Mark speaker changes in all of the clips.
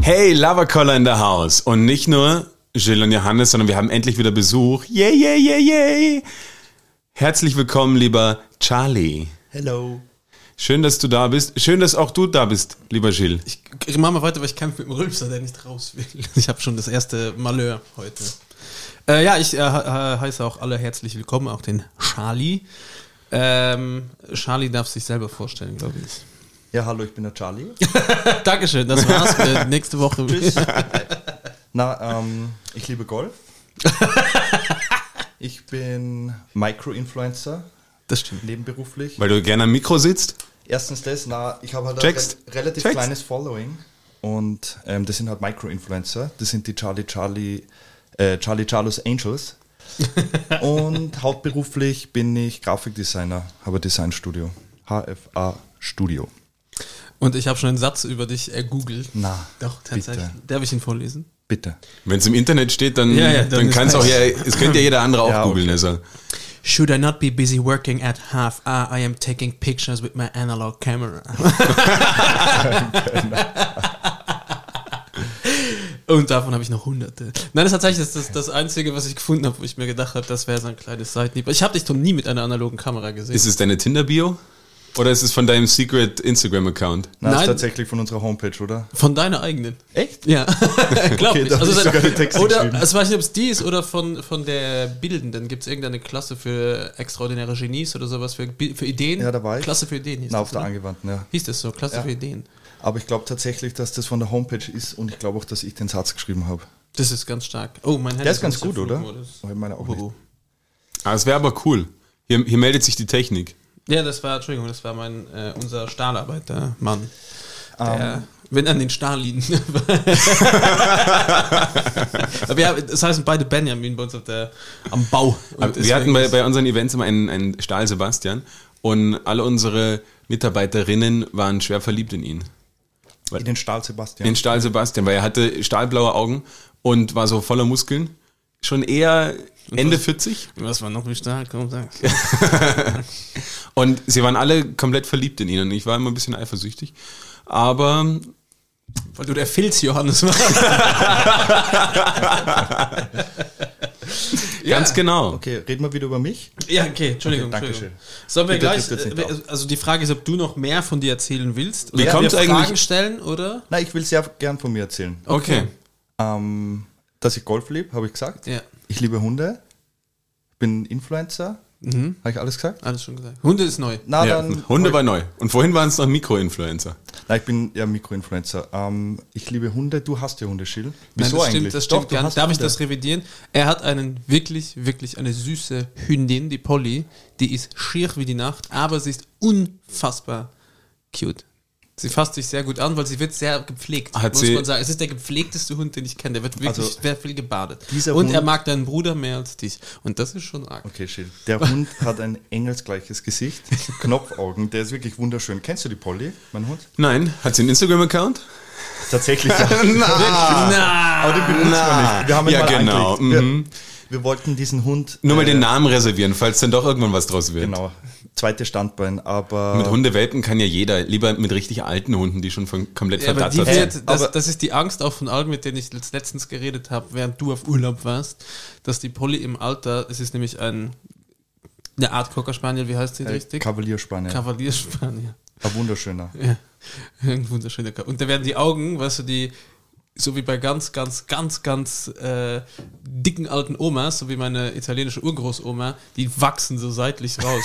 Speaker 1: Hey, Lovercaller in der House. Und nicht nur Jill und Johannes, sondern wir haben endlich wieder Besuch. Yay, yay, yay, yay. Herzlich willkommen, lieber Charlie.
Speaker 2: Hello.
Speaker 1: Schön, dass du da bist. Schön, dass auch du da bist, lieber Jill.
Speaker 2: Ich, ich mache mal Also weiter, weil ich kämpfe mit dem Rülpser, der nicht raus will. Ich habe schon das erste Malheur heute. Äh, ja, ich äh, he- heiße auch alle herzlich willkommen, auch den Charlie. Ähm, Charlie darf sich selber vorstellen, glaube ich.
Speaker 3: Ja, hallo, ich bin der Charlie.
Speaker 2: Dankeschön, das war's. Äh, Nächste Woche.
Speaker 3: Na, ähm, ich liebe Golf. Ich bin Micro-Influencer,
Speaker 2: Das stimmt.
Speaker 3: nebenberuflich.
Speaker 1: Weil du gerne am Mikro sitzt.
Speaker 3: Erstens das, na, ich habe halt
Speaker 1: Checkst.
Speaker 3: ein re relativ
Speaker 1: Checkst.
Speaker 3: kleines Following und ähm, das sind halt Micro-Influencer. Das sind die Charlie Charlie, äh, Charlie Charlos Angels. und hauptberuflich bin ich Grafikdesigner, habe ein Designstudio. HFA Studio.
Speaker 2: Und ich habe schon einen Satz über dich ergoogelt.
Speaker 3: Na,
Speaker 2: Doch, tatsächlich.
Speaker 3: bitte.
Speaker 2: Darf ich ihn vorlesen?
Speaker 3: Bitte.
Speaker 1: Wenn es im Internet steht, dann,
Speaker 2: Ja, ja,
Speaker 1: dann,
Speaker 2: dann ist
Speaker 1: kann es auch
Speaker 2: nice.
Speaker 1: ja, es könnte ja jeder andere auch
Speaker 3: Ja, okay.
Speaker 1: googeln. Also.
Speaker 2: Should I not be busy working at half hour? I am taking pictures with my analog camera. Und davon habe ich noch hunderte. Nein, das ist tatsächlich das, das, das Einzige, was ich gefunden habe, wo ich mir gedacht habe, das wäre so ein kleines Seitenhieb. Ich habe dich doch nie mit einer analogen Kamera gesehen.
Speaker 1: Ist es deine Tinder-Bio? Oder ist es von deinem Secret Instagram-Account?
Speaker 3: Na, Das
Speaker 2: Nein.
Speaker 3: ist tatsächlich von unserer Homepage, oder?
Speaker 2: von deiner eigenen.
Speaker 3: Echt?
Speaker 2: Ja, glaub
Speaker 3: Okay,
Speaker 2: nicht.
Speaker 3: da hab ich
Speaker 2: Also dann,
Speaker 3: sogar den Text
Speaker 2: oder,
Speaker 3: geschrieben.
Speaker 2: also weiß nicht, ob es die ist oder von, von der Bildenden. Gibt es irgendeine Klasse für extraordinäre Genies oder sowas für, Bi- für Ideen?
Speaker 3: Ja, da war ich.
Speaker 2: Klasse für Ideen hieß
Speaker 3: Na,
Speaker 2: das,
Speaker 3: auf der
Speaker 2: oder?
Speaker 3: angewandten, ja.
Speaker 2: Hieß das so, Klasse
Speaker 3: Ja.
Speaker 2: für Ideen.
Speaker 3: Aber ich glaube tatsächlich, dass das von der Homepage ist und ich glaube auch, dass ich den Satz geschrieben habe.
Speaker 2: Das ist ganz stark. Oh, mein Handy
Speaker 3: Der ist ganz
Speaker 2: auf
Speaker 3: gut, oder?
Speaker 2: Flugmodus.
Speaker 3: Oh, ich meine auch
Speaker 2: Uhu.
Speaker 3: nicht.
Speaker 1: Ah, es wäre aber cool. Hier, hier meldet sich die Technik.
Speaker 2: Ja, das war, Entschuldigung, das war mein, äh, unser Stahlarbeiter-Mann.
Speaker 3: Ähm,
Speaker 2: Der, wenn an den Stalin. Aber ja, das heißen beide Benjamin bei uns auf der, am Bau. Und
Speaker 1: wir hatten
Speaker 2: deswegen
Speaker 1: bei,
Speaker 2: ist-
Speaker 1: bei unseren Events immer einen, einen Stahl Sebastian und alle unsere Mitarbeiterinnen waren schwer verliebt in ihn.
Speaker 3: in den Stahl, Sebastian.
Speaker 1: In Stahl Sebastian, weil er hatte stahlblaue Augen und war so voller Muskeln. Schon eher Ende 40.
Speaker 2: Was war noch wie stark? Komm, sag.
Speaker 1: Und sie waren alle komplett verliebt in ihn. Und ich war immer ein bisschen eifersüchtig. Aber
Speaker 2: Weil du der Filz Johannes warst.
Speaker 1: ganz genau.
Speaker 3: okay, reden wir wieder über mich.
Speaker 2: Ja, okay, Entschuldigung.
Speaker 3: Okay,
Speaker 2: Entschuldigung.
Speaker 3: Dankeschön.
Speaker 2: Sollen wir
Speaker 3: Bitte
Speaker 2: gleich,
Speaker 3: trifft jetzt nicht
Speaker 2: äh,
Speaker 3: auf.
Speaker 2: also die Frage ist, ob du noch mehr von dir erzählen willst.
Speaker 1: Wie
Speaker 2: oder
Speaker 1: kommt's
Speaker 2: wir Fragen
Speaker 1: eigentlich-
Speaker 2: stellen, oder?
Speaker 3: Na, ich will sehr gern von mir erzählen.
Speaker 1: Okay.
Speaker 3: Ähm, dass ich Golf liebe, habe ich gesagt.
Speaker 2: Ja,
Speaker 3: Ich liebe Hunde. Bin Influencer.
Speaker 2: Mhm.
Speaker 3: Habe ich alles gesagt?
Speaker 2: alles schon gesagt. Hunde ist neu.
Speaker 3: Na,
Speaker 1: ja,
Speaker 3: dann.
Speaker 1: Hunde war neu. Und vorhin waren es noch Mikroinfluencer.
Speaker 3: Nein, ich bin ja Mikroinfluencer. Ähm, ich liebe Hunde. Du hast ja Hunde, Schill.
Speaker 2: Nein, das stimmt, das stimmt
Speaker 3: Doch, du
Speaker 2: gar
Speaker 3: hast
Speaker 2: nicht. Darf ich
Speaker 3: Hunde.
Speaker 2: das revidieren? Er hat einen wirklich, wirklich eine süße Hündin, die Polly. Die ist schier wie die Nacht, aber sie ist unfassbar cute. Sie fasst sich sehr gut an, weil sie wird sehr gepflegt,
Speaker 1: Hat sie-
Speaker 2: man sagen. Es ist der gepflegteste Hund, den ich kenne. Der wird wirklich
Speaker 3: Also,
Speaker 2: sehr viel gebadet.
Speaker 3: dieser
Speaker 2: Und er
Speaker 3: Hund-
Speaker 2: mag deinen Bruder mehr als dich. Und das ist schon arg.
Speaker 3: Okay, Schill. Der Hund hat ein engelsgleiches Gesicht. Knopfaugen. Der ist wirklich wunderschön. Kennst du die Polly, mein Hund?
Speaker 1: Nein, hat sie einen Instagram-Account?
Speaker 3: Tatsächlich, ja.
Speaker 2: Na,
Speaker 3: Aber den benutzen wir nicht. Wir haben ihn
Speaker 1: Ja,
Speaker 3: mal
Speaker 1: genau.
Speaker 3: angelegt. Wir,
Speaker 1: Mhm.
Speaker 3: wir wollten diesen Hund.
Speaker 1: Nur mal
Speaker 3: äh,
Speaker 1: den Namen reservieren, falls dann doch irgendwann was draus wird.
Speaker 3: Genau. Zweite Standbein, aber.
Speaker 1: Mit Hundewelpen kann ja jeder, lieber mit richtig alten Hunden, die schon von komplett
Speaker 2: Ja, aber die
Speaker 1: verdattert sind.
Speaker 2: wird, das,
Speaker 3: aber-
Speaker 2: das ist die Angst auch von allen, mit denen ich letzt- letztens geredet habe, während du auf Urlaub warst, dass die Polly im Alter, es ist nämlich ein, eine Art Cocker Spaniel, wie heißt die
Speaker 3: äh,
Speaker 2: richtig?
Speaker 3: Kavalierspanier.
Speaker 2: Kavalier Spaniel.
Speaker 3: ein wunderschöner.
Speaker 2: Ja. Ein wunderschöner Ka- Und da werden die Augen, weißt du, die, so wie bei ganz, ganz, ganz, ganz äh, dicken alten Omas, so wie meine italienische Urgroßoma, die wachsen so seitlich raus.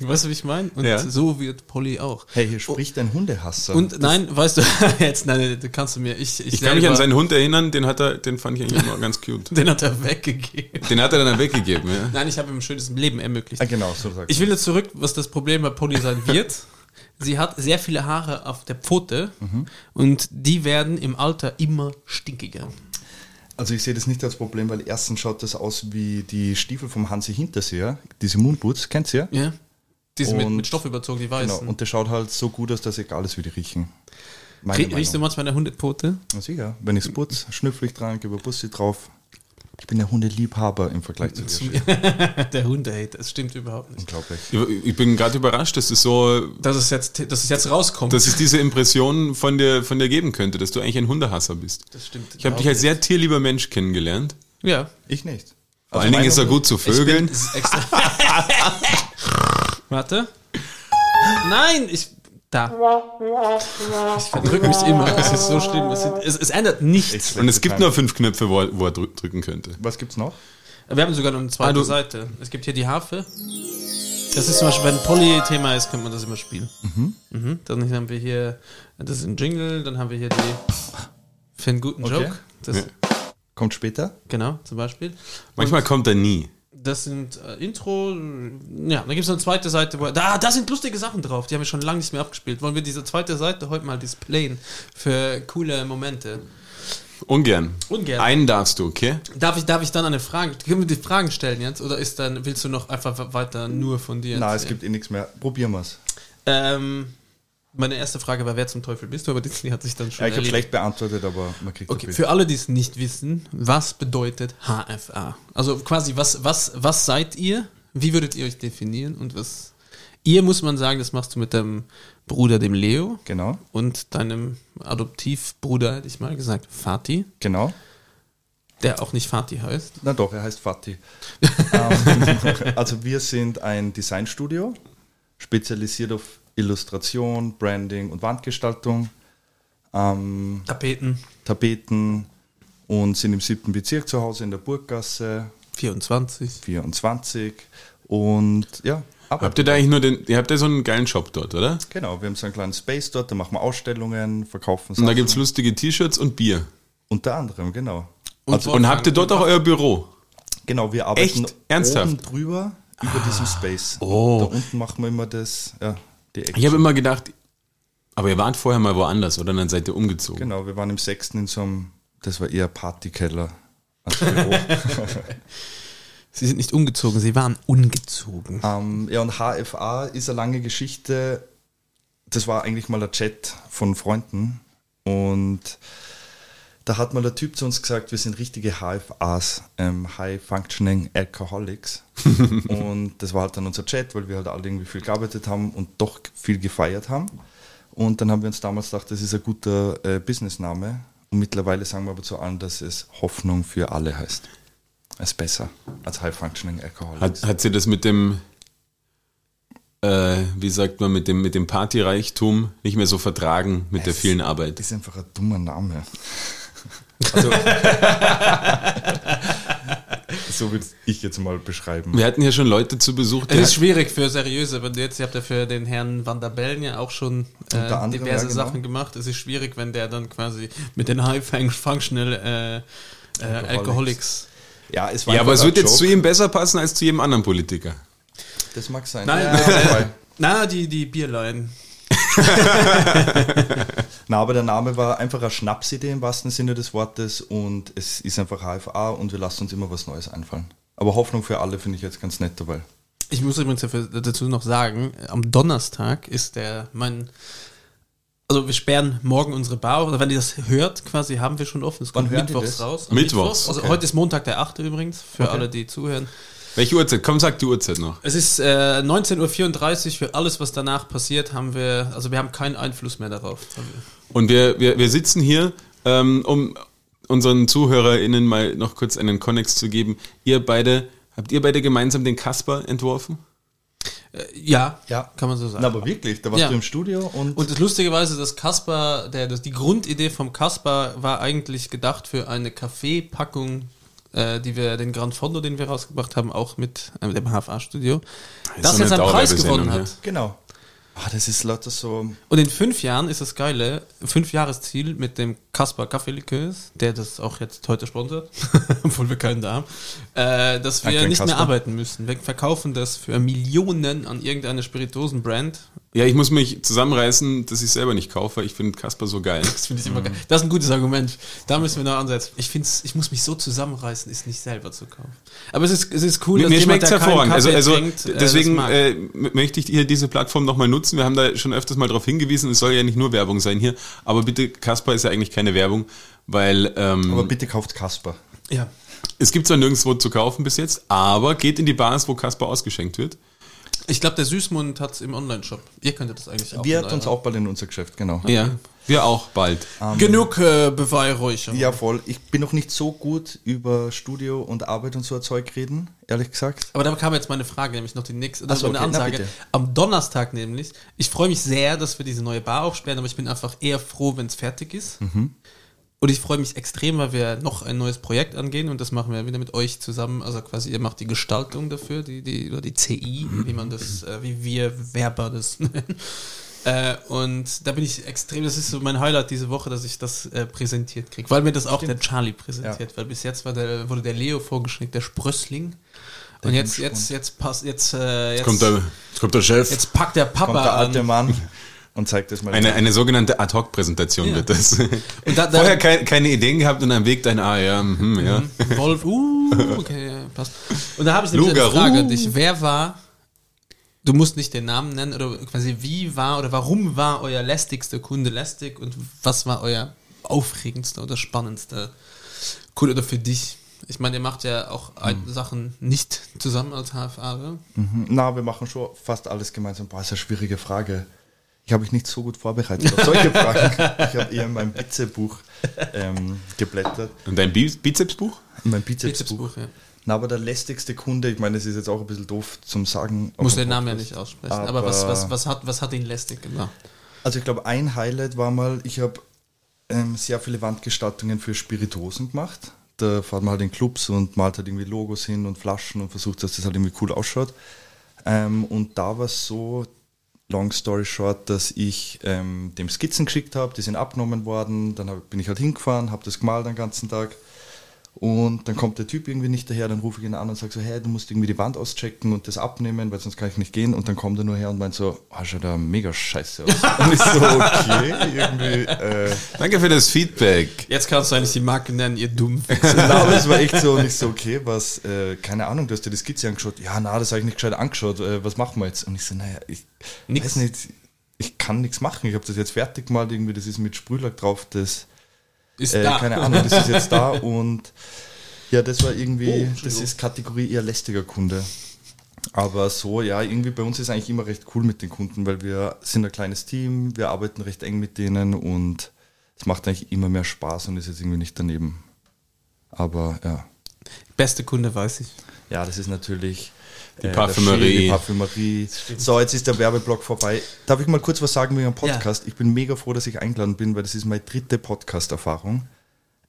Speaker 2: weißt du, wie ich meine? Und
Speaker 1: Ja.
Speaker 2: so wird Polly auch.
Speaker 3: Hey, hier spricht ein Hundehasser.
Speaker 2: Und nein, weißt du, jetzt, nein, du kannst du mir, ich, ich,
Speaker 1: Ich kann mich an
Speaker 2: selber-
Speaker 1: seinen Hund erinnern, den hat er, den fand ich eigentlich immer ganz cute.
Speaker 2: Den hat er weggegeben.
Speaker 1: Den hat er dann halt weggegeben, ja.
Speaker 2: Nein, ich habe ihm ein schönes Leben ermöglicht.
Speaker 3: ah, genau, so sagt
Speaker 2: Ich will jetzt zurück, was das Problem bei Polly sein wird. Sie hat sehr viele Haare auf der Pfote
Speaker 3: Mhm.
Speaker 2: und die werden im Alter immer stinkiger.
Speaker 3: Also ich sehe das nicht als Problem, weil erstens schaut das aus wie die Stiefel vom Hansi Hinterseher, diese Moonboots, kennt ihr?
Speaker 2: Ja? Die sind mit,
Speaker 3: Und-
Speaker 2: mit Stoff überzogen, die
Speaker 3: Genau.
Speaker 2: weißen.
Speaker 3: Und der schaut halt so gut aus, dass egal ist, wie die riechen. Meine
Speaker 2: Rie- Riechst du
Speaker 3: Meinung.
Speaker 2: manchmal an der Hundepote?
Speaker 3: Na Sicher, wenn ich es putz, schnüffel ich dran, gebe Bussi drauf. Ich bin der Hundeliebhaber im Vergleich zu dir. Shane.
Speaker 2: Der Hundehate, das stimmt überhaupt nicht.
Speaker 3: Unglaublich.
Speaker 1: Ich bin gerade überrascht, dass es so,
Speaker 2: Dass es jetzt, dass es jetzt rauskommt,
Speaker 1: dass es diese Impression von dir, von dir geben könnte, dass du eigentlich ein Hundehasser bist.
Speaker 2: das stimmt.
Speaker 1: Ich habe dich als sehr tierlieber Mensch kennengelernt.
Speaker 2: Ja.
Speaker 3: Ich nicht. Also
Speaker 1: Vor allen Dingen ist er gut zu Vögeln.
Speaker 2: Also Ich bin extra Warte. Nein, ich. Da. Ich verdrücke mich immer. Es ist so schlimm. Es, sind- es, es ändert nichts.
Speaker 1: Und es gibt nur fünf Knöpfe, wo er, wo er drü- drücken könnte.
Speaker 3: Was gibt's noch?
Speaker 2: Wir haben sogar noch eine zweite
Speaker 1: du-
Speaker 2: Seite. Es gibt hier die Harfe. Das ist zum Beispiel, wenn Poly-Thema ist, könnte man das immer spielen. Mhm. Dann haben wir hier, das ist ein Jingle, dann haben wir hier die, für einen guten
Speaker 3: Okay.
Speaker 2: Joke. Das,
Speaker 1: Ja.
Speaker 3: Kommt später?
Speaker 2: Genau, zum Beispiel.
Speaker 1: Manchmal kommt er nie.
Speaker 2: Das sind äh, Intro, ja, dann gibt es eine zweite Seite, wo, da, da sind lustige Sachen drauf, die haben wir schon lange nicht mehr abgespielt. Wollen wir diese zweite Seite heute mal displayen für coole Momente?
Speaker 1: Ungern.
Speaker 2: Ungern.
Speaker 1: Einen darfst du, okay?
Speaker 2: Darf ich, darf ich dann eine Frage, können wir die Fragen stellen jetzt, oder ist dann, willst du noch einfach weiter nur von dir
Speaker 3: Na, es
Speaker 2: erzählen?
Speaker 3: gibt eh nichts mehr. Probieren wir's.
Speaker 2: Ähm, meine erste Frage war, wer zum Teufel bist du, aber Disney hat sich dann schon
Speaker 3: Ja, ich habe
Speaker 2: erledigt.
Speaker 3: schlecht beantwortet, aber man kriegt
Speaker 2: Okay,
Speaker 3: ein
Speaker 2: für alle, die es nicht wissen, was bedeutet HFA? Also quasi, was, was, was seid ihr? Wie würdet ihr euch definieren? Und was ihr muss man sagen, das machst du mit deinem Bruder, dem Leo,
Speaker 3: Genau,
Speaker 2: und deinem Adoptivbruder, hätte ich mal gesagt, Fatih,
Speaker 3: genau.
Speaker 2: der auch nicht Fatih heißt.
Speaker 3: Na doch, er heißt Fatih. ähm, also wir sind ein Designstudio, spezialisiert auf Illustration, Branding und Wandgestaltung, ähm,
Speaker 2: Tapeten
Speaker 3: Tapeten und sind im siebten Bezirk zu Hause in der Burggasse
Speaker 2: 24.
Speaker 3: 24. Und ja, aber
Speaker 1: Habt ihr da eigentlich nur den, ihr habt ja so einen geilen Shop dort, oder?
Speaker 3: genau, wir haben so einen kleinen Space dort, da machen wir Ausstellungen, verkaufen
Speaker 1: Und da
Speaker 3: Sachen.
Speaker 1: gibt's lustige T-Shirts und Bier.
Speaker 3: Unter anderem, genau.
Speaker 1: Also, und habt ihr dort auch euer Büro?
Speaker 3: Genau, wir arbeiten
Speaker 1: Echt? Ernsthaft? Ah.
Speaker 3: oben drüber über diesem Space.
Speaker 1: Oh.
Speaker 3: Da unten machen wir immer das, ja, die
Speaker 1: Ich
Speaker 3: Action.
Speaker 1: habe immer gedacht, aber ihr wart vorher mal woanders, oder? Und dann seid ihr umgezogen.
Speaker 3: Genau, wir waren im sechsten in so einem, das war eher Partykeller als Büro.
Speaker 2: Sie sind nicht umgezogen, sie waren ungezogen.
Speaker 3: ähm, ja, und HFA ist eine lange Geschichte. Das war eigentlich mal ein Chat von Freunden und da hat mal der Typ zu uns gesagt, wir sind richtige HFAs, ähm, High Functioning Alcoholics. und das war halt dann unser Chat, weil wir halt alle irgendwie viel gearbeitet haben und doch viel gefeiert haben. Und dann haben wir uns damals gedacht, das ist ein guter äh, Businessname. Und mittlerweile sagen wir aber zu allen, dass es Hoffnung für alle heißt. Ist besser als High Functioning Alcoholics.
Speaker 1: Hat, hat sie das mit dem, äh, wie sagt man, mit dem, mit dem Partyreichtum nicht mehr so vertragen mit der vielen Arbeit?
Speaker 3: Das ist einfach ein dummer Name. Also, so würde ich jetzt mal beschreiben.
Speaker 1: Wir hatten ja schon Leute zu Besuch, die
Speaker 2: Es ist schwierig für Seriöse, wenn du jetzt, ihr habt ja für den Herrn Van der Bellen ja auch schon äh,
Speaker 3: Unter anderem,
Speaker 2: diverse
Speaker 3: ja, genau.
Speaker 2: Sachen gemacht. Es ist schwierig, wenn der dann quasi mit den High Fun- Functional äh, äh, Alcoholics.
Speaker 3: Alcoholics. Ja, es
Speaker 1: ja, aber es
Speaker 3: einfach
Speaker 1: wird
Speaker 3: ein
Speaker 1: jetzt zu
Speaker 3: Joke.
Speaker 1: ihm besser passen als zu jedem anderen Politiker.
Speaker 3: Das mag sein.
Speaker 2: Nein,
Speaker 3: ja,
Speaker 2: äh,
Speaker 3: voll.
Speaker 2: na, die, die Bierlein.
Speaker 3: Na, aber der Name war einfach eine Schnapsidee im wahrsten Sinne des Wortes und es ist einfach HFA und wir lassen uns immer was Neues einfallen. Aber Hoffnung für alle finde ich jetzt ganz nett dabei.
Speaker 2: Ich muss übrigens dafür- dazu noch sagen, am Donnerstag ist der mein also wir sperren morgen unsere Bar, oder wenn ihr das hört, quasi haben wir schon offen. Es
Speaker 3: Wann
Speaker 2: kommt
Speaker 3: hören die
Speaker 2: mittwochs
Speaker 3: das?
Speaker 2: raus.
Speaker 1: Mittwochs,
Speaker 2: Also
Speaker 3: okay.
Speaker 2: heute ist Montag der 8. übrigens, für alle, die zuhören.
Speaker 1: Welche Uhrzeit? Komm, sag die Uhrzeit noch.
Speaker 2: Es ist äh, 19.34 Uhr. Für alles, was danach passiert, haben wir, also wir haben keinen Einfluss mehr darauf.
Speaker 1: Und wir, wir, wir sitzen hier, ähm, um unseren ZuhörerInnen mal noch kurz einen Konnex zu geben. Ihr beide, habt ihr beide gemeinsam den Kasper entworfen?
Speaker 2: Äh, ja,
Speaker 3: Ja.
Speaker 2: kann man so sagen.
Speaker 3: Na, aber wirklich, da warst
Speaker 2: Ja.
Speaker 3: du im Studio und,
Speaker 2: Und das lustigerweise, dass Kasper, der, das, die Grundidee vom Kasper war eigentlich gedacht für eine Kaffeepackung, äh, die wir, den Grand Fondo, den wir rausgebracht haben, auch mit äh, dem HFA-Studio, das
Speaker 1: so
Speaker 2: jetzt
Speaker 1: eine
Speaker 2: einen Preis
Speaker 1: Dauerwerbesendung,
Speaker 2: gewonnen
Speaker 1: ja.
Speaker 2: hat.
Speaker 3: genau. Ah, das ist lauter so
Speaker 2: Und in fünf Jahren ist das geile, fünf Jahresziel mit dem Kasper Kaffeelikös, der das auch jetzt heute sponsert, obwohl wir keinen da haben, äh, dass wir
Speaker 3: Danke an
Speaker 2: nicht mehr
Speaker 3: Kasper.
Speaker 2: arbeiten müssen. Wir verkaufen das für Millionen an irgendeine Spirituosen-Brand.
Speaker 1: Ja, ich muss mich zusammenreißen, dass ich selber nicht kaufe. weil Ich finde Kasper so geil.
Speaker 2: Das finde ich
Speaker 1: Mhm.
Speaker 2: immer geil. Das ist ein gutes Argument. Da müssen wir noch ansetzen. Ich finde ich muss mich so zusammenreißen, ist nicht selber zu kaufen. Aber es ist, es ist cool,
Speaker 1: Mir, mir schmeckt es
Speaker 2: der keinen
Speaker 1: hervorragend. Also,
Speaker 2: Kaffee
Speaker 1: also
Speaker 2: trinkt, äh,
Speaker 1: deswegen
Speaker 2: das mag.
Speaker 1: äh, m- möchte ich hier diese Plattform nochmal nutzen. Wir haben da schon öfters mal darauf hingewiesen, es soll ja nicht nur Werbung sein hier. Aber bitte, Kasper ist ja eigentlich keine Werbung, weil ähm,
Speaker 3: Aber bitte kauft Kasper.
Speaker 2: ja.
Speaker 1: Es gibt zwar nirgendwo zu kaufen bis jetzt, aber geht in die Bars, wo Kasper ausgeschenkt wird.
Speaker 2: Ich glaube, der Süßmund hat es im Online-Shop. Ihr könntet das eigentlich auch.
Speaker 3: Wir
Speaker 2: von
Speaker 3: hatten uns Ähm,
Speaker 2: daher.
Speaker 3: auch bald in unser Geschäft, genau.
Speaker 1: Ja. Wir auch bald.
Speaker 2: Genug äh, Beweihräucherung.
Speaker 3: Ja, voll. Ich bin noch nicht so gut über Studio und Arbeit und so ein Zeug reden, ehrlich gesagt.
Speaker 2: Aber da kam jetzt meine Frage, nämlich noch die nächste. Das
Speaker 3: Ach so,
Speaker 2: war eine
Speaker 3: okay. Na,
Speaker 2: Ansage.
Speaker 3: bitte.
Speaker 2: Am Donnerstag nämlich. Ich freue mich sehr, dass wir diese neue Bar aufsperren, aber ich bin einfach eher froh, wenn es fertig ist.
Speaker 3: Mhm.
Speaker 2: Und ich freue mich extrem, weil wir noch ein neues Projekt angehen und das machen wir wieder mit euch zusammen. Also quasi ihr macht die Gestaltung dafür, die, die, oder die CI,
Speaker 3: Mhm.
Speaker 2: wie man das, äh, wie wir Werber das nennen. Äh, und da bin ich extrem, das ist so mein Highlight diese Woche, dass ich das äh, präsentiert kriege, weil mir das auch der Charlie präsentiert, weil bis jetzt war der, wurde der Leo vorgeschickt, der Sprössling. und jetzt, jetzt, jetzt passt, jetzt, äh, jetzt,
Speaker 1: Kommt der, kommt der Chef.
Speaker 2: jetzt packt der Papa
Speaker 3: Kommt der alte
Speaker 2: an.
Speaker 3: Mann und zeigt das mal.
Speaker 1: Eine, eine sogenannte Ad-Hoc-Präsentation
Speaker 2: Ja.
Speaker 1: wird das.
Speaker 2: Und da- da-
Speaker 1: Vorher kein, keine Ideen gehabt und am Weg dein, ah ja, mhm, ja.
Speaker 2: Wolf, uh, okay, ja, passt. Und da habe ich nämlich
Speaker 1: Luger,
Speaker 2: eine Frage
Speaker 1: uh.
Speaker 2: an dich. Wer war, du musst nicht den Namen nennen, oder quasi wie war oder warum war euer lästigster Kunde lästig und was war euer aufregendster oder spannendster Kunde oder für dich? Ich meine, ihr macht ja auch ein- Sachen nicht zusammen als HFA, oder?
Speaker 3: Mhm. Na, wir machen schon fast alles gemeinsam. Boah, ist eine schwierige Frage. Ich habe mich nicht so gut vorbereitet auf solche Fragen. Ich habe eher in meinem Pizzebuch ähm, geblättert.
Speaker 1: Und dein Bi- Bizepsbuch?
Speaker 3: In meinem Bizepsbuch.
Speaker 2: Bizepsbuch, ja.
Speaker 3: Na, aber der lästigste Kunde, ich meine, das ist jetzt auch ein bisschen doof zum Sagen.
Speaker 2: Muss
Speaker 3: Auf
Speaker 2: den
Speaker 3: dem
Speaker 2: Namen ja
Speaker 3: Podcast.
Speaker 2: nicht aussprechen. Aber,
Speaker 3: Aber-
Speaker 2: was, was, was, hat, was hat ihn lästig gemacht?
Speaker 3: Also ich glaube, ein Highlight war mal, ich habe ähm, sehr viele Wandgestattungen für Spirituosen gemacht. Da fährt man halt in Clubs und malt halt irgendwie Logos hin und Flaschen und versucht, dass das halt irgendwie cool ausschaut. Ähm, und da war es so, long story short, dass ich ähm, dem Skizzen geschickt habe, die sind abgenommen worden, dann hab, bin ich halt hingefahren, habe das gemalt den ganzen Tag. Und dann kommt der Typ irgendwie nicht daher, dann rufe ich ihn an und sage so, hey, du musst irgendwie die Wand auschecken und das abnehmen, weil sonst kann ich nicht gehen. Und dann kommt er nur her und meint so, ah, schaut da mega scheiße aus. und ich so, okay, irgendwie. Äh,
Speaker 1: Danke für das Feedback.
Speaker 2: Jetzt kannst du eigentlich die Marke nennen, ihr dumm.
Speaker 3: na, aber es war echt so, und ich so, okay, was, äh, keine Ahnung, du hast dir die Skizze angeschaut. Ja, na, das habe ich nicht gescheit angeschaut, äh, was machen wir jetzt? Und ich so, naja, ich
Speaker 2: Nix.
Speaker 3: weiß nicht, ich kann nichts machen. Ich habe das jetzt fertig gemalt, irgendwie, das ist mit Sprühlack drauf, das
Speaker 2: Ist
Speaker 3: äh,
Speaker 2: da.
Speaker 3: keine Ahnung, das ist jetzt da und ja, das war irgendwie, das
Speaker 2: Oh, Entschuldigung.
Speaker 3: ist Kategorie eher lästiger Kunde. Aber so, ja, irgendwie bei uns ist eigentlich immer recht cool mit den Kunden, weil wir sind ein kleines Team, wir arbeiten recht eng mit denen und es macht eigentlich immer mehr Spaß und ist jetzt irgendwie nicht daneben. Aber ja.
Speaker 2: Beste Kunde weiß ich.
Speaker 3: Ja, das ist natürlich die
Speaker 1: Parfümerie.
Speaker 3: Die Parfümerie. So, jetzt ist der Werbeblock vorbei. Darf ich mal kurz was sagen wegen dem Podcast? Ich bin mega froh, dass ich eingeladen bin, weil das ist meine dritte Podcast-Erfahrung.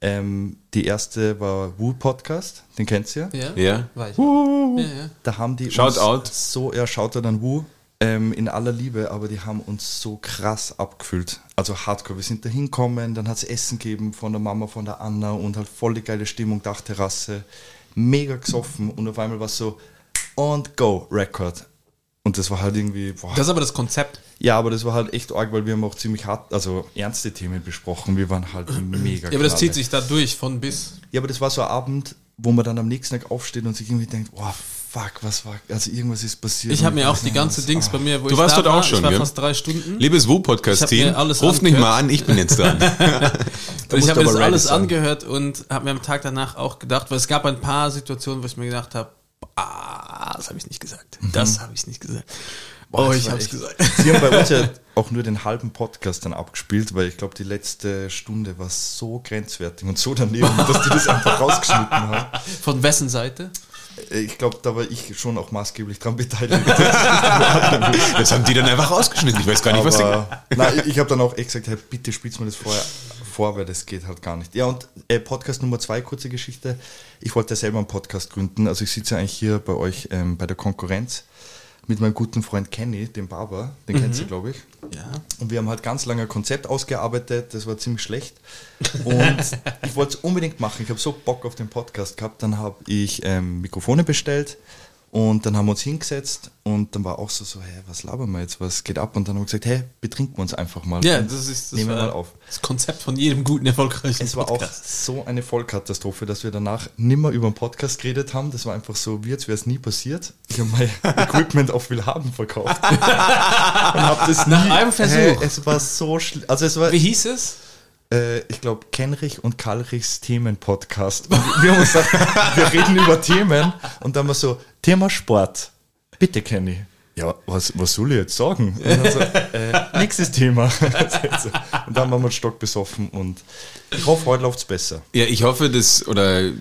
Speaker 3: Ähm, die erste war Woo Podcast, den kennst du ja.
Speaker 2: Ja?
Speaker 1: Ja.
Speaker 2: War ich.
Speaker 1: Uh.
Speaker 2: Ja, ja.
Speaker 3: Da haben die
Speaker 1: Shoutout.
Speaker 3: uns so, ja, Shoutout an Woo. Ähm, in aller Liebe, aber die haben uns so krass abgefüllt. Also hardcore. Wir sind da hinkommen, dann hat es Essen gegeben von der Mama, von der Anna und halt voll die geile Stimmung, Dachterrasse. Mega gesoffen und auf einmal war es so und go, Record. Und das war halt irgendwie, boah.
Speaker 2: Das ist aber das Konzept.
Speaker 3: ja, aber das war halt echt arg, weil wir haben auch ziemlich hart, also ernste Themen besprochen. Wir waren halt mega
Speaker 2: Ja, aber das
Speaker 3: knalle.
Speaker 2: zieht sich da durch, von bis.
Speaker 3: Ja, aber das war so ein Abend, wo man dann am nächsten Tag aufsteht und sich irgendwie denkt, oh fuck, was war, also irgendwas ist passiert.
Speaker 2: Ich habe mir auch die ganze
Speaker 3: ganzen
Speaker 2: Dings bei mir, wo
Speaker 1: Du
Speaker 2: ich
Speaker 1: warst
Speaker 2: da
Speaker 1: dort auch
Speaker 2: war,
Speaker 1: schon,
Speaker 2: ich war
Speaker 1: gell?
Speaker 2: fast drei Stunden.
Speaker 1: Liebes
Speaker 2: Ich
Speaker 1: Wu-Podcast-Team,
Speaker 2: hab mir alles
Speaker 1: ruft nicht
Speaker 2: angehört.
Speaker 1: mal an, ich bin jetzt dran.
Speaker 2: Und ich
Speaker 3: musst
Speaker 2: habe
Speaker 3: du
Speaker 2: mir das
Speaker 3: aber ready
Speaker 2: alles
Speaker 3: sein.
Speaker 2: angehört und habe mir am Tag danach auch gedacht, weil es gab ein paar Situationen, wo ich mir gedacht habe, ah, das habe ich nicht gesagt.
Speaker 3: Mhm.
Speaker 2: Das habe ich nicht gesagt. oh, ich habe es gesagt.
Speaker 3: Sie haben bei uns ja auch nur den halben Podcast dann abgespielt, weil ich glaube, die letzte Stunde war so grenzwertig und so daneben, dass die das einfach rausgeschnitten haben.
Speaker 2: Von wessen Seite?
Speaker 3: Äh, Ich glaube, da war ich schon auch maßgeblich dran beteiligt.
Speaker 1: Das haben die dann einfach rausgeschnitten. Ich weiß gar nicht, was die.
Speaker 3: Aber, nein, ich- ich habe dann auch echt gesagt, hey, bitte spielt mir das vorher vor, weil das geht halt gar nicht. Ja, und äh, Podcast Nummer zwei, kurze Geschichte. Ich wollte ja selber einen Podcast gründen. Also ich sitze ja eigentlich hier bei euch ähm, bei der Konkurrenz mit meinem guten Freund Kenny, dem Barber.
Speaker 1: Mhm.
Speaker 3: Den kennst du, glaube ich.
Speaker 2: Ja.
Speaker 3: Und wir haben halt ganz lange ein Konzept ausgearbeitet, das war ziemlich schlecht. Und ich wollte es unbedingt machen. Ich habe so Bock auf den Podcast gehabt. Dann habe ich ähm, Mikrofone bestellt und dann haben wir uns hingesetzt und dann war auch so, so, hä, was labern wir jetzt, was geht ab? Und dann haben wir gesagt, hä, betrinken wir uns einfach mal.
Speaker 2: Ja,
Speaker 3: Und
Speaker 2: das ist das,
Speaker 3: nehmen wir
Speaker 2: war
Speaker 3: mal auf.
Speaker 2: das Konzept von jedem guten, erfolgreichen
Speaker 3: Es war auch so eine Vollkatastrophe, dass wir danach nimmer über den Podcast geredet haben. Das war einfach so, wie als wäre es nie passiert. Ich habe mein Equipment auf Willhaben verkauft. und habe das
Speaker 2: Nach
Speaker 3: nie,
Speaker 2: einem Versuch.
Speaker 3: Hey, es war so schlimm. Also es war
Speaker 2: Wie hieß es?
Speaker 3: äh, ich glaube, Kenrich und Kalrichs Themen-Podcast. Und Wir, haben uns gedacht, wir reden über Themen und dann war so, Thema Sport. Bitte, Kenny. Ja, was, was soll ich jetzt sagen? Und dann so, äh, nächstes Thema. und dann waren wir Stock besoffen und ich hoffe, heute läuft es besser.
Speaker 1: Ja, ich hoffe, dass, oder, ich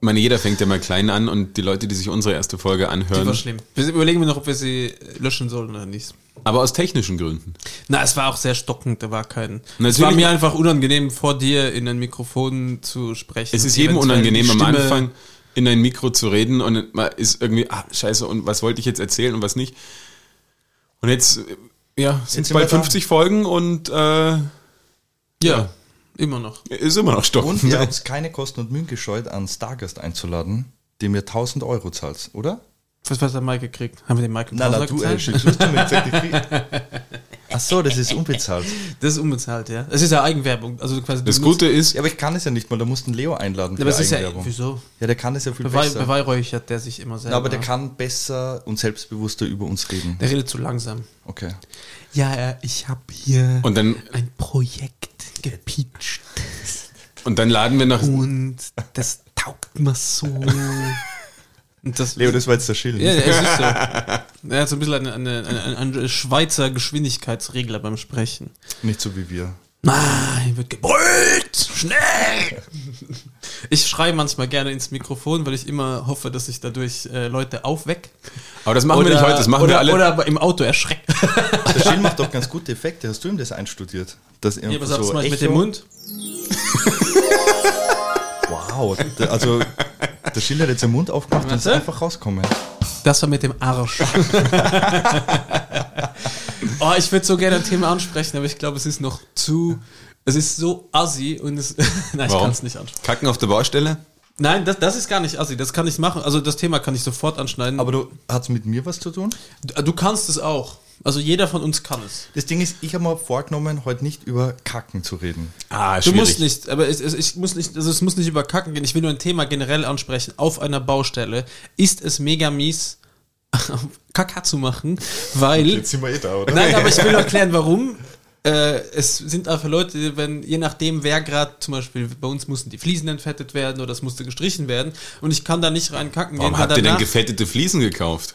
Speaker 1: meine, jeder fängt ja mal klein an und die Leute, die sich unsere erste Folge
Speaker 2: Die war
Speaker 1: anhören,
Speaker 2: schlimm. Wir überlegen wir noch, ob wir sie äh, löschen sollen oder nicht.
Speaker 1: aber aus technischen Gründen.
Speaker 2: Na, es war auch sehr stockend, da war kein.
Speaker 1: Natürlich-
Speaker 2: Es war mir einfach unangenehm, vor dir in ein Mikrofon zu sprechen.
Speaker 1: Es ist
Speaker 2: Und
Speaker 1: jedem
Speaker 2: eventuell
Speaker 1: unangenehm,
Speaker 2: die
Speaker 1: am
Speaker 2: Stimme-
Speaker 1: Anfang in ein Mikro zu reden und man ist irgendwie, ah, scheiße, und was wollte ich jetzt erzählen und was nicht. Und jetzt, äh, ja, sind
Speaker 3: Jetzt
Speaker 1: bald
Speaker 3: sind wir da.
Speaker 1: 50 Folgen und äh,
Speaker 2: Ja,
Speaker 1: Ja.
Speaker 2: immer noch.
Speaker 1: ist immer noch stockend.
Speaker 3: Und ihr habt keine Kosten und Mühen gescheut, einen Stargast einzuladen, dem ihr 1000 Euro zahlt, oder?
Speaker 2: Was, was hat der Mike gekriegt? Haben wir den Mike
Speaker 3: Na, na
Speaker 2: Tausender
Speaker 3: du,
Speaker 2: gezahlt?
Speaker 3: ey, schickst du es damit? Sag, die krieg- Ach so, das ist unbezahlt.
Speaker 2: Das ist unbezahlt, ja. Das ist ja Eigenwerbung. Also quasi
Speaker 1: Das
Speaker 2: du
Speaker 1: Gute ist,
Speaker 3: Ja, aber ich kann es ja nicht mal, da musst du einen Leo einladen.
Speaker 2: nutzt- aber es ist ja,
Speaker 3: Eigenwerbung.
Speaker 2: wieso?
Speaker 3: ja, der kann es ja viel
Speaker 2: Bewei
Speaker 3: besser.
Speaker 2: beweihräuchert der sich immer selber.
Speaker 3: Na, aber der kann besser und selbstbewusster über uns reden.
Speaker 2: Ah. Der redet zu langsam.
Speaker 3: Okay.
Speaker 2: Ja, äh, ich habe hier
Speaker 1: und dann,
Speaker 2: ein Projekt gepitcht
Speaker 1: und dann laden wir nach,
Speaker 2: und das taugt mir so. Und das,
Speaker 3: Leo, das war jetzt der Schild.
Speaker 2: ja, ja, es ist so. Er hat so ein bisschen eine, eine, eine, eine Schweizer Geschwindigkeitsregler beim Sprechen.
Speaker 3: Nicht so wie wir.
Speaker 2: Nein, wird gebrüllt! Schnell! Ich schreie manchmal gerne ins Mikrofon, weil ich immer hoffe, dass ich dadurch äh, Leute aufweck.
Speaker 1: aber das machen wir nicht heute, das machen
Speaker 2: oder,
Speaker 1: wir alle.
Speaker 2: Oder aber im Auto erschreckt.
Speaker 3: Der Schild macht doch ganz gute Effekte. Hast du ihm das einstudiert? Dass er
Speaker 2: Ja, pass auf, das
Speaker 3: so
Speaker 2: mach ich mit
Speaker 3: Echo-
Speaker 2: dem Mund.
Speaker 3: Wow. Der- Also, der Schild hat jetzt den Mund aufgemacht und ist
Speaker 2: Warte.
Speaker 3: einfach rauskommen.
Speaker 2: Das war mit dem Arsch. oh, ich würde so gerne ein Thema ansprechen, aber ich glaube, es ist noch zu. Es ist so assi und es. Nein, ich
Speaker 1: Warum?
Speaker 2: kann es nicht ansprechen.
Speaker 1: Kacken auf der Baustelle?
Speaker 2: Nein, das, das ist gar nicht assi. Das kann ich machen. Also das Thema kann ich sofort anschneiden.
Speaker 3: Aber du, hat's mit mir was zu tun?
Speaker 2: du, du kannst es auch. Also jeder von uns kann es.
Speaker 3: Das Ding ist, ich habe mir vorgenommen, heute nicht über Kacken zu reden.
Speaker 1: Ah,
Speaker 2: Du
Speaker 1: schwierig.
Speaker 2: musst nicht, aber es, es, ich muss nicht, also es muss nicht über Kacken gehen. Ich will nur ein Thema generell ansprechen. Auf einer Baustelle ist es mega mies, Kaka zu machen, weil
Speaker 3: sind wir eh da, oder?
Speaker 2: Nein, aber ich will erklären, warum. Äh, es sind einfach Leute, wenn je nachdem, wer gerade zum Beispiel bei uns mussten die Fliesen entfettet werden oder es musste gestrichen werden und ich kann da nicht reinkacken
Speaker 1: Warum
Speaker 2: gehen, weil
Speaker 1: habt ihr denn
Speaker 2: danach
Speaker 1: gefettete Fliesen gekauft?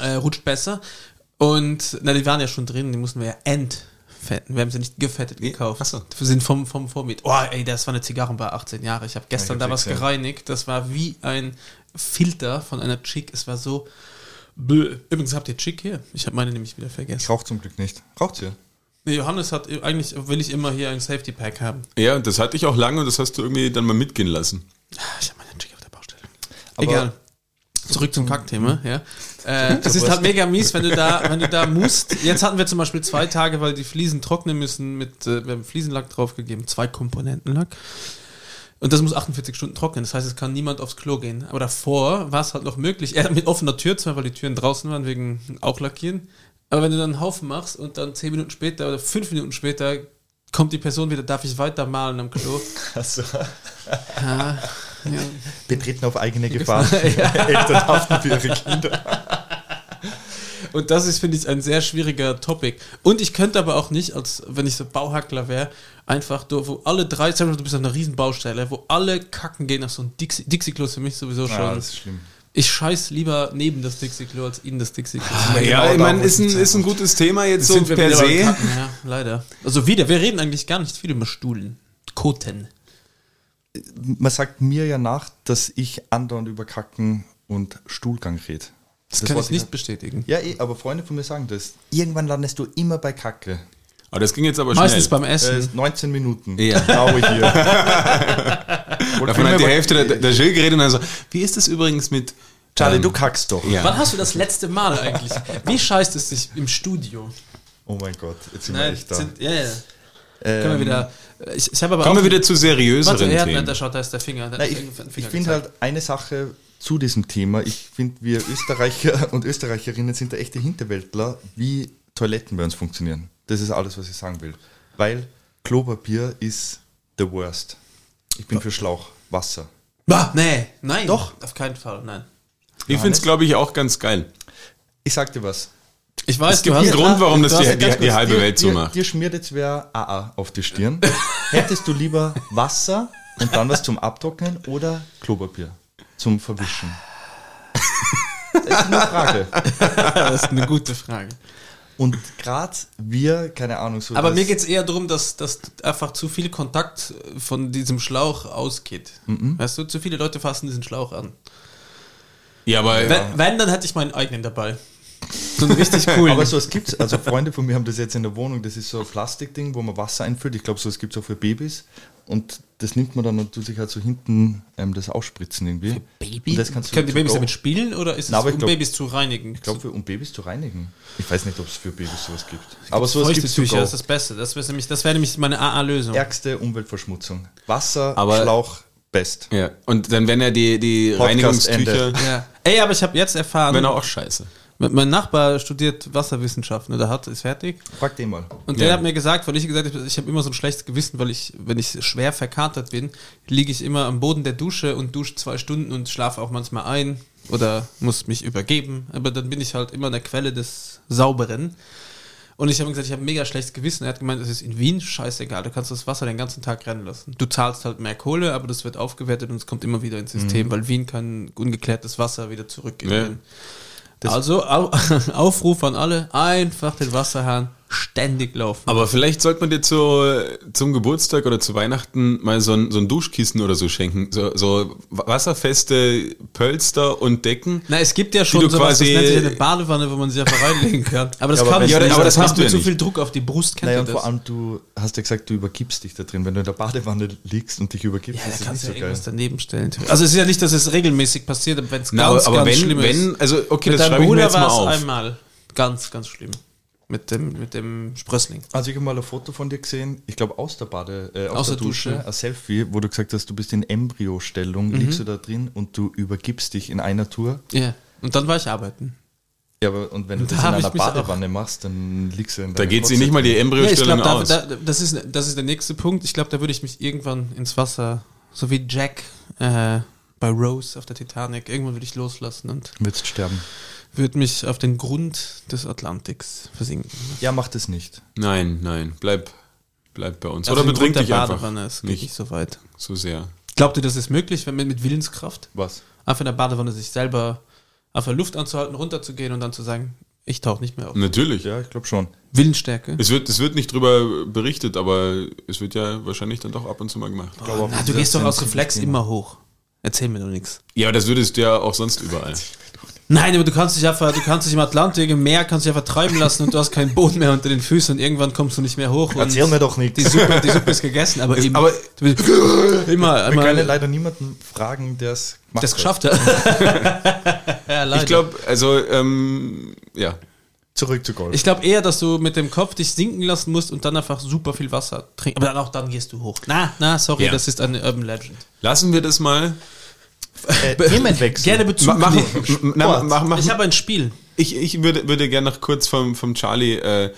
Speaker 2: äh, rutscht besser. Und na, die waren ja schon drin, die mussten wir ja entfetten. Wir haben sie nicht gefettet gekauft.
Speaker 1: achso.
Speaker 2: Wir sind vom, vom Vormiet. Oh, ey, das war eine Zigarrenbar 18 Jahre. Ich habe gestern
Speaker 3: Ich
Speaker 2: da
Speaker 3: hab's
Speaker 2: was
Speaker 3: gesehen.
Speaker 2: gereinigt. Das war wie ein Filter von einer Chick. Es war so. Blö. Übrigens habt ihr Chick hier. Ich habe meine nämlich wieder vergessen.
Speaker 3: Ich rauche zum Glück nicht. Raucht ihr?
Speaker 2: Nee, Johannes hat eigentlich will ich immer hier ein Safety Pack haben.
Speaker 1: Ja, das hatte ich auch lange und das hast du irgendwie dann mal mitgehen lassen.
Speaker 2: Ah, Ich habe meinen Chick auf der Baustelle.
Speaker 3: Aber-
Speaker 2: Egal. Zurück zum Kackthema, ja. Äh, es ist halt mega mies, wenn du da, wenn du da musst. Jetzt hatten wir zum Beispiel zwei Tage, weil die Fliesen trocknen müssen mit, äh, wir haben Fliesenlack draufgegeben, zwei Komponentenlack. Und das muss 48 Stunden trocknen. Das heißt, es kann niemand aufs Klo gehen. Aber davor war es halt noch möglich. Er hat mit offener Tür zwar, weil die Türen draußen waren, wegen auch lackieren. Aber wenn du dann einen Haufen machst und dann 10 Minuten später oder 5 Minuten später kommt die Person wieder, darf ich weiter malen am Klo?
Speaker 3: Also,
Speaker 2: Ja, ja.
Speaker 3: betreten auf eigene
Speaker 2: Genau.
Speaker 3: Gefahr. Eltern haften für ihre Kinder.
Speaker 2: Und das ist, finde ich, ein sehr schwieriger Topic. Und ich könnte aber auch nicht, als wenn ich so Bauhackler wäre, einfach durch, wo alle drei, zum Beispiel, du bist auf einer riesen Baustelle, wo alle kacken gehen auf so ein Dixi- Dixie-Klo ist für mich sowieso schon.
Speaker 3: Ja, das ist schlimm.
Speaker 2: ich scheiß lieber neben das Dixie-Klo als in das Dixie-Klo.
Speaker 1: Ja,
Speaker 3: Genau
Speaker 1: ich
Speaker 3: da
Speaker 1: meine,
Speaker 3: muss
Speaker 1: ist ein,
Speaker 3: ich sein.
Speaker 1: ist ein gutes Thema jetzt
Speaker 2: Sind
Speaker 1: so Ah,
Speaker 2: wir
Speaker 1: per
Speaker 2: wieder beim
Speaker 1: se.
Speaker 2: Kacken, Ja, leider. Also wieder, wir reden eigentlich gar nicht viel über Stuhlen. Koten.
Speaker 3: Man sagt mir ja nach, dass ich andauernd über Kacken und Stuhlgang rede.
Speaker 2: Das, kann
Speaker 3: Wort
Speaker 2: ich nicht bestätigen.
Speaker 3: Ja, eh, aber Freunde von mir sagen das. Irgendwann landest du immer bei Kacke.
Speaker 1: Aber das ging jetzt aber schnell.
Speaker 2: Meistens beim
Speaker 3: Äh,
Speaker 2: Essen.
Speaker 3: 19 Minuten.
Speaker 1: Ja.
Speaker 3: Genau hier. Oder
Speaker 1: Davon hat die Hälfte der, der Jill geredet und dann so, wie ist das übrigens mit...
Speaker 3: Charlie,
Speaker 1: ähm,
Speaker 3: du kackst doch.
Speaker 1: Ja.
Speaker 2: Wann hast du das letzte Mal eigentlich? Wie scheißt es sich im Studio?
Speaker 3: Oh mein Gott, jetzt sind wir
Speaker 2: Nein,
Speaker 3: echt da.
Speaker 2: sind, ja, ja.
Speaker 3: Ähm,
Speaker 2: Können wir wieder. Ich, ich habe aber
Speaker 1: Kommen
Speaker 2: auch-
Speaker 1: wir wieder zu seriöseren
Speaker 2: Warte, er hat
Speaker 1: Themen.
Speaker 2: nicht, da schaut, da ist der Finger. Da
Speaker 3: Nein,
Speaker 2: hat
Speaker 3: ich
Speaker 2: der Finger
Speaker 3: ich
Speaker 2: gezeigt.
Speaker 3: finde halt eine Sache zu diesem Thema. Ich finde, wir Österreicher und Österreicherinnen sind da echte Hinterwäldler, wie Toiletten bei uns funktionieren. Das ist alles, was ich sagen will. Weil Klopapier ist the worst. Ich bin für Schlauch, Wasser. halt-
Speaker 2: Bah, nee, nein. Doch. Auf keinen Fall, nein.
Speaker 1: Ich finde es, glaube ich, auch ganz geil.
Speaker 3: Ich sag dir was.
Speaker 2: Ich weiß,
Speaker 1: Es gibt einen Grund, warum das
Speaker 3: Du hast-
Speaker 1: die, die,
Speaker 3: ganz
Speaker 1: die
Speaker 3: kurz,
Speaker 1: halbe
Speaker 3: dir-
Speaker 1: Welt so
Speaker 3: dir-
Speaker 1: macht.
Speaker 3: Dir schmiert jetzt wer AA auf die Stirn. Hättest du lieber Wasser und dann was zum Abtrocknen oder Klopapier zum Verwischen? Das ist eine Frage.
Speaker 2: Das ist eine gute Frage.
Speaker 3: Und gerade wir, keine Ahnung, so.
Speaker 2: Aber
Speaker 3: das-
Speaker 2: mir geht es eher darum, dass, dass einfach zu viel Kontakt von diesem Schlauch ausgeht.
Speaker 3: Mhm.
Speaker 2: Weißt du, zu viele Leute fassen diesen Schlauch an.
Speaker 1: Ja, aber
Speaker 2: Wenn, wenn, dann hätte ich meinen eigenen dabei. So ein richtig cool.
Speaker 3: Aber sowas gibt's, also Freunde von mir haben das jetzt in der Wohnung, das ist so ein Plastikding, wo man Wasser einfüllt. Ich glaube, sowas gibt es auch für Babys. Und das nimmt man dann und tut sich halt so hinten ähm, das ausspritzen irgendwie. Für
Speaker 2: Baby?
Speaker 3: Und das kannst du
Speaker 2: Können die
Speaker 3: to
Speaker 2: Babys
Speaker 3: go-
Speaker 2: damit spielen oder ist es,
Speaker 3: Na, aber
Speaker 2: um
Speaker 3: ich glaub-
Speaker 2: Babys zu reinigen?
Speaker 3: Ich glaube, um Babys zu reinigen. Ich weiß nicht, ob es für Babys sowas gibt. Aber sowas
Speaker 2: Feuchte
Speaker 3: gibt es to
Speaker 2: Tücher
Speaker 3: go.
Speaker 2: ist das Beste. Das wäre nämlich, das wär nämlich meine AA-Lösung.
Speaker 3: Ärgste Umweltverschmutzung. Wasser,
Speaker 1: Aber-
Speaker 3: Schlauch, best.
Speaker 1: ja. Und dann, wenn er die, die
Speaker 3: Podcast
Speaker 1: Reinigungstücher.
Speaker 2: Ja. Ey, aber ich habe jetzt erfahren,
Speaker 1: Wenn er auch scheiße.
Speaker 2: mein- mein Nachbar studiert Wasserwissenschaften, ne, der hat, ist fertig.
Speaker 3: Frag den mal.
Speaker 2: Und
Speaker 1: Ja.
Speaker 2: der hat mir gesagt, weil ich gesagt habe, ich habe immer so ein schlechtes Gewissen, weil ich, wenn ich schwer verkatert bin, liege ich immer am Boden der Dusche und dusche zwei Stunden und schlafe auch manchmal ein oder muss mich übergeben. Aber dann bin ich halt immer an der Quelle des Sauberen. Und ich habe ihm gesagt, ich habe ein mega schlechtes Gewissen. Er hat gemeint, es ist in Wien scheißegal, du kannst das Wasser den ganzen Tag rennen lassen. Du zahlst halt mehr Kohle, aber das wird aufgewertet und es kommt immer wieder ins System,
Speaker 1: Mhm.
Speaker 2: weil Wien kann ungeklärtes Wasser wieder zurückgeben.
Speaker 1: Ja.
Speaker 2: also au Aufruf an alle, einfach den Wasserhahn ständig laufen.
Speaker 1: Aber vielleicht sollte man dir zu, zum Geburtstag oder zu Weihnachten mal so ein, so ein Duschkissen oder so schenken. So, so wasserfeste Pölster und Decken.
Speaker 2: Na, es gibt ja schon
Speaker 1: du
Speaker 2: sowas, das
Speaker 1: quasi-
Speaker 2: nennt sich eine Badewanne, wo man sich einfach reinlegen kann. Aber das
Speaker 3: Ja, aber
Speaker 2: kann
Speaker 3: wenn-
Speaker 2: ich
Speaker 3: ja,
Speaker 2: nicht.
Speaker 1: aber das
Speaker 2: macht
Speaker 1: hast du
Speaker 2: mir
Speaker 1: ja
Speaker 2: zu
Speaker 1: nicht.
Speaker 2: viel Druck auf die Brust, kennt
Speaker 3: Naja,
Speaker 2: ihr
Speaker 3: und
Speaker 2: das?
Speaker 3: vor allem, du hast ja gesagt, du übergibst dich da drin. Wenn du in der Badewanne liegst und dich übergibst,
Speaker 2: ja, da
Speaker 3: das
Speaker 2: kannst du ja irgendwas daneben stellen. Also es ist ja nicht, dass es regelmäßig passiert, aber wenn es
Speaker 1: Na,
Speaker 2: ganz,
Speaker 1: aber aber
Speaker 2: ganz
Speaker 1: wenn,
Speaker 2: schlimm ist.
Speaker 1: wenn, also okay,
Speaker 2: Mit
Speaker 1: das
Speaker 2: deinem
Speaker 1: schreibe ich mir
Speaker 2: Bruder
Speaker 1: jetzt mal
Speaker 2: war
Speaker 1: auf.
Speaker 2: es einmal ganz, ganz schlimm. Mit dem, mit dem Sprössling.
Speaker 3: Also ich habe mal ein Foto von dir gesehen, ich glaube aus der Bade, äh, aus, der, Dusche, ein Selfie, wo du gesagt hast, du bist in Embryostellung,
Speaker 2: Mhm.
Speaker 3: liegst du da drin und du übergibst dich in einer Tour.
Speaker 2: Ja. Und dann war ich arbeiten.
Speaker 3: Ja, aber und wenn du
Speaker 2: Da
Speaker 3: das in
Speaker 2: hab ich
Speaker 3: einer
Speaker 2: mich auch-
Speaker 3: Badewanne machst, dann liegst du in
Speaker 1: Da
Speaker 3: deiner
Speaker 1: geht sie nicht mal die
Speaker 2: Ja, ich
Speaker 1: Embryostellung
Speaker 2: glaube, da,
Speaker 1: aus.
Speaker 2: da, das, ist, das ist der nächste Punkt. Ich glaube, da würde ich mich irgendwann ins Wasser, so wie Jack äh, bei Rose auf der Titanic, irgendwann würde ich loslassen und
Speaker 3: Würdest sterben.
Speaker 2: würde mich auf den Grund des Atlantiks versinken.
Speaker 3: Ja, mach das nicht.
Speaker 1: nein, nein, bleib, bleib bei uns.
Speaker 2: Also
Speaker 1: oder
Speaker 2: den Grund
Speaker 1: betrink
Speaker 2: der
Speaker 1: dich einfach
Speaker 2: Badewanne, es geht
Speaker 1: nicht.
Speaker 2: nicht. so weit.
Speaker 1: so sehr.
Speaker 2: Glaubt ihr, das ist möglich, wenn man mit Willenskraft
Speaker 3: Was?
Speaker 2: einfach in der Badewanne sich selber auf der Luft anzuhalten, runterzugehen und dann zu sagen, ich tauche nicht mehr auf.
Speaker 1: Natürlich.
Speaker 3: Ja, ich glaube schon.
Speaker 2: Willensstärke.
Speaker 1: Es wird, es wird nicht drüber berichtet, aber es wird ja wahrscheinlich dann doch ab und zu mal gemacht.
Speaker 3: Ich glaub, auch
Speaker 2: Na,
Speaker 3: mit
Speaker 2: du gehst doch
Speaker 3: 16
Speaker 2: aus Reflex
Speaker 3: Thema.
Speaker 2: immer hoch. Erzähl mir doch nichts.
Speaker 1: Ja, aber das würdest du ja auch sonst überall.
Speaker 2: Nein, aber du kannst dich einfach, du kannst dich im Atlantik, im Meer, kannst dich einfach treiben lassen und du hast keinen Boden mehr unter den Füßen und irgendwann kommst du nicht mehr hoch. Und
Speaker 3: Erzähl mir doch nicht.
Speaker 2: die Suppe, die Suppe ist gegessen, aber eben.
Speaker 1: aber-
Speaker 2: du bist
Speaker 3: Wir
Speaker 2: immer,
Speaker 3: können ja
Speaker 2: immer
Speaker 3: leider niemanden fragen, der es gemacht
Speaker 2: das
Speaker 3: hat.
Speaker 2: geschafft hat. ja, leider.
Speaker 1: Ich glaube, also, ähm, ja.
Speaker 3: Zurück zu Golf.
Speaker 2: Ich glaube eher, dass du mit dem Kopf dich sinken lassen musst und dann einfach super viel Wasser trinken. Aber dann auch dann gehst du hoch. Na, na, sorry,
Speaker 1: Ja.
Speaker 2: das ist eine Urban Legend.
Speaker 1: Lassen wir das mal.
Speaker 3: äh, Themenwechsel.
Speaker 2: Gerne
Speaker 1: Ma
Speaker 2: Bezug
Speaker 1: machen,
Speaker 2: nehmen.
Speaker 1: m- na, mach, mach,
Speaker 2: Ich habe ein Spiel.
Speaker 1: ich, ich würde, würde gerne noch kurz vom, vom Charlie äh,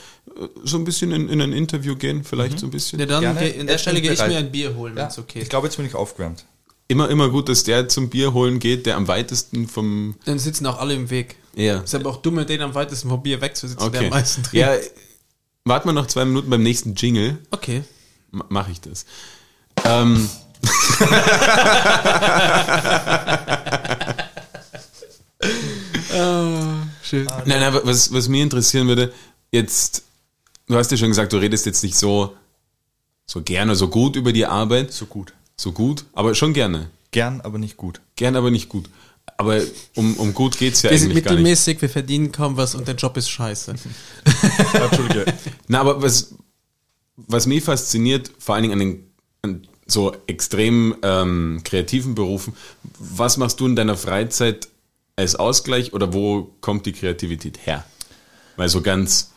Speaker 1: so ein bisschen in, in ein Interview gehen, vielleicht so ein bisschen.
Speaker 2: Mhm. Ja, dann
Speaker 3: Gerne.
Speaker 2: geh, in der
Speaker 3: Ich
Speaker 2: Stelle
Speaker 3: bin
Speaker 2: gehe ich
Speaker 3: bereit.
Speaker 2: mir ein Bier holen,
Speaker 3: Ja,
Speaker 2: wenn's okay
Speaker 3: Ich
Speaker 2: ist.
Speaker 3: glaube, jetzt bin ich aufgewärmt.
Speaker 1: Immer, immer gut, dass der zum Bier holen geht, der am weitesten vom.
Speaker 2: Dann sitzen auch alle im Weg.
Speaker 1: Ja.
Speaker 2: Ist aber auch dumm, den am weitesten vom Bier wegzusitzen, der
Speaker 1: Okay.
Speaker 2: am meisten trinkt.
Speaker 1: Ja, warten wir noch zwei Minuten beim nächsten Jingle.
Speaker 2: Okay.
Speaker 1: mache ich das. Ähm.
Speaker 2: schön.
Speaker 1: Nein, nein, was, was mir interessieren würde, jetzt, du hast ja schon gesagt, du redest jetzt nicht so, so gerne, so gut über die Arbeit,
Speaker 3: So gut.
Speaker 1: so gut, aber schon gerne.
Speaker 3: Gern, aber nicht gut.
Speaker 1: Gern, aber nicht gut. Aber um, um gut geht's ja
Speaker 2: Wir sind
Speaker 1: eigentlich gar nicht.
Speaker 2: mittelmäßig, wir verdienen kaum was und der Job ist scheiße.
Speaker 3: Entschuldige.
Speaker 1: Na, aber was, was mich fasziniert, vor allen Dingen an den an so extrem ähm, kreativen Berufen, was machst du in deiner Freizeit als Ausgleich oder wo kommt die Kreativität her? Weil so ganz,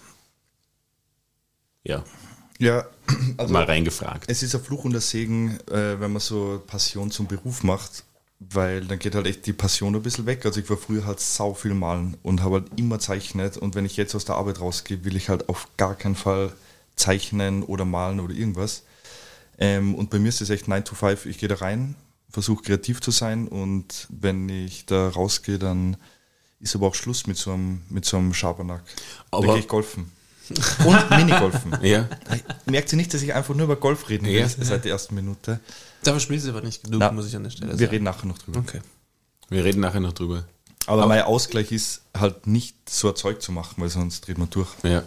Speaker 1: ja,
Speaker 3: ja, also
Speaker 1: mal reingefragt.
Speaker 3: es ist ein Fluch und ein Segen, äh, wenn man so Passion zum Beruf macht, weil dann geht halt echt die Passion ein bisschen weg. Also ich war früher halt sau viel malen und habe halt immer zeichnet und wenn ich jetzt aus der Arbeit rausgehe, will ich halt auf gar keinen Fall zeichnen oder malen oder irgendwas. Ähm, und bei mir ist es echt 9 to 5. Ich gehe da rein, versuche kreativ zu sein und wenn ich da rausgehe, dann Ist aber auch Schluss mit so einem, mit so einem Schabernack. da
Speaker 1: Aber-
Speaker 3: gehe ich golfen. Und Minigolfen.
Speaker 1: Ja.
Speaker 3: Merkt ihr nicht, dass ich einfach nur über Golf reden will
Speaker 1: Ja.
Speaker 3: seit der ersten Minute?
Speaker 2: Dafür spielst du aber nicht genug,
Speaker 3: Na,
Speaker 2: muss ich an der Stelle
Speaker 3: Wir
Speaker 2: sagen.
Speaker 3: reden nachher noch drüber.
Speaker 2: Okay.
Speaker 1: Wir reden nachher noch drüber.
Speaker 3: Aber, mein Ausgleich ist halt nicht so ein Zeug zu machen, weil sonst dreht man durch.
Speaker 1: Ja.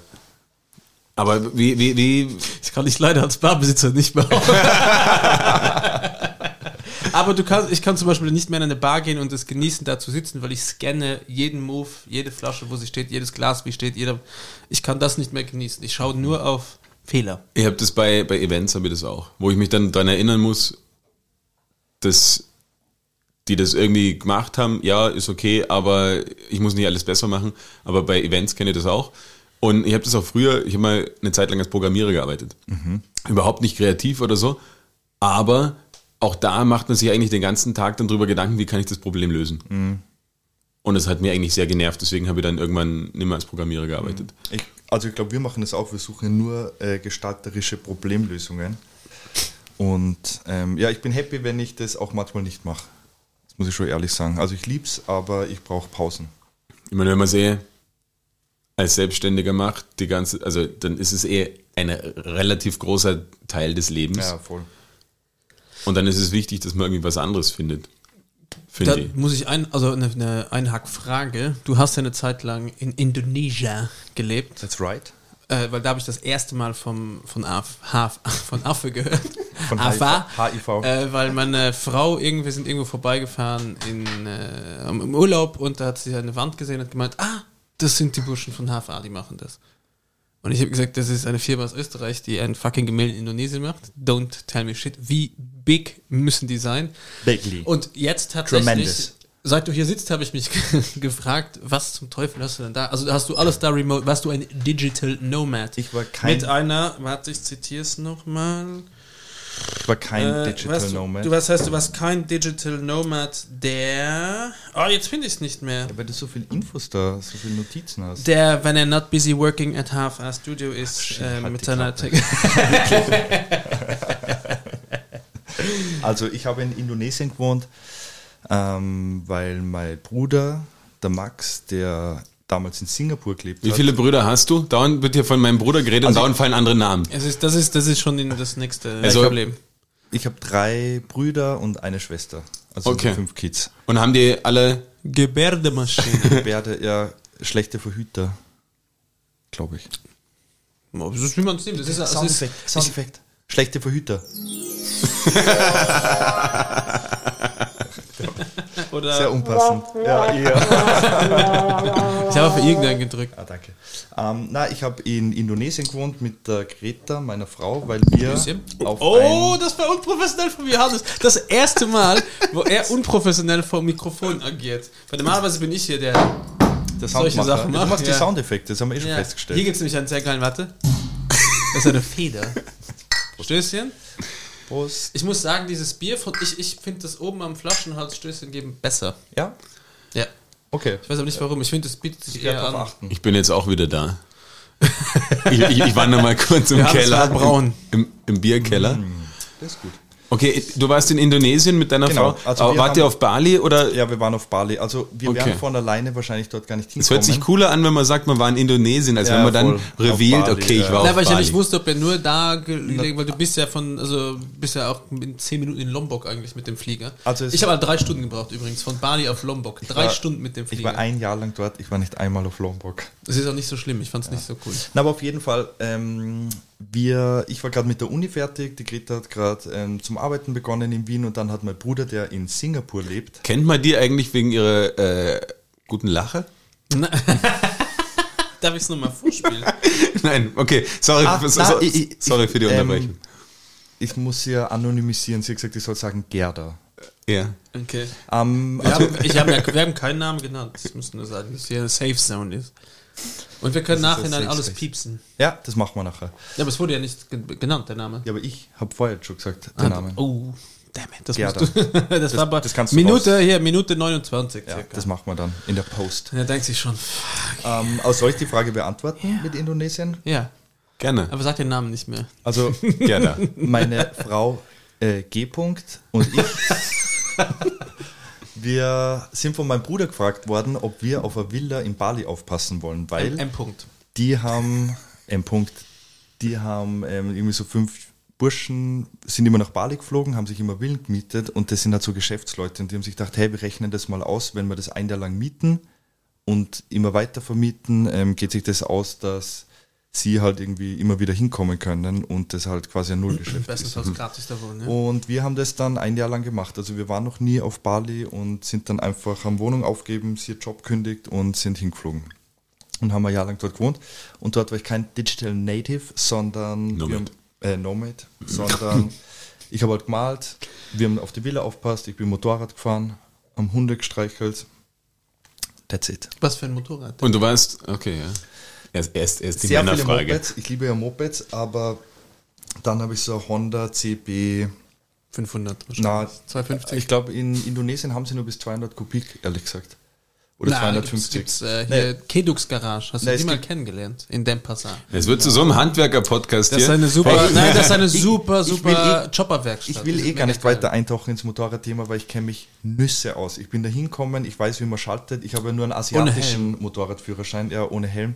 Speaker 1: Aber wie, wie, wie,
Speaker 2: Das kann ich leider als Barbesitzer nicht behaupten. Aber du kannst, ich kann zum Beispiel nicht mehr in eine Bar gehen und es genießen, da zu sitzen, weil ich scanne jeden Move, jede Flasche, wo sie steht, jedes Glas, wie steht, jeder. Ich kann das nicht mehr genießen. Ich schaue nur auf Fehler.
Speaker 1: Ich habe das bei, bei Events, habe ich das auch, wo ich mich dann dran erinnern muss, dass die das irgendwie gemacht haben, ja, ist okay, aber ich muss nicht alles besser machen, aber bei Events kenne ich das auch. Und ich habe das auch früher, ich habe mal eine Zeit lang als Programmierer gearbeitet. Überhaupt nicht kreativ oder so, aber auch da macht man sich eigentlich den ganzen Tag dann drüber Gedanken, wie kann ich das Problem lösen. Und es hat mir eigentlich sehr genervt, deswegen habe ich dann irgendwann nicht mehr als Programmierer gearbeitet.
Speaker 3: Ich, also ich glaube, wir machen das auch. Wir suchen nur äh, gestalterische Problemlösungen. Und ähm, ja, ich bin happy, wenn ich das auch manchmal nicht mache. Das muss ich schon ehrlich sagen. Also ich lieb's, aber ich brauche Pausen.
Speaker 1: Ich meine, wenn man sehe, als Selbstständiger macht, die ganze, also dann ist es eh ein relativ großer Teil des Lebens.
Speaker 3: Ja, voll.
Speaker 1: Und dann ist es wichtig, dass man irgendwie was anderes findet.
Speaker 2: Da
Speaker 1: Finde ich.
Speaker 2: muss ich ein, also eine, eine Einhackfrage. Du hast ja eine Zeit lang in Indonesien gelebt,
Speaker 3: That's right.
Speaker 2: äh, weil da habe ich das erste Mal vom, von, Af, Haf, von Affe gehört.
Speaker 3: Von
Speaker 2: Affe.
Speaker 3: HIV.
Speaker 2: Äh, weil meine Frau, irgendwie, wir sind irgendwo vorbeigefahren in, äh, im Urlaub und da hat sie halt eine Wand gesehen und hat gemeint, ah, das sind die Burschen von HFA, die machen das. Und ich habe gesagt, das ist eine Firma aus Österreich, die ein fucking Gemälde in Indonesien macht. Don't tell me shit. Wie big müssen die sein?
Speaker 3: Bigly.
Speaker 2: Und jetzt tatsächlich,
Speaker 3: Tremendous.
Speaker 2: seit du hier sitzt, habe ich mich gefragt, was zum Teufel hast du denn da? Also hast du alles da remote? Warst du ein Digital Nomad?
Speaker 3: Ich war kein-
Speaker 2: Mit einer, warte, ich zitiere es nochmal.
Speaker 3: Ich war kein
Speaker 2: Äh,
Speaker 3: Digital
Speaker 2: weißt du,
Speaker 3: Nomad.
Speaker 2: Du warst, heißt, du warst kein Digital Nomad, der. Oh, jetzt finde ich es nicht mehr.
Speaker 3: Ja, weil du so viel Infos da, so viele Notizen hast.
Speaker 2: Der, wenn er not busy working at half a studio ist,
Speaker 3: shit,
Speaker 2: äh,
Speaker 3: halt
Speaker 2: mit
Speaker 3: die
Speaker 2: seiner.
Speaker 3: Klappe.
Speaker 2: Tech-
Speaker 3: Also ich habe in Indonesien gewohnt, ähm, weil mein Bruder, der Max, der damals in Singapur gelebt
Speaker 1: Wie
Speaker 3: hat,
Speaker 1: viele Brüder hast du? Dauernd wird hier von meinem Bruder geredet
Speaker 3: Also-
Speaker 1: und dauernd fallen andere Namen.
Speaker 2: Es ist, das, ist, das ist schon in- das nächste
Speaker 1: Also-
Speaker 2: Problem.
Speaker 3: ich habe drei Brüder und eine Schwester. Also
Speaker 1: Okay.
Speaker 3: fünf Kids.
Speaker 1: Und haben die alle,
Speaker 2: Gebärdemaschine.
Speaker 3: Werde ja schlechte Verhüter, glaube ich.
Speaker 2: Oh, Das ist, wie man es nimmt. Das ist, das ist, ich,
Speaker 3: Soundeffekt. Schlechte Verhüter. Sehr
Speaker 2: oder,
Speaker 3: unpassend. Ja, eher.
Speaker 2: ich habe auf irgendeinen gedrückt.
Speaker 3: Ah, danke. Ähm, na, ich habe in Indonesien gewohnt mit der Greta, meiner Frau, weil wir
Speaker 2: Bisschen.
Speaker 3: auf
Speaker 2: Oh,
Speaker 3: ein,
Speaker 2: das war unprofessionell von Johannes. Das erste Mal, wo er unprofessionell vor dem Mikrofon agiert. Weil normalerweise bin ich hier der
Speaker 3: der
Speaker 2: solche
Speaker 3: Soundmacher.
Speaker 2: Sachen
Speaker 3: Ja, Du
Speaker 2: machen,
Speaker 3: machst
Speaker 2: ja.
Speaker 3: die Soundeffekte, das haben wir eh schon
Speaker 2: Ja. Hier
Speaker 3: festgestellt.
Speaker 2: gibt es nämlich einen sehr geilen Warte. Das ist eine Feder. Stößchen.
Speaker 3: Prost.
Speaker 2: Ich muss sagen, dieses Bier von. Ich, ich finde das oben am Flaschenhals Stößchen geben besser.
Speaker 3: Ja?
Speaker 2: Ja.
Speaker 3: Okay.
Speaker 2: Ich weiß aber nicht warum. Ich finde, das bietet sich
Speaker 3: Ich werde
Speaker 2: eher an.
Speaker 3: darauf achten.
Speaker 1: ich bin jetzt auch wieder da. ich, ich, ich wandere mal kurz im
Speaker 2: Ja, das
Speaker 1: Keller.
Speaker 2: war braun.
Speaker 1: Im, Im Bierkeller.
Speaker 3: Mhm. Das ist gut.
Speaker 1: Okay, du warst in Indonesien mit deiner
Speaker 3: Genau,
Speaker 1: Frau.
Speaker 3: also
Speaker 1: Aber
Speaker 3: wir
Speaker 1: Wart ihr
Speaker 3: haben-
Speaker 1: auf Bali oder?
Speaker 3: Ja, wir waren auf Bali. Also wir
Speaker 1: Okay.
Speaker 3: wären von alleine wahrscheinlich dort gar nicht
Speaker 1: Es
Speaker 3: hinkommen.
Speaker 1: hört sich cooler an, wenn man sagt, man war in Indonesien, als
Speaker 3: Ja,
Speaker 1: wenn man dann
Speaker 3: voll.
Speaker 1: revealed,
Speaker 3: Auf Bali,
Speaker 1: okay, ich
Speaker 3: ja.
Speaker 1: war
Speaker 2: Na,
Speaker 1: auf
Speaker 2: weil ich ja
Speaker 1: Bali.
Speaker 2: nicht wusste, ob er nur da gelegen, weil du bist ja von, also bist ja auch in zehn Minuten in Lombok eigentlich mit dem Flieger.
Speaker 3: Also es-
Speaker 2: ich habe halt drei Stunden gebraucht übrigens, von Bali auf Lombok. Drei
Speaker 3: war-
Speaker 2: Stunden mit dem
Speaker 3: Ich war
Speaker 2: Flieger.
Speaker 3: ein Jahr lang dort, ich war nicht einmal auf Lombok.
Speaker 2: Das ist auch nicht so schlimm, ich fand es nicht so cool.
Speaker 3: Na, aber auf jeden Fall, ähm, wir, ich war gerade mit der Uni fertig, die Greta hat gerade ähm, zum Arbeiten begonnen in Wien und dann hat mein Bruder, der in Singapur lebt,
Speaker 1: Kennt man die eigentlich wegen ihrer äh, guten Lache?
Speaker 2: Na- Darf ich es nochmal vorspielen?
Speaker 1: Nein, okay, sorry,
Speaker 3: Ah,
Speaker 1: für, so,
Speaker 3: na,
Speaker 1: so,
Speaker 3: ich- ich-
Speaker 1: sorry für die
Speaker 3: ähm,
Speaker 1: Unterbrechung.
Speaker 3: ich muss sie ja anonymisieren, sie hat gesagt, ich soll sagen Gerda.
Speaker 1: ja.
Speaker 2: Okay. Also-
Speaker 3: Ähm,
Speaker 2: Wir haben, ich hab, ja- wir haben keinen Namen genannt. Ich muss nur sagen, dass hier eine Safe Zone ist. Und wir können
Speaker 3: Das ist
Speaker 2: nachhinein
Speaker 3: das
Speaker 2: alles
Speaker 3: Sexrecht.
Speaker 2: piepsen.
Speaker 3: Ja, das machen wir nachher.
Speaker 2: Ja, aber es wurde ja nicht ge- genannt, der Name.
Speaker 3: Ja, aber ich habe vorher schon gesagt,
Speaker 1: Ah,
Speaker 3: den Namen.
Speaker 2: Oh, damn it. Das,
Speaker 3: Gerda.
Speaker 2: musst du, das, war aber
Speaker 3: das kannst du
Speaker 2: Minute,
Speaker 3: raus-
Speaker 2: hier, Minute 29
Speaker 3: Ja,
Speaker 2: circa.
Speaker 3: das machen wir dann in der Post.
Speaker 2: Und er denkt sich schon,
Speaker 3: Ähm, also soll ich die Frage beantworten mit Indonesien?
Speaker 2: ja,
Speaker 1: Gerne.
Speaker 2: aber sag den Namen nicht mehr.
Speaker 3: Also
Speaker 1: Gerne.
Speaker 3: meine Frau äh, G. -Punkt und ich Wir sind von meinem Bruder gefragt worden, ob wir auf eine Villa in Bali aufpassen wollen, weil
Speaker 2: M-Punkt.
Speaker 3: die haben, M. Punkt, die haben ähm, irgendwie so fünf Burschen, sind immer nach Bali geflogen, haben sich immer Villen gemietet und das sind halt so Geschäftsleute und die haben sich gedacht, hey, wir rechnen das mal aus, wenn wir das ein Jahr lang mieten und immer weiter vermieten, ähm, geht sich das aus, dass sie halt irgendwie immer wieder hinkommen können und das halt quasi ein Nullgeschäft ist.
Speaker 2: Bestenfalls gratis da wohnen. Ne?
Speaker 3: Und wir haben das dann ein Jahr lang gemacht. Also wir waren noch nie auf Bali und sind dann einfach haben Wohnung aufgeben, sie ihr Job kündigt und sind hingeflogen. Und haben ein Jahr lang dort gewohnt. Und dort war ich kein Digital Native, sondern wir
Speaker 1: Nomad.
Speaker 3: Haben, äh, Nomad, sondern ich habe halt gemalt, wir haben auf die Villa aufpasst, ich bin Motorrad gefahren, am Hunde gestreichelt. That's it.
Speaker 2: Was für ein Motorrad.
Speaker 1: Und du weißt, okay, ja. Erst, erst, erst die
Speaker 3: Sehr viele
Speaker 1: Männerfrage.
Speaker 3: Mopeds, ich liebe ja Mopeds, aber dann habe ich so ein Honda CB
Speaker 2: 500
Speaker 3: Na,
Speaker 2: 250.
Speaker 3: Ich glaube, in Indonesien haben sie nur bis 200 Kubik, ehrlich gesagt. Oder
Speaker 2: Na,
Speaker 3: 250.
Speaker 2: Gibt's, gibt's, äh, hier Kedux Garage. Hast
Speaker 3: Nee,
Speaker 2: du
Speaker 3: es
Speaker 2: die mal
Speaker 3: gibt-
Speaker 2: kennengelernt? In Denpasar.
Speaker 1: Es wird zu so einem Handwerker-Podcast hier.
Speaker 2: Das ist eine super,
Speaker 1: Hey,
Speaker 2: nein, das ist eine super,
Speaker 3: ich
Speaker 2: super
Speaker 3: will eh-
Speaker 2: Chopperwerkstatt.
Speaker 3: ich will
Speaker 2: Die
Speaker 3: eh
Speaker 2: sind
Speaker 3: gar
Speaker 2: mega
Speaker 3: nicht
Speaker 2: geil.
Speaker 3: weiter eintauchen ins Motorradthema, weil ich kenne mich Nüsse aus. Ich bin da hinkommen, ich weiß, wie man schaltet. Ich habe ja nur einen asiatischen Motorradführerschein, ja, ohne Helm.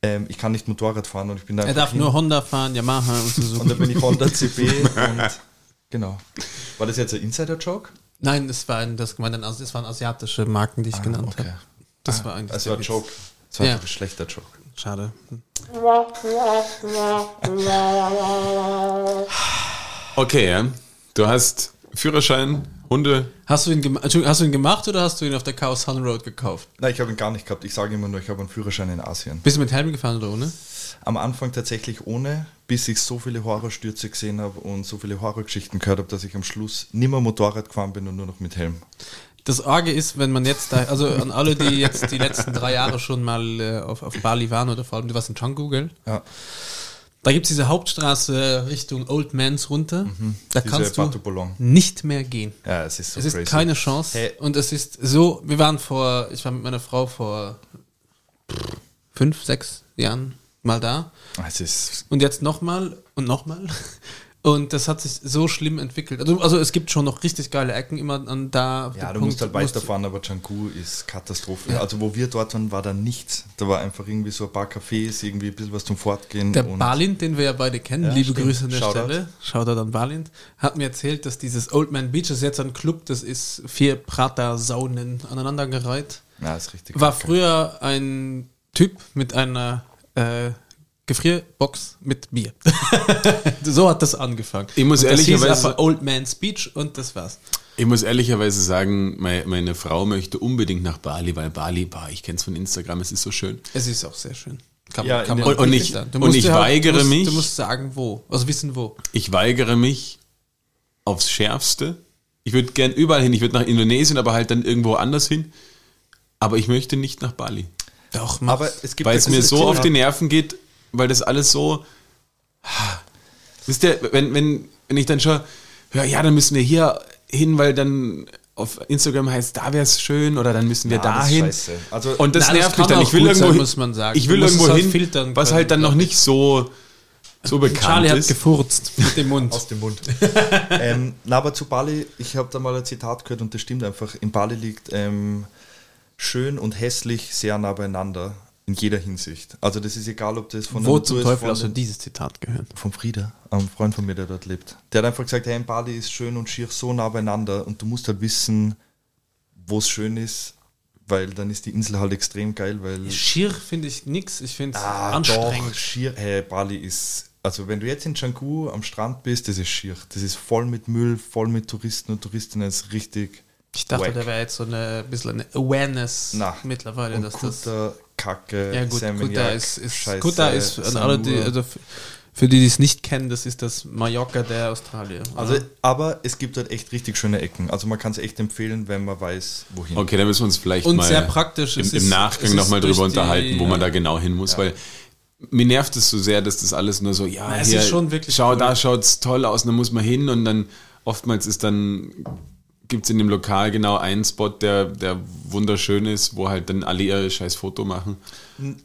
Speaker 3: Ähm, ich kann nicht Motorrad fahren und ich bin da
Speaker 2: Er
Speaker 3: einfach
Speaker 2: darf
Speaker 3: hin.
Speaker 2: nur Honda fahren, Yamaha und
Speaker 3: Und
Speaker 2: Suzuki.
Speaker 3: da bin ich Honda CB und genau. War das jetzt ein Insider-Joke?
Speaker 2: Nein, es war ein, das, gemeint, ein, Asi- es waren asiatische Marken, die ich genannt
Speaker 3: Ah, okay.
Speaker 2: habe. Das war eigentlich
Speaker 3: Also
Speaker 2: der
Speaker 3: ein
Speaker 2: Witz.
Speaker 3: Joke. Das war
Speaker 2: Ja.
Speaker 3: einfach ein schlechter Joke.
Speaker 2: Schade.
Speaker 1: Okay, ja. Du hast Führerschein, Hunde.
Speaker 2: Hast du, ihn gema- Entschuldigung, hast du ihn gemacht oder hast du ihn auf der Chaos Sun Road gekauft?
Speaker 3: Nein, ich habe ihn gar nicht gehabt. Ich sage immer nur, ich habe einen Führerschein in Asien.
Speaker 2: Bist du mit Helm gefahren oder ohne?
Speaker 3: Am Anfang tatsächlich ohne, bis ich so viele Horrorstürze gesehen habe und so viele Horrorgeschichten gehört habe, dass ich am Schluss nimmer Motorrad gefahren bin und nur noch mit Helm.
Speaker 2: Das Arge ist, wenn man jetzt da, also an alle, die jetzt die letzten drei Jahre schon mal äh, auf, auf Bali waren oder vor allem, du warst in Canggu, gell?
Speaker 3: Ja,
Speaker 2: Da gibt es diese Hauptstraße Richtung Old Mans runter. Da
Speaker 3: Mhm. diese
Speaker 2: kannst du
Speaker 3: Batopolong.
Speaker 2: nicht mehr gehen.
Speaker 3: ja es ist so
Speaker 2: es ist
Speaker 3: crazy.
Speaker 2: keine Chance.
Speaker 3: Hey.
Speaker 2: Und es ist so, wir waren vor, ich war mit meiner Frau vor pff, fünf, sechs Jahren mal da.
Speaker 3: es ist
Speaker 2: Und jetzt nochmal und nochmal. Und das hat sich so schlimm entwickelt. Also, also es gibt schon noch richtig geile Ecken immer an da.
Speaker 3: ja, du musst halt weiterfahren, aber Canggu ist Katastrophe. Also wo wir dort waren, war da nichts. Da war einfach irgendwie so ein paar Cafés, irgendwie ein bisschen was zum Fortgehen.
Speaker 2: Der
Speaker 3: und
Speaker 2: Balint, den wir ja beide kennen,
Speaker 3: Ja,
Speaker 2: liebe
Speaker 3: stimmt.
Speaker 2: Grüße an der
Speaker 3: Shoutout.
Speaker 2: Stelle, Shoutout an Balint, hat mir erzählt, dass dieses Old Man Beach ist jetzt ein Club, das ist vier Prata-Saunen aneinandergereiht.
Speaker 3: ja, ist richtig.
Speaker 2: War
Speaker 3: kacke.
Speaker 2: früher ein Typ mit einer äh, Gefrierbox mit Bier. so hat das angefangen.
Speaker 1: Ich muss
Speaker 2: Und das hieß
Speaker 1: ehrlicherweise-
Speaker 2: einfach Old Man's Beach und das war's.
Speaker 1: Ich muss ehrlicherweise sagen, mei- meine Frau möchte unbedingt nach Bali, weil Bali, bah, ich kenn's von Instagram, es ist so schön.
Speaker 2: Es ist auch sehr schön. Kann,
Speaker 3: Ja, in
Speaker 1: den- und ich-
Speaker 2: sagen.
Speaker 1: und ich
Speaker 2: dir halt-
Speaker 1: weigere
Speaker 2: du musst,
Speaker 1: mich-
Speaker 2: Du musst sagen, wo. Also wissen, wo.
Speaker 1: Ich weigere mich aufs Schärfste. Ich würde gern überall hin. Ich würde nach Indonesien, aber halt dann irgendwo anders hin. Aber ich möchte nicht nach Bali.
Speaker 2: Doch,
Speaker 3: aber es gibt
Speaker 1: Weil
Speaker 3: ja
Speaker 1: es mir
Speaker 3: gute
Speaker 1: so auf die
Speaker 3: Themen.
Speaker 1: Nerven geht, weil das alles so. Wisst ihr, wenn, wenn, wenn ich dann schon höre, ja, dann müssen wir hier hin, weil dann auf Instagram heißt, da wäre es schön oder dann müssen wir
Speaker 3: Ja, das ist
Speaker 1: dahin.
Speaker 3: scheiße. Also-
Speaker 1: und das
Speaker 2: Na, das
Speaker 1: nervt mich
Speaker 2: kann
Speaker 1: dann.
Speaker 2: auch
Speaker 1: Ich will
Speaker 2: gut
Speaker 1: irgendwo
Speaker 2: sein,
Speaker 1: hin,
Speaker 2: muss man sagen.
Speaker 1: Ich will
Speaker 2: Du musst es
Speaker 1: irgendwo
Speaker 2: halt
Speaker 1: hin,
Speaker 2: filtern
Speaker 1: was
Speaker 2: können,
Speaker 1: halt dann noch
Speaker 2: glaub
Speaker 1: nicht so, so bekannt
Speaker 2: Charlie hat
Speaker 1: ist.
Speaker 2: gefurzt mit dem Mund.
Speaker 3: Aus dem Mund. ähm, na, aber zu Bali, ich habe da mal ein Zitat gehört und das stimmt einfach. In Bali liegt ähm, schön und hässlich sehr nah beieinander. In jeder Hinsicht. Also das ist egal, ob das von
Speaker 2: wo
Speaker 3: der
Speaker 2: zum
Speaker 3: Natur ist,
Speaker 2: Teufel also
Speaker 3: von
Speaker 2: hast du
Speaker 3: den-
Speaker 2: dieses Zitat gehört?
Speaker 3: Vom Frieda, einem Freund von mir, der dort lebt. Der hat einfach gesagt, hey, in Bali ist schön und schier so nah beieinander und du musst halt wissen, wo es schön ist, weil dann ist die Insel halt extrem geil, weil...
Speaker 2: Schier finde ich nix. Ich finde es
Speaker 3: Ah, Doch,
Speaker 2: anstrengend.
Speaker 3: schier. Hey, Bali ist. Also, wenn du jetzt in Canggu am Strand bist, das ist schier. Das ist voll mit Müll, voll mit Touristen und Touristinnen. Das ist richtig.
Speaker 2: Ich dachte,
Speaker 3: wack.
Speaker 2: da wäre jetzt so eine bisschen eine Awareness
Speaker 3: Na,
Speaker 2: mittlerweile,
Speaker 3: und
Speaker 2: dass das.
Speaker 3: Kuta, Kacke,
Speaker 2: Ja gut,
Speaker 3: Seminyak,
Speaker 2: Kuta ist, ist
Speaker 3: Scheiße,
Speaker 2: Kuta ist an alle, die,
Speaker 3: Sanur.
Speaker 2: also für, für die, die es nicht kennen, das ist das Mallorca der Australier.
Speaker 3: also,
Speaker 2: oder?
Speaker 3: aber es gibt halt echt richtig schöne Ecken. Also, man kann es echt empfehlen, wenn man weiß, wohin.
Speaker 1: Okay, da müssen wir uns vielleicht
Speaker 2: Und
Speaker 1: mal
Speaker 2: sehr praktisch,
Speaker 1: im,
Speaker 2: es
Speaker 1: im
Speaker 2: ist- es
Speaker 1: Nachgang
Speaker 2: ist
Speaker 1: nochmal
Speaker 2: durch
Speaker 1: drüber
Speaker 2: die-
Speaker 1: unterhalten, wo man da genau hin muss, weil mir nervt es so sehr, dass das alles nur so, ja,
Speaker 2: es
Speaker 1: hier,
Speaker 2: ist schon wirklich
Speaker 1: schau,
Speaker 2: cool.
Speaker 1: da schaut es toll aus, dann muss man hin und dann oftmals ist dann, gibt es in dem Lokal genau einen Spot, der, der wunderschön ist, wo halt dann alle ihr scheiß Foto machen.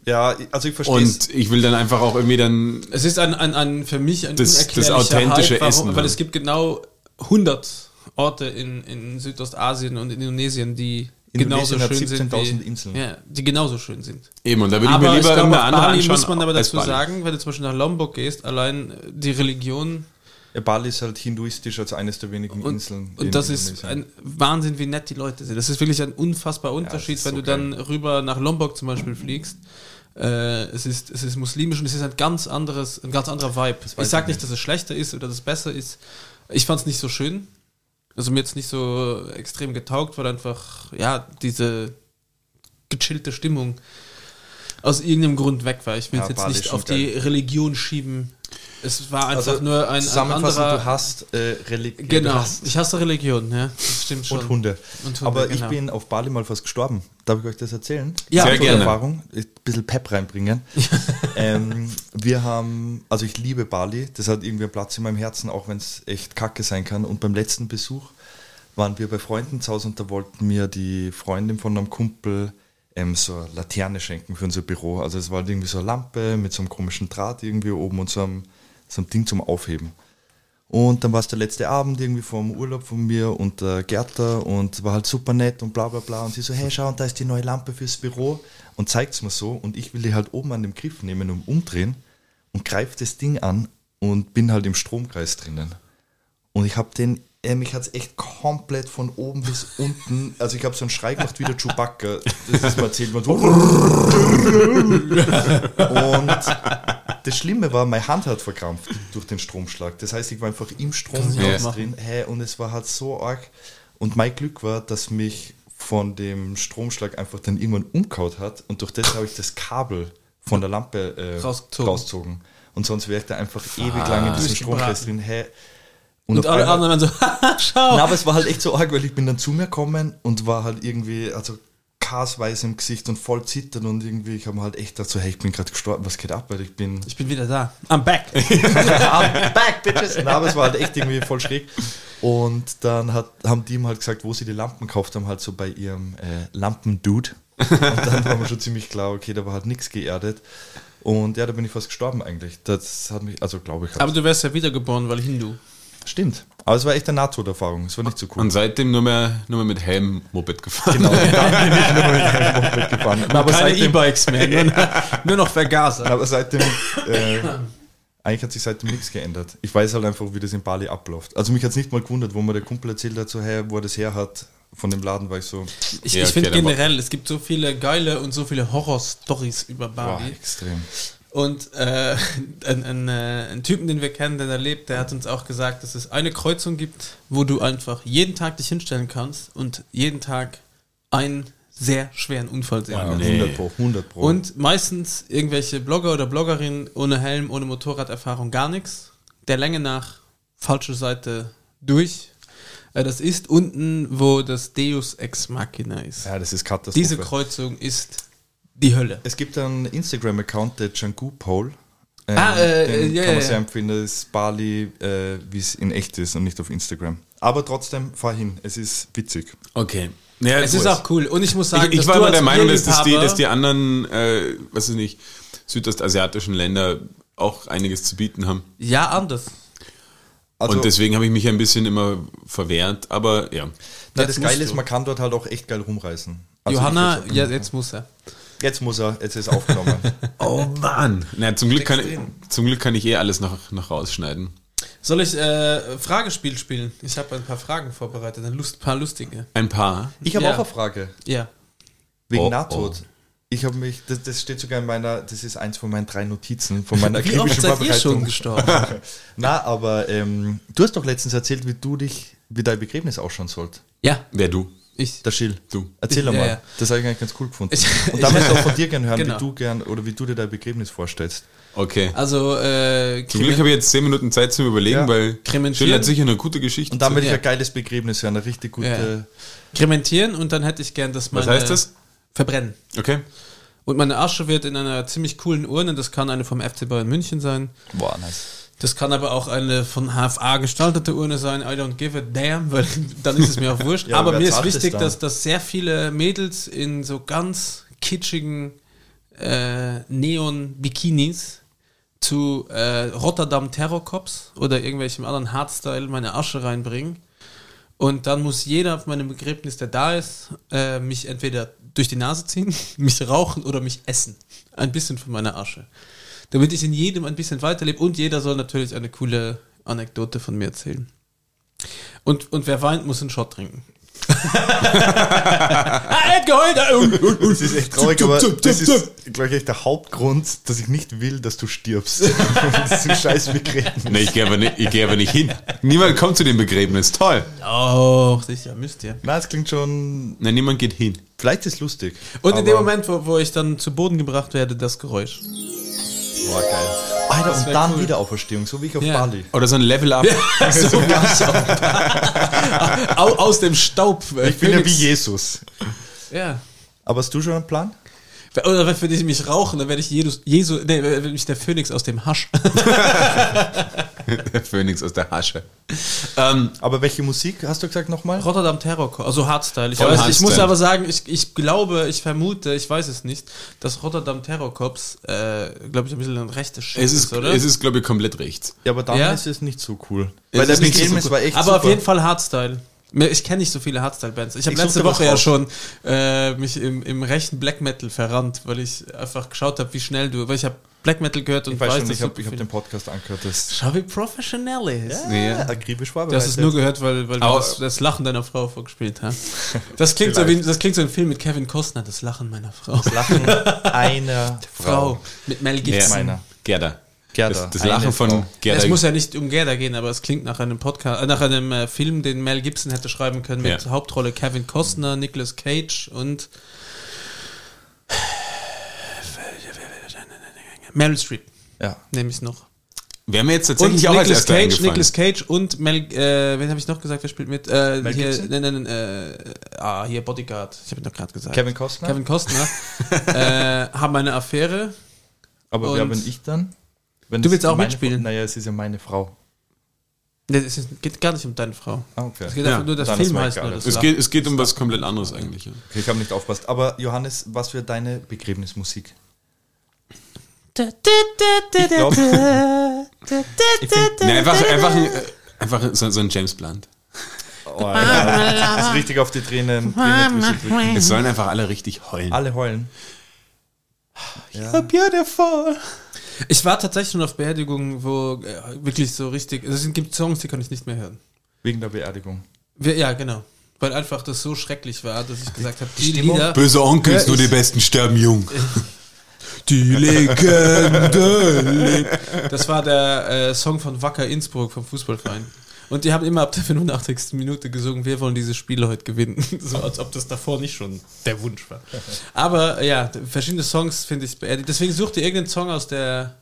Speaker 3: Ja, also ich verstehe es.
Speaker 1: Und ich will dann einfach auch irgendwie dann,
Speaker 2: Es ist ein, ein, ein für mich ein
Speaker 1: Das- das
Speaker 2: unerklärlicher
Speaker 1: authentische Essen, ja.
Speaker 2: weil es gibt genau 100 Orte in, in Südostasien und Indonesien, die
Speaker 3: Indonesien
Speaker 2: genauso
Speaker 3: hat
Speaker 2: schön sind.
Speaker 3: 17.000
Speaker 2: wie-
Speaker 3: Inseln.
Speaker 2: Ja, die genauso schön sind.
Speaker 1: Eben, und da würde ich mir
Speaker 2: Aber ich
Speaker 1: lieber
Speaker 2: glaube,
Speaker 1: irgendeine
Speaker 2: auf
Speaker 1: andere
Speaker 2: Bali
Speaker 1: anschauen.
Speaker 2: muss man aber
Speaker 1: als
Speaker 2: dazu
Speaker 1: Bali.
Speaker 2: sagen, wenn du zum Beispiel nach Lombok gehst, allein äh, die Religion
Speaker 3: Ja, Bali ist halt hinduistisch als eines der wenigen
Speaker 2: und,
Speaker 3: Inseln. in
Speaker 2: und das ist
Speaker 3: Indonesien.
Speaker 2: ein Wahnsinn, wie nett die Leute sind. Das ist wirklich ein unfassbarer Unterschied,
Speaker 3: ist
Speaker 2: wenn
Speaker 3: so
Speaker 2: du dann rüber nach Lombok zum Beispiel fliegst. Äh, es, ist, es ist muslimisch und es ist ein ganz anderes, ein ganz anderer Vibe. Ich
Speaker 3: weiß
Speaker 2: sage
Speaker 3: ich
Speaker 2: nicht, dass es schlechter ist oder dass es besser ist. Ich fand es nicht so schön. Also mir jetzt nicht so extrem getaugt, weil einfach, ja, diese gechillte Stimmung aus irgendeinem Grund weg war. Ich will es
Speaker 3: Ja,
Speaker 2: jetzt
Speaker 3: Bali ist
Speaker 2: nicht
Speaker 3: schon
Speaker 2: auf die Religion schieben. Es war einfach
Speaker 3: Also,
Speaker 2: nur ein, ein
Speaker 3: Zusammenfassend,
Speaker 2: anderer...
Speaker 3: du hast äh, Religion.
Speaker 2: Genau.
Speaker 3: Du hast
Speaker 2: ich hasse Religion, ja. Das stimmt schon.
Speaker 3: und Hunde.
Speaker 2: Und Hunde,
Speaker 3: Aber
Speaker 2: genau.
Speaker 3: ich bin auf Bali mal fast gestorben. Darf ich euch das erzählen?
Speaker 2: Ja,
Speaker 1: Sehr
Speaker 3: Aus der
Speaker 1: gerne.
Speaker 3: Erfahrung. Ein bisschen Pep reinbringen. ähm, wir haben, also ich liebe Bali. Das hat irgendwie einen Platz in meinem Herzen, auch wenn es echt kacke sein kann. Und beim letzten Besuch waren wir bei Freunden zu Hause und da wollten mir die Freundin von einem Kumpel ähm, so eine Laterne schenken für unser Büro. Also es war halt irgendwie so eine Lampe mit so einem komischen Draht irgendwie oben und so einem, so einem Ding zum Aufheben. Und dann war es der letzte Abend irgendwie vom Urlaub von mir und der Gerda und war halt super nett und bla bla bla. Und sie so, hey, schau, und da ist die neue Lampe fürs Büro und zeigt es mir so. Und ich will die halt oben an dem Griff nehmen und umdrehen und greife das Ding an und bin halt im Stromkreis drinnen. Und ich habe den, äh, mich hat es echt komplett von oben bis unten, also ich habe so einen Schrei gemacht wie der Chewbacca. Das ist mir erzählt worden. so. Und das Schlimme war, meine Hand hat verkrampft durch den Stromschlag. Das heißt, ich war einfach im Strom
Speaker 2: ich auch
Speaker 3: ganz
Speaker 2: machen.
Speaker 3: drin. Hey, und es war halt so arg. Und mein Glück war, dass mich von dem Stromschlag einfach dann irgendwann umkaut hat. Und durch das habe ich das Kabel von der Lampe äh,
Speaker 2: Rausgezogen.
Speaker 3: rausgezogen. Und sonst wäre ich da einfach ewig lang in diesem Stromkreis drin. Hey.
Speaker 2: Und
Speaker 3: auf
Speaker 2: alle
Speaker 3: einmal-
Speaker 2: anderen waren so, haha, schau.
Speaker 3: na, aber es war halt echt so arg, weil ich bin dann zu mir gekommen und war halt irgendwie, also kasweiß im Gesicht und voll zittern und irgendwie, ich habe halt echt gedacht so, hey, ich bin gerade gestorben, was geht ab, weil ich bin
Speaker 2: Ich bin wieder da. I'm back.
Speaker 3: I'm back, bitches. Na, aber es war halt echt irgendwie voll schräg. Und dann hat, haben die ihm halt gesagt, wo sie die Lampen gekauft haben, halt so bei ihrem äh, Lampendude. Und dann war mir schon ziemlich klar, okay, da war halt nichts geerdet. Und ja, da bin ich fast gestorben eigentlich. Das hat mich, also glaube ich,
Speaker 2: Aber
Speaker 3: halt.
Speaker 2: du wärst ja wiedergeboren, weil Hindu.
Speaker 3: stimmt. Aber es war echt eine Nahtoderfahrung. Es war nicht so cool.
Speaker 1: Und seitdem nur mehr, nur mehr mit Helm Moped gefahren. Genau.
Speaker 3: mitgefahren. Aber
Speaker 2: Keine
Speaker 3: seitdem,
Speaker 2: E-Bikes mehr, nur, noch- nur noch Vergaser.
Speaker 3: aber seitdem äh, eigentlich hat sich seitdem nichts geändert. Ich weiß halt einfach, wie das in Bali abläuft. Also mich hat es nicht mal gewundert, wo mir der Kumpel erzählt hat, so, hey, wo er das her hat, von dem Laden war ich so,
Speaker 2: Ich,
Speaker 1: Ja,
Speaker 2: ich
Speaker 1: okay,
Speaker 2: finde
Speaker 1: dann war-
Speaker 2: generell, es gibt so viele geile und so viele Horror-Stories über
Speaker 3: boah,
Speaker 2: Barbie.
Speaker 3: extrem.
Speaker 2: Und äh, ein, ein, äh, ein Typen, den wir kennen, der da lebt, der hat uns auch gesagt, dass es eine Kreuzung gibt, wo du einfach jeden Tag dich hinstellen kannst und jeden Tag einen sehr schweren Unfall sehen kannst.
Speaker 3: 100 Pro, 100 Pro.
Speaker 2: Und meistens irgendwelche Blogger oder Bloggerinnen ohne Helm, ohne Motorraderfahrung, gar nichts. Der Länge nach falsche Seite durch. Äh, Das ist unten, wo das Deus Ex Machina ist.
Speaker 3: ja, das ist Katastrophe.
Speaker 2: Diese Kreuzung ist die Hölle.
Speaker 3: es gibt einen Instagram-Account, der Django Pole. Ähm,
Speaker 2: Ah, äh,
Speaker 3: den
Speaker 2: ja,
Speaker 3: kann
Speaker 2: ja,
Speaker 3: man sehr
Speaker 2: ja.
Speaker 3: empfehlen, das ist Bali, äh, wie es in echt ist und nicht auf Instagram. Aber trotzdem, fahr hin, es ist witzig.
Speaker 1: Okay. Ja,
Speaker 2: Es ist auch cool. Und ich muss sagen,
Speaker 1: ich, ich
Speaker 2: dass
Speaker 1: war
Speaker 2: du
Speaker 1: immer
Speaker 2: als
Speaker 1: der Meinung, dass, das die,
Speaker 2: Bierliebhaber-
Speaker 1: dass die anderen, äh, was weiß nicht, südostasiatischen Länder auch einiges zu bieten haben.
Speaker 2: Ja, anders.
Speaker 3: Also,
Speaker 1: und deswegen habe ich mich ein bisschen immer verwehrt, aber ja.
Speaker 3: na,
Speaker 2: jetzt
Speaker 3: das
Speaker 2: musst
Speaker 3: Geile ist,
Speaker 2: du.
Speaker 3: man kann dort halt auch echt geil rumreißen. Also ich
Speaker 2: Johanna,
Speaker 3: würd's
Speaker 2: ja, jetzt muss er.
Speaker 3: Jetzt muss er, jetzt ist aufgenommen.
Speaker 1: Oh Mann. Na, zum Glück kann, zum Glück kann ich eh alles noch, noch rausschneiden.
Speaker 2: Soll ich äh, Fragespiel spielen? Ich habe ein paar Fragen vorbereitet, ein Lust, paar lustige.
Speaker 1: Ein paar.
Speaker 3: Ich habe
Speaker 2: Ja.
Speaker 3: auch eine Frage.
Speaker 2: Ja.
Speaker 3: Wegen
Speaker 1: Oh,
Speaker 3: Nahtod. Ich habe mich, das, das steht sogar in meiner, das ist eins von meinen drei Notizen von meiner
Speaker 2: Wie oft
Speaker 3: akribischen
Speaker 2: seid ihr
Speaker 3: Vorbereitung.
Speaker 2: schon gestorben?
Speaker 3: Na, aber ähm, du hast doch letztens erzählt, wie du dich, wie dein Begräbnis ausschauen sollte.
Speaker 2: ja,
Speaker 1: Wer du?
Speaker 2: ich.
Speaker 3: Der Schill.
Speaker 1: Du.
Speaker 3: Erzähl doch
Speaker 2: Ja,
Speaker 3: mal.
Speaker 2: ja.
Speaker 3: Das habe ich eigentlich ganz cool gefunden.
Speaker 2: Ich-
Speaker 3: Und da möchte ich auch von dir gerne hören,
Speaker 2: Genau.
Speaker 3: wie du gern oder wie du dir dein Begräbnis vorstellst.
Speaker 1: Okay.
Speaker 2: Also, äh,
Speaker 1: Zum Glück habe ich jetzt zehn Minuten Zeit zum Überlegen,
Speaker 3: Ja.
Speaker 1: weil
Speaker 2: Crementieren.
Speaker 1: Schill hat sicher eine gute Geschichte.
Speaker 3: Und dann will ich
Speaker 2: Ja.
Speaker 3: ein geiles Begräbnis hören, eine richtig gute.
Speaker 2: krementieren und dann hätte ich gern, dass
Speaker 1: Was
Speaker 2: meine...
Speaker 1: heißt das?
Speaker 2: Verbrennen.
Speaker 1: Okay.
Speaker 2: Und meine Asche wird in einer ziemlich coolen Urne, das kann eine vom FC Bayern München sein,
Speaker 3: Boah, nice.
Speaker 2: das kann aber auch eine von HFA gestaltete Urne sein, I don't give a damn, weil dann ist es mir auch wurscht.
Speaker 3: Ja,
Speaker 2: aber
Speaker 3: wer
Speaker 2: mir ist
Speaker 3: zahlt das
Speaker 2: wichtig,
Speaker 3: dann?
Speaker 2: dass, dass sehr viele Mädels in so ganz kitschigen äh, Neon-Bikinis zu äh, Rotterdam Terror Cops oder irgendwelchem anderen Hardstyle meine Asche reinbringen Und dann muss jeder auf meinem Begräbnis, der da ist, äh, mich entweder durch die Nase ziehen, mich rauchen oder mich essen. Ein bisschen von meiner Asche. Damit ich in jedem ein bisschen weiterlebe und jeder soll natürlich eine coole Anekdote von mir erzählen. Und, und wer weint, muss einen Shot trinken. ah, er hat geheult! Ah,
Speaker 3: Das ist echt traurig, aber das ist, glaube ich, echt der Hauptgrund, dass ich nicht will, dass du stirbst. das ist ein scheiß Begräbnis.
Speaker 1: Nee, ich gehe aber, nicht- ich geh aber nicht hin. Niemand kommt zu dem Begräbnis. Toll.
Speaker 2: Oh, sicher, müsst ihr.
Speaker 3: Na, es klingt schon.
Speaker 1: Nein, niemand geht hin.
Speaker 3: Vielleicht ist lustig.
Speaker 2: Und in dem
Speaker 3: aber-
Speaker 2: Moment, wo, wo ich dann zu Boden gebracht werde, das Geräusch.
Speaker 3: Boah, geil. Alter, und
Speaker 2: wär
Speaker 3: dann
Speaker 2: cool.
Speaker 3: Wiederauferstehung, so wie ich auf
Speaker 2: Ja.
Speaker 3: Bali.
Speaker 1: Oder so ein Level-Up.
Speaker 2: so ganz auf- Au- aus dem Staub. äh,
Speaker 3: Ich bin ja wie
Speaker 2: Phönix.
Speaker 3: Jesus.
Speaker 2: Ja.
Speaker 3: Aber hast du schon einen Plan?
Speaker 2: Oder wenn ich mich rauchen, dann werde ich Jesus, Jesu, nee, werde ich der Phönix aus dem Hasch.
Speaker 1: Der Phönix aus der Hasche. Ähm,
Speaker 3: Aber welche Musik hast du gesagt nochmal?
Speaker 2: Rotterdam Terrorcore, also Hardstyle. Ich,
Speaker 1: Voll
Speaker 2: weiß, ich
Speaker 1: Hardstyle.
Speaker 2: muss aber sagen, ich, ich glaube, ich vermute, ich weiß es nicht, dass Rotterdam Terror Cops, äh, glaube ich, ein bisschen ein rechtes Schiff
Speaker 1: es ist,
Speaker 2: oder?
Speaker 1: es ist glaube ich, komplett rechts.
Speaker 3: Ja, aber dann
Speaker 2: Ja?
Speaker 3: ist es nicht so cool.
Speaker 1: Es
Speaker 3: Weil
Speaker 1: ist
Speaker 3: der
Speaker 1: nicht so
Speaker 3: Begräbnis
Speaker 1: cool.
Speaker 3: war echt
Speaker 2: aber
Speaker 3: super.
Speaker 2: auf jeden Fall Hardstyle. Mir- Ich kenne nicht so viele Hardstyle-Bands. Ich habe
Speaker 3: Ich
Speaker 2: letzte
Speaker 3: suchte was
Speaker 2: Woche ja
Speaker 3: raus.
Speaker 2: schon äh, mich im, im rechten Black Metal verrannt, weil ich einfach geschaut habe, wie schnell du, weil ich habe Black Metal gehört und
Speaker 3: Ich weiß schon,
Speaker 2: dass
Speaker 3: ich habe
Speaker 2: super
Speaker 3: ich hab
Speaker 2: viel-
Speaker 3: den Podcast angehört. Das,
Speaker 2: Schau, wie professionell er ist.
Speaker 1: Ja.
Speaker 3: akribisch
Speaker 2: Du hast
Speaker 3: vorbereitet.
Speaker 2: es nur gehört, weil, weil wir
Speaker 1: Aber-
Speaker 2: das, das Lachen deiner Frau vorgespielt haben. Das klingt, so wie, das klingt so ein Film mit Kevin Costner, das Lachen meiner Frau.
Speaker 3: das Lachen einer Frau.
Speaker 2: Frau mit Mel
Speaker 1: Ja.
Speaker 2: Gibson.
Speaker 3: Meiner.
Speaker 1: Gerda.
Speaker 3: Gerda,
Speaker 1: Das, das
Speaker 3: eine
Speaker 1: Lachen von
Speaker 3: Frau.
Speaker 1: Gerda.
Speaker 2: es muss ja nicht um Gerda gehen, aber es klingt nach einem Podcast, äh, nach einem äh, Film, den Mel Gibson hätte schreiben können mit
Speaker 1: Ja.
Speaker 2: Hauptrolle Kevin Costner, Nicolas Cage und Meryl Streep
Speaker 3: Ja.
Speaker 2: nehme ich noch.
Speaker 1: Wäre mir jetzt
Speaker 2: Und
Speaker 1: tatsächlich auch als
Speaker 2: Nicolas
Speaker 1: erster
Speaker 2: Cage,
Speaker 1: eingefallen.
Speaker 2: Nicolas Cage und Mel, äh, wen habe ich noch gesagt, wer spielt mit? Äh,
Speaker 3: Mel
Speaker 2: hier,
Speaker 3: Gibson?
Speaker 2: nein, nein, nein, äh, ah, hier Bodyguard, ich habe ihn doch gerade gesagt.
Speaker 3: Kevin Costner.
Speaker 2: Kevin Costner äh, haben eine Affäre.
Speaker 3: aber wer
Speaker 2: und-
Speaker 3: bin ich dann? Wenn
Speaker 2: Du
Speaker 3: es
Speaker 2: willst auch
Speaker 3: meine
Speaker 2: mitspielen?
Speaker 3: Frau- Naja, es ist ja meine Frau.
Speaker 2: Nee, es ist- geht gar nicht um deine Frau.
Speaker 3: Ah, okay.
Speaker 2: Es geht
Speaker 1: Ja,
Speaker 2: einfach nur, das
Speaker 3: dann ist
Speaker 2: Film
Speaker 3: mir
Speaker 2: heißt
Speaker 3: egal.
Speaker 2: nur das
Speaker 1: es,
Speaker 2: Lachen.
Speaker 1: geht, es geht um was komplett anderes eigentlich. Ja.
Speaker 3: Okay, ich habe nicht aufpasst. Aber Johannes, was wäre deine Begräbnismusik? Ich glaube, ich find,
Speaker 1: Nee, einfach einfach, ein, äh, einfach so, so ein James Blunt.
Speaker 3: oh, Alter, das ist richtig auf die Tränen. Tränendrüse drücken.
Speaker 1: Es sollen einfach alle richtig heulen.
Speaker 3: Alle heulen.
Speaker 1: beautiful.
Speaker 2: Ich war tatsächlich schon auf Beerdigungen, wo äh, wirklich so richtig. Also es gibt Songs, die kann ich nicht mehr hören.
Speaker 3: Wegen der Beerdigung.
Speaker 2: Wir, ja, genau. Weil einfach das so schrecklich war, dass ich gesagt habe, die
Speaker 3: Stimmung?
Speaker 2: Lieder.
Speaker 1: Böse Onkels,
Speaker 2: Ja,
Speaker 1: nur die
Speaker 2: ich-
Speaker 1: Besten sterben jung. Die Legende.
Speaker 2: Das war der äh, Song von Wacker Innsbruck vom Fußballverein. Und die haben immer ab der 85. Minute gesungen, wir wollen dieses Spiel heute gewinnen. So als ob das davor nicht schon der Wunsch war. Aber äh, ja, d- verschiedene Songs finde ich beerdigt. Deswegen such dir irgendeinen Song aus der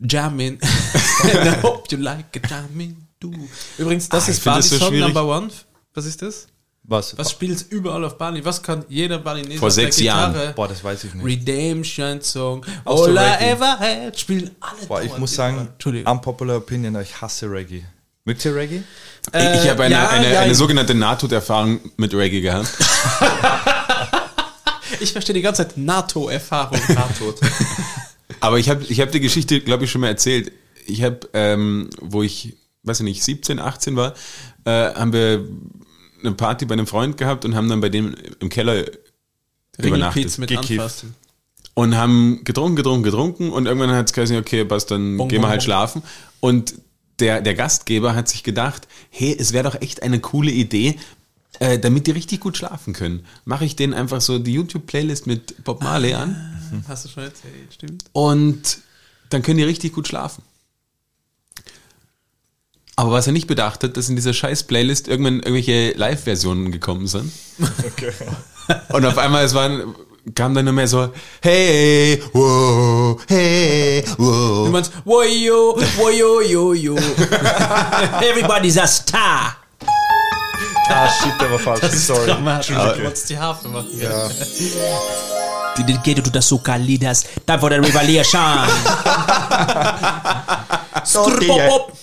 Speaker 2: Jamin. And I hope you like a Jamin. Du. Übrigens, das
Speaker 1: Ah, ich
Speaker 2: ist
Speaker 1: find das so
Speaker 2: Bali Song
Speaker 1: schwierig.
Speaker 2: Number One. Was ist das?
Speaker 3: Was?
Speaker 2: Was spielt überall auf Bali? Was kann jeder Balinese
Speaker 1: Vor
Speaker 2: auf der
Speaker 1: sechs Jahren.
Speaker 2: Gitarre?
Speaker 3: Boah, das weiß ich nicht.
Speaker 2: Redemption Song.
Speaker 3: Aus der
Speaker 2: All I
Speaker 3: Reggae.
Speaker 2: ever had. Spielen alle
Speaker 3: Boah, ich
Speaker 2: dauernd
Speaker 3: muss
Speaker 2: überall.
Speaker 3: sagen,
Speaker 2: Oh, Entschuldigung.
Speaker 3: unpopular opinion, ich hasse Reggae. Mögt ihr Reggae?
Speaker 1: Ich, ich habe eine,
Speaker 2: Äh, ja,
Speaker 1: eine,
Speaker 2: ja,
Speaker 1: eine
Speaker 2: ich-
Speaker 1: sogenannte Nahtoderfahrung mit Reggae gehabt.
Speaker 2: Ich verstehe die ganze Zeit NATO-Erfahrung.
Speaker 3: Nahtod.
Speaker 1: Aber ich habe ich hab die Geschichte, glaube ich, schon mal erzählt. Ich habe, ähm, wo ich, weiß ich nicht, 17, 18 war, äh, haben wir eine Party bei einem Freund gehabt und haben dann bei dem im Keller übernachtet.
Speaker 2: Ringelpiez mit
Speaker 3: Gekifft.
Speaker 2: anfassen.
Speaker 1: und haben getrunken, getrunken, getrunken und irgendwann hat es geheißen, okay, passt, dann
Speaker 2: Bong,
Speaker 1: gehen wir
Speaker 2: bong,
Speaker 1: halt
Speaker 2: bong.
Speaker 1: schlafen. Und der, der Gastgeber hat sich gedacht, hey, es wäre doch echt eine coole Idee, äh, damit die richtig gut schlafen können. Mache ich denen einfach so die YouTube-Playlist mit Bob Marley an
Speaker 2: Hast du schon erzählt, stimmt.
Speaker 1: und dann können die richtig gut schlafen. Aber was er nicht bedacht hat, dass in dieser scheiß Playlist irgendwann irgendwelche Live-Versionen gekommen sind.
Speaker 3: Okay.
Speaker 1: Und auf einmal es waren, kam dann nur mehr so, hey, wow, hey,
Speaker 2: Du
Speaker 1: wow.
Speaker 2: meinst, wojo, wojo, jojo. Everybody's a star.
Speaker 3: Ah, shit, der war falsch. Sorry.
Speaker 2: Dramatisch. Du wolltest die Harfe machen. Ah, Ja. Dedicated to the soca leaders. Time for the revolution. Skrrpopop.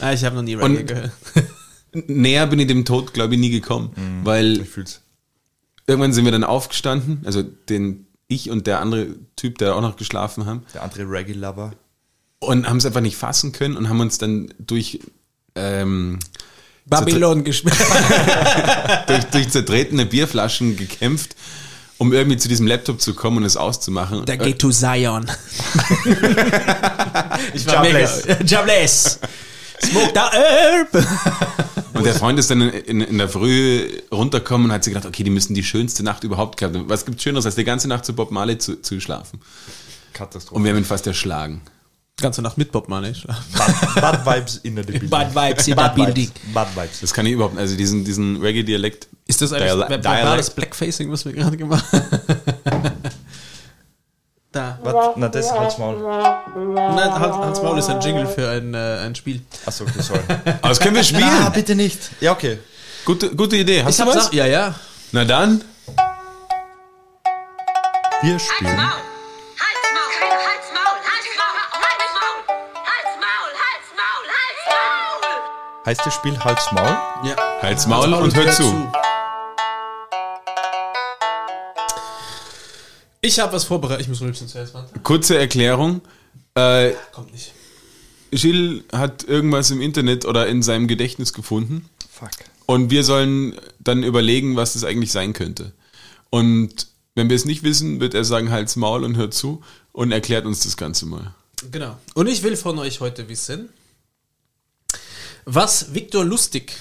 Speaker 2: ah, ich habe noch nie Reggae
Speaker 1: Und-
Speaker 2: gehört.
Speaker 1: Näher bin ich dem Tod, glaube ich, nie gekommen, weil
Speaker 3: Ich fühl's.
Speaker 1: irgendwann sind wir dann aufgestanden, also den ich und der andere Typ, der auch noch geschlafen haben,
Speaker 3: Der andere Reggae-Lover.
Speaker 1: und haben es einfach nicht fassen können und haben uns dann durch ähm,
Speaker 2: Babylon gesperrt.
Speaker 1: durch, durch zertretene Bierflaschen gekämpft, um irgendwie zu diesem Laptop zu kommen und es auszumachen.
Speaker 2: Der geht to Zion. ich war
Speaker 3: Jobless.
Speaker 2: mega. Jobless. Smoke the herb.
Speaker 1: Und der Freund ist dann in, in, in der Früh runtergekommen und hat sich gedacht, okay, die müssen die schönste Nacht überhaupt gehabt haben. Was gibt's Schöneres, als die ganze Nacht zu Bob Marley zu, zu schlafen?
Speaker 3: Katastrophe.
Speaker 1: Und wir haben ihn fast erschlagen.
Speaker 2: Ganze Nacht mit Bob Marley.
Speaker 3: Bad, bad Vibes in the building.
Speaker 2: Bad Vibes in the building.
Speaker 3: Vibes. Bad Vibes.
Speaker 1: Das kann ich überhaupt nicht. Also diesen, diesen Reggae-Dialekt.
Speaker 2: Ist das eigentlich
Speaker 1: Dial-
Speaker 2: Dial das
Speaker 1: Dialekt.
Speaker 2: Blackfacing, was wir gerade gemacht Da.
Speaker 3: Wat, na, das halt's Maul.
Speaker 2: Nein, Hans, Hans Maul ist ein Jingle für ein, äh, ein Spiel.
Speaker 3: Achso, okay, sorry.
Speaker 1: Aber das können wir
Speaker 3: Na,
Speaker 1: spielen.
Speaker 3: bitte nicht. Ja, okay.
Speaker 1: Gute, gute Idee. Hast
Speaker 2: Ich
Speaker 1: du
Speaker 2: hab's
Speaker 1: was?
Speaker 2: auch, ja, ja.
Speaker 1: Na dann.
Speaker 3: Wir
Speaker 4: Halt's
Speaker 3: spielen.
Speaker 4: Maul! Halt's Maul! Halt's Maul! Halt's Maul! Halt's Maul! Halt's Maul! Halt's Maul! Halt's Maul!
Speaker 3: Heißt das Spiel Halt's Maul?
Speaker 2: ja.
Speaker 1: Halt's Maul und hör zu.
Speaker 2: Ich habe was vorbereitet. Ich muss rülpsen zuerst, warte.
Speaker 1: Kurze Erklärung. Äh,
Speaker 2: Kommt nicht.
Speaker 1: Gilles hat irgendwas im Internet oder in seinem Gedächtnis gefunden.
Speaker 3: Fuck.
Speaker 1: Und wir sollen dann überlegen, was das eigentlich sein könnte. Und wenn wir es nicht wissen, wird er sagen, halt's Maul und hört zu und erklärt uns das Ganze mal.
Speaker 2: Genau. Und ich will von euch heute wissen, was Viktor Lustig,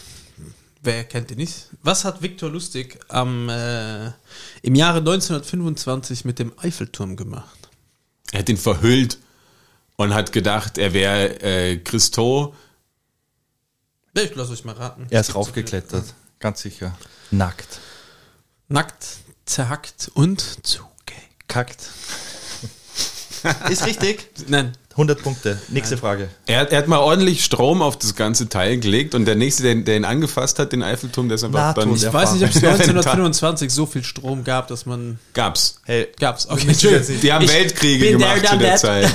Speaker 2: wer kennt ihn nicht, was hat Viktor Lustig am, äh, im Jahre 1925 mit dem Eiffelturm gemacht?
Speaker 1: Er hat ihn verhüllt und hat gedacht, er wäre äh, Christo.
Speaker 2: Ja, Ich lasse euch mal raten.
Speaker 3: Er ist raufgeklettert. Ganz sicher. Nackt.
Speaker 2: Nackt, zerhackt und zugehackt.
Speaker 3: Kackt. ist richtig.
Speaker 2: Nein,
Speaker 3: 100 Punkte. Nächste Frage.
Speaker 1: Er, hat- er hat mal ordentlich Strom auf das ganze Teil gelegt und der Nächste, der, der ihn angefasst hat, den Eiffelturm, der ist einfach
Speaker 3: NATO,
Speaker 1: dann...
Speaker 3: der-
Speaker 2: ich weiß nicht, ob es
Speaker 1: Ja,
Speaker 2: 1925 so viel Strom gab, dass man...
Speaker 1: Gab's.
Speaker 3: Hey,
Speaker 2: Gab's, okay,
Speaker 1: Entschuldigung. Die haben
Speaker 2: Ich
Speaker 1: Weltkriege
Speaker 2: bin
Speaker 1: gemacht
Speaker 2: there,
Speaker 1: zu
Speaker 2: done
Speaker 1: der
Speaker 2: that.
Speaker 1: Zeit.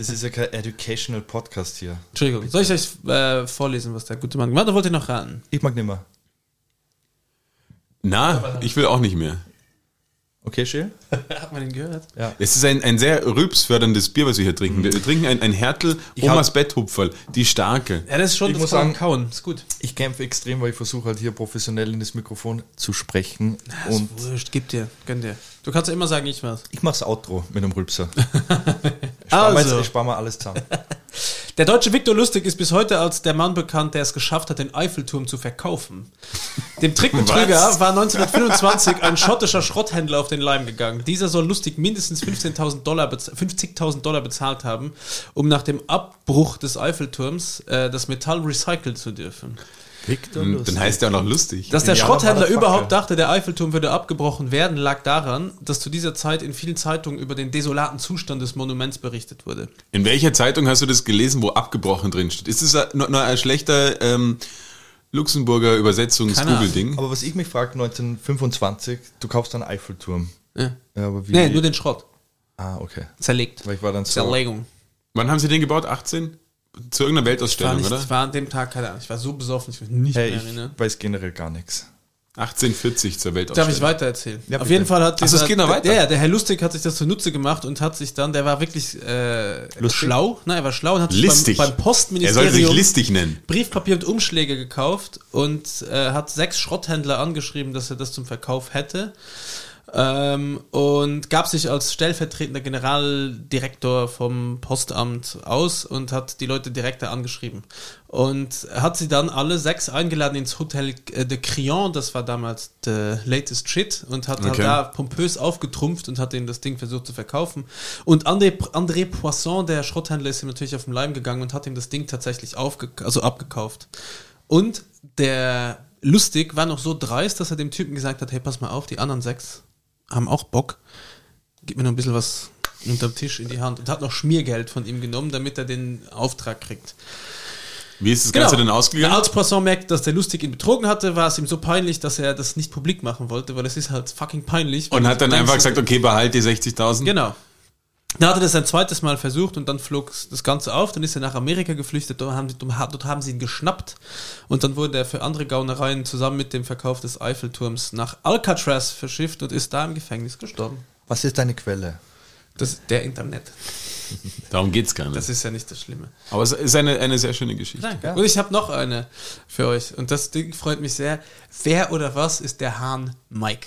Speaker 3: das ist ja kein Educational Podcast hier.
Speaker 2: Entschuldigung, soll ich euch äh, vorlesen, was der gute Mann gemacht hat? Oder wollt ihr noch raten?
Speaker 3: Ich mag nicht mehr.
Speaker 1: Na, ich will auch nicht mehr.
Speaker 3: Okay, Schill?
Speaker 2: Hat man ihn gehört?
Speaker 1: Es ist ein, ein sehr rübsförderndes Bier, was wir hier trinken. Wir trinken ein, ein Hertel
Speaker 3: hab-
Speaker 1: Omas Betthupferl, die starke.
Speaker 2: Ja, das ist schon,
Speaker 3: Ich
Speaker 2: das
Speaker 3: muss
Speaker 2: kann man
Speaker 3: sagen-
Speaker 2: kauen, ist gut.
Speaker 3: Ich kämpfe extrem, weil ich versuche halt hier professionell in das Mikrofon zu sprechen. Und
Speaker 2: Wurscht, gib dir, gönn dir. Du kannst ja immer sagen, ich war's.
Speaker 3: ich mach's Outro mit einem Rülpser. Sparen wir jetzt-
Speaker 2: Also,
Speaker 3: Ich spare mal alles zusammen.
Speaker 2: der deutsche Viktor Lustig ist bis heute als der Mann bekannt, der es geschafft hat, den Eiffelturm zu verkaufen. Dem Trickbetrüger
Speaker 1: Was?
Speaker 2: war 1925 ein schottischer Schrotthändler auf den Leim gegangen. Dieser soll Lustig mindestens 15.000 Dollar, bez- 50.000 Dollar bezahlt haben, um nach dem Abbruch des Eiffelturms äh, das Metall recyceln zu dürfen.
Speaker 3: Victor
Speaker 1: Hm, Dann heißt er auch noch lustig.
Speaker 2: Dass der
Speaker 3: Genialer
Speaker 2: Schrotthändler
Speaker 3: Motherfucker.
Speaker 2: überhaupt dachte, der Eiffelturm würde abgebrochen werden, lag daran, dass zu dieser Zeit in vielen Zeitungen über den desolaten Zustand des Monuments berichtet wurde.
Speaker 1: In welcher Zeitung hast du das gelesen, wo abgebrochen drin steht? Ist das nur, nur ein schlechter ähm, Luxemburger
Speaker 2: Keine
Speaker 1: Übersetzungs-Google-Ding?
Speaker 3: Aber was ich mich frage, 1925, du kaufst einen Eiffelturm.
Speaker 2: Ja.
Speaker 3: Ja, aber wie?
Speaker 2: Nee, nur den Schrott.
Speaker 3: ah, okay.
Speaker 2: Zerlegt.
Speaker 3: Weil ich war dann so.
Speaker 2: Zerlegung.
Speaker 1: Wann haben sie den gebaut? 18? Zu irgendeiner
Speaker 2: War
Speaker 1: Weltausstellung,
Speaker 2: nicht,
Speaker 1: oder?
Speaker 2: ich war an dem Tag, keine Ahnung, ich war so besoffen, ich mich nicht
Speaker 3: Hey,
Speaker 2: mehr erinnern.
Speaker 3: ich weiß generell gar nichts.
Speaker 1: 1840 zur
Speaker 2: Darf
Speaker 1: Weltausstellung.
Speaker 2: ich weitererzählen?
Speaker 3: Ja,
Speaker 2: Auf
Speaker 3: bitte.
Speaker 2: jeden Fall hat
Speaker 1: Ach so, es geht noch weiter.
Speaker 2: Ja, ja, der Herr Lustig hat sich das zunutze gemacht und hat sich dann, der war wirklich äh,
Speaker 3: Lustig?
Speaker 2: schlau. Nein, er war schlau und hat sich
Speaker 1: Listig.
Speaker 2: Beim, beim
Speaker 1: er sollte sich
Speaker 2: Postministerium
Speaker 1: listig nennen.
Speaker 2: Briefpapier und Umschläge gekauft und äh, hat sechs Schrotthändler angeschrieben, dass er das zum Verkauf hätte. Ähm, und gab sich als stellvertretender Generaldirektor vom Postamt aus und hat die Leute direkt da angeschrieben. Und hat sie dann alle sechs eingeladen ins Hotel äh, de Crillon, das war damals the latest shit, und hat
Speaker 1: Okay.
Speaker 2: halt da pompös aufgetrumpft und hat ihnen das Ding versucht zu verkaufen. Und André, André Poisson, der Schrotthändler, ist ihm natürlich auf den Leim gegangen und hat ihm das Ding tatsächlich aufge also abgekauft. Und der Lustig war noch so dreist, dass er dem Typen gesagt hat, hey, pass mal auf, die anderen sechs haben auch Bock. Gib mir noch ein bisschen was unterm Tisch in die Hand. Und hat noch Schmiergeld von ihm genommen, damit er den Auftrag kriegt.
Speaker 1: Wie ist das
Speaker 2: Genau.
Speaker 1: Ganze denn ausgegangen?
Speaker 2: Na, Als Poisson merkt, dass der Lustig ihn betrogen hatte, war es ihm so peinlich, dass er das nicht publik machen wollte, weil es ist halt fucking peinlich.
Speaker 1: Und
Speaker 2: Wenn
Speaker 1: hat
Speaker 2: du
Speaker 1: dann
Speaker 2: denkst,
Speaker 1: einfach gesagt, okay, behalt die 60.000.
Speaker 2: Genau. Da hat er das ein zweites Mal versucht und dann flog das Ganze auf. Dann ist er nach Amerika geflüchtet, dort haben, sie, dort haben sie ihn geschnappt. Und dann wurde er für andere Gaunereien zusammen mit dem Verkauf des Eiffelturms nach Alcatraz verschifft und ist da im Gefängnis gestorben.
Speaker 3: Was ist deine Quelle?
Speaker 2: Das ist der Internet.
Speaker 1: Darum geht es gar nicht.
Speaker 2: Genau. Das ist ja nicht das Schlimme.
Speaker 1: Aber es ist eine, eine sehr schöne Geschichte.
Speaker 2: Danke. Und ich habe noch eine für euch. Und das Ding freut mich sehr. Wer oder was ist der Hahn Mike?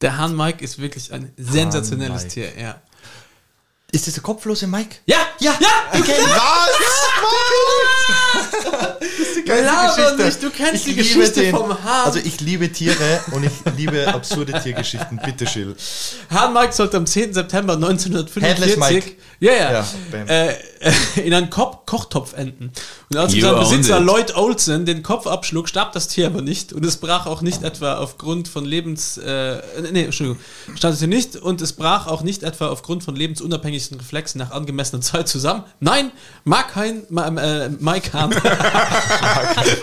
Speaker 2: Der Hahn Mike ist wirklich ein sensationelles
Speaker 3: Mike.
Speaker 2: Tier, ja.
Speaker 3: Ist das der kopflose Mike?
Speaker 2: Ja, ja, ja!
Speaker 3: Okay, was? das ist die
Speaker 2: Laber nicht, du kennst die
Speaker 3: liebe
Speaker 2: Geschichte vom Hahn.
Speaker 3: Also ich liebe Tiere und ich liebe absurde Tiergeschichten. Bitte, Schill.
Speaker 2: Hahn Mike sollte am 10. September
Speaker 3: Headless
Speaker 2: 1945
Speaker 3: Mike.
Speaker 2: Ja, ja,
Speaker 3: Ja, bam.
Speaker 2: äh, in einen Kopf Kochtopf enden. Und als
Speaker 1: You
Speaker 2: sein
Speaker 1: owned
Speaker 2: Besitzer
Speaker 1: it.
Speaker 2: Lloyd Olsen den Kopf abschlug, starb das Tier aber nicht und es brach auch nicht etwa aufgrund von Lebens... Äh, nee, Entschuldigung. Starb es nicht und es brach auch nicht etwa aufgrund von lebensunabhängigen Reflexen nach angemessener Zeit zusammen. Nein, Mark Hein... Ma, äh, Mike Hahn...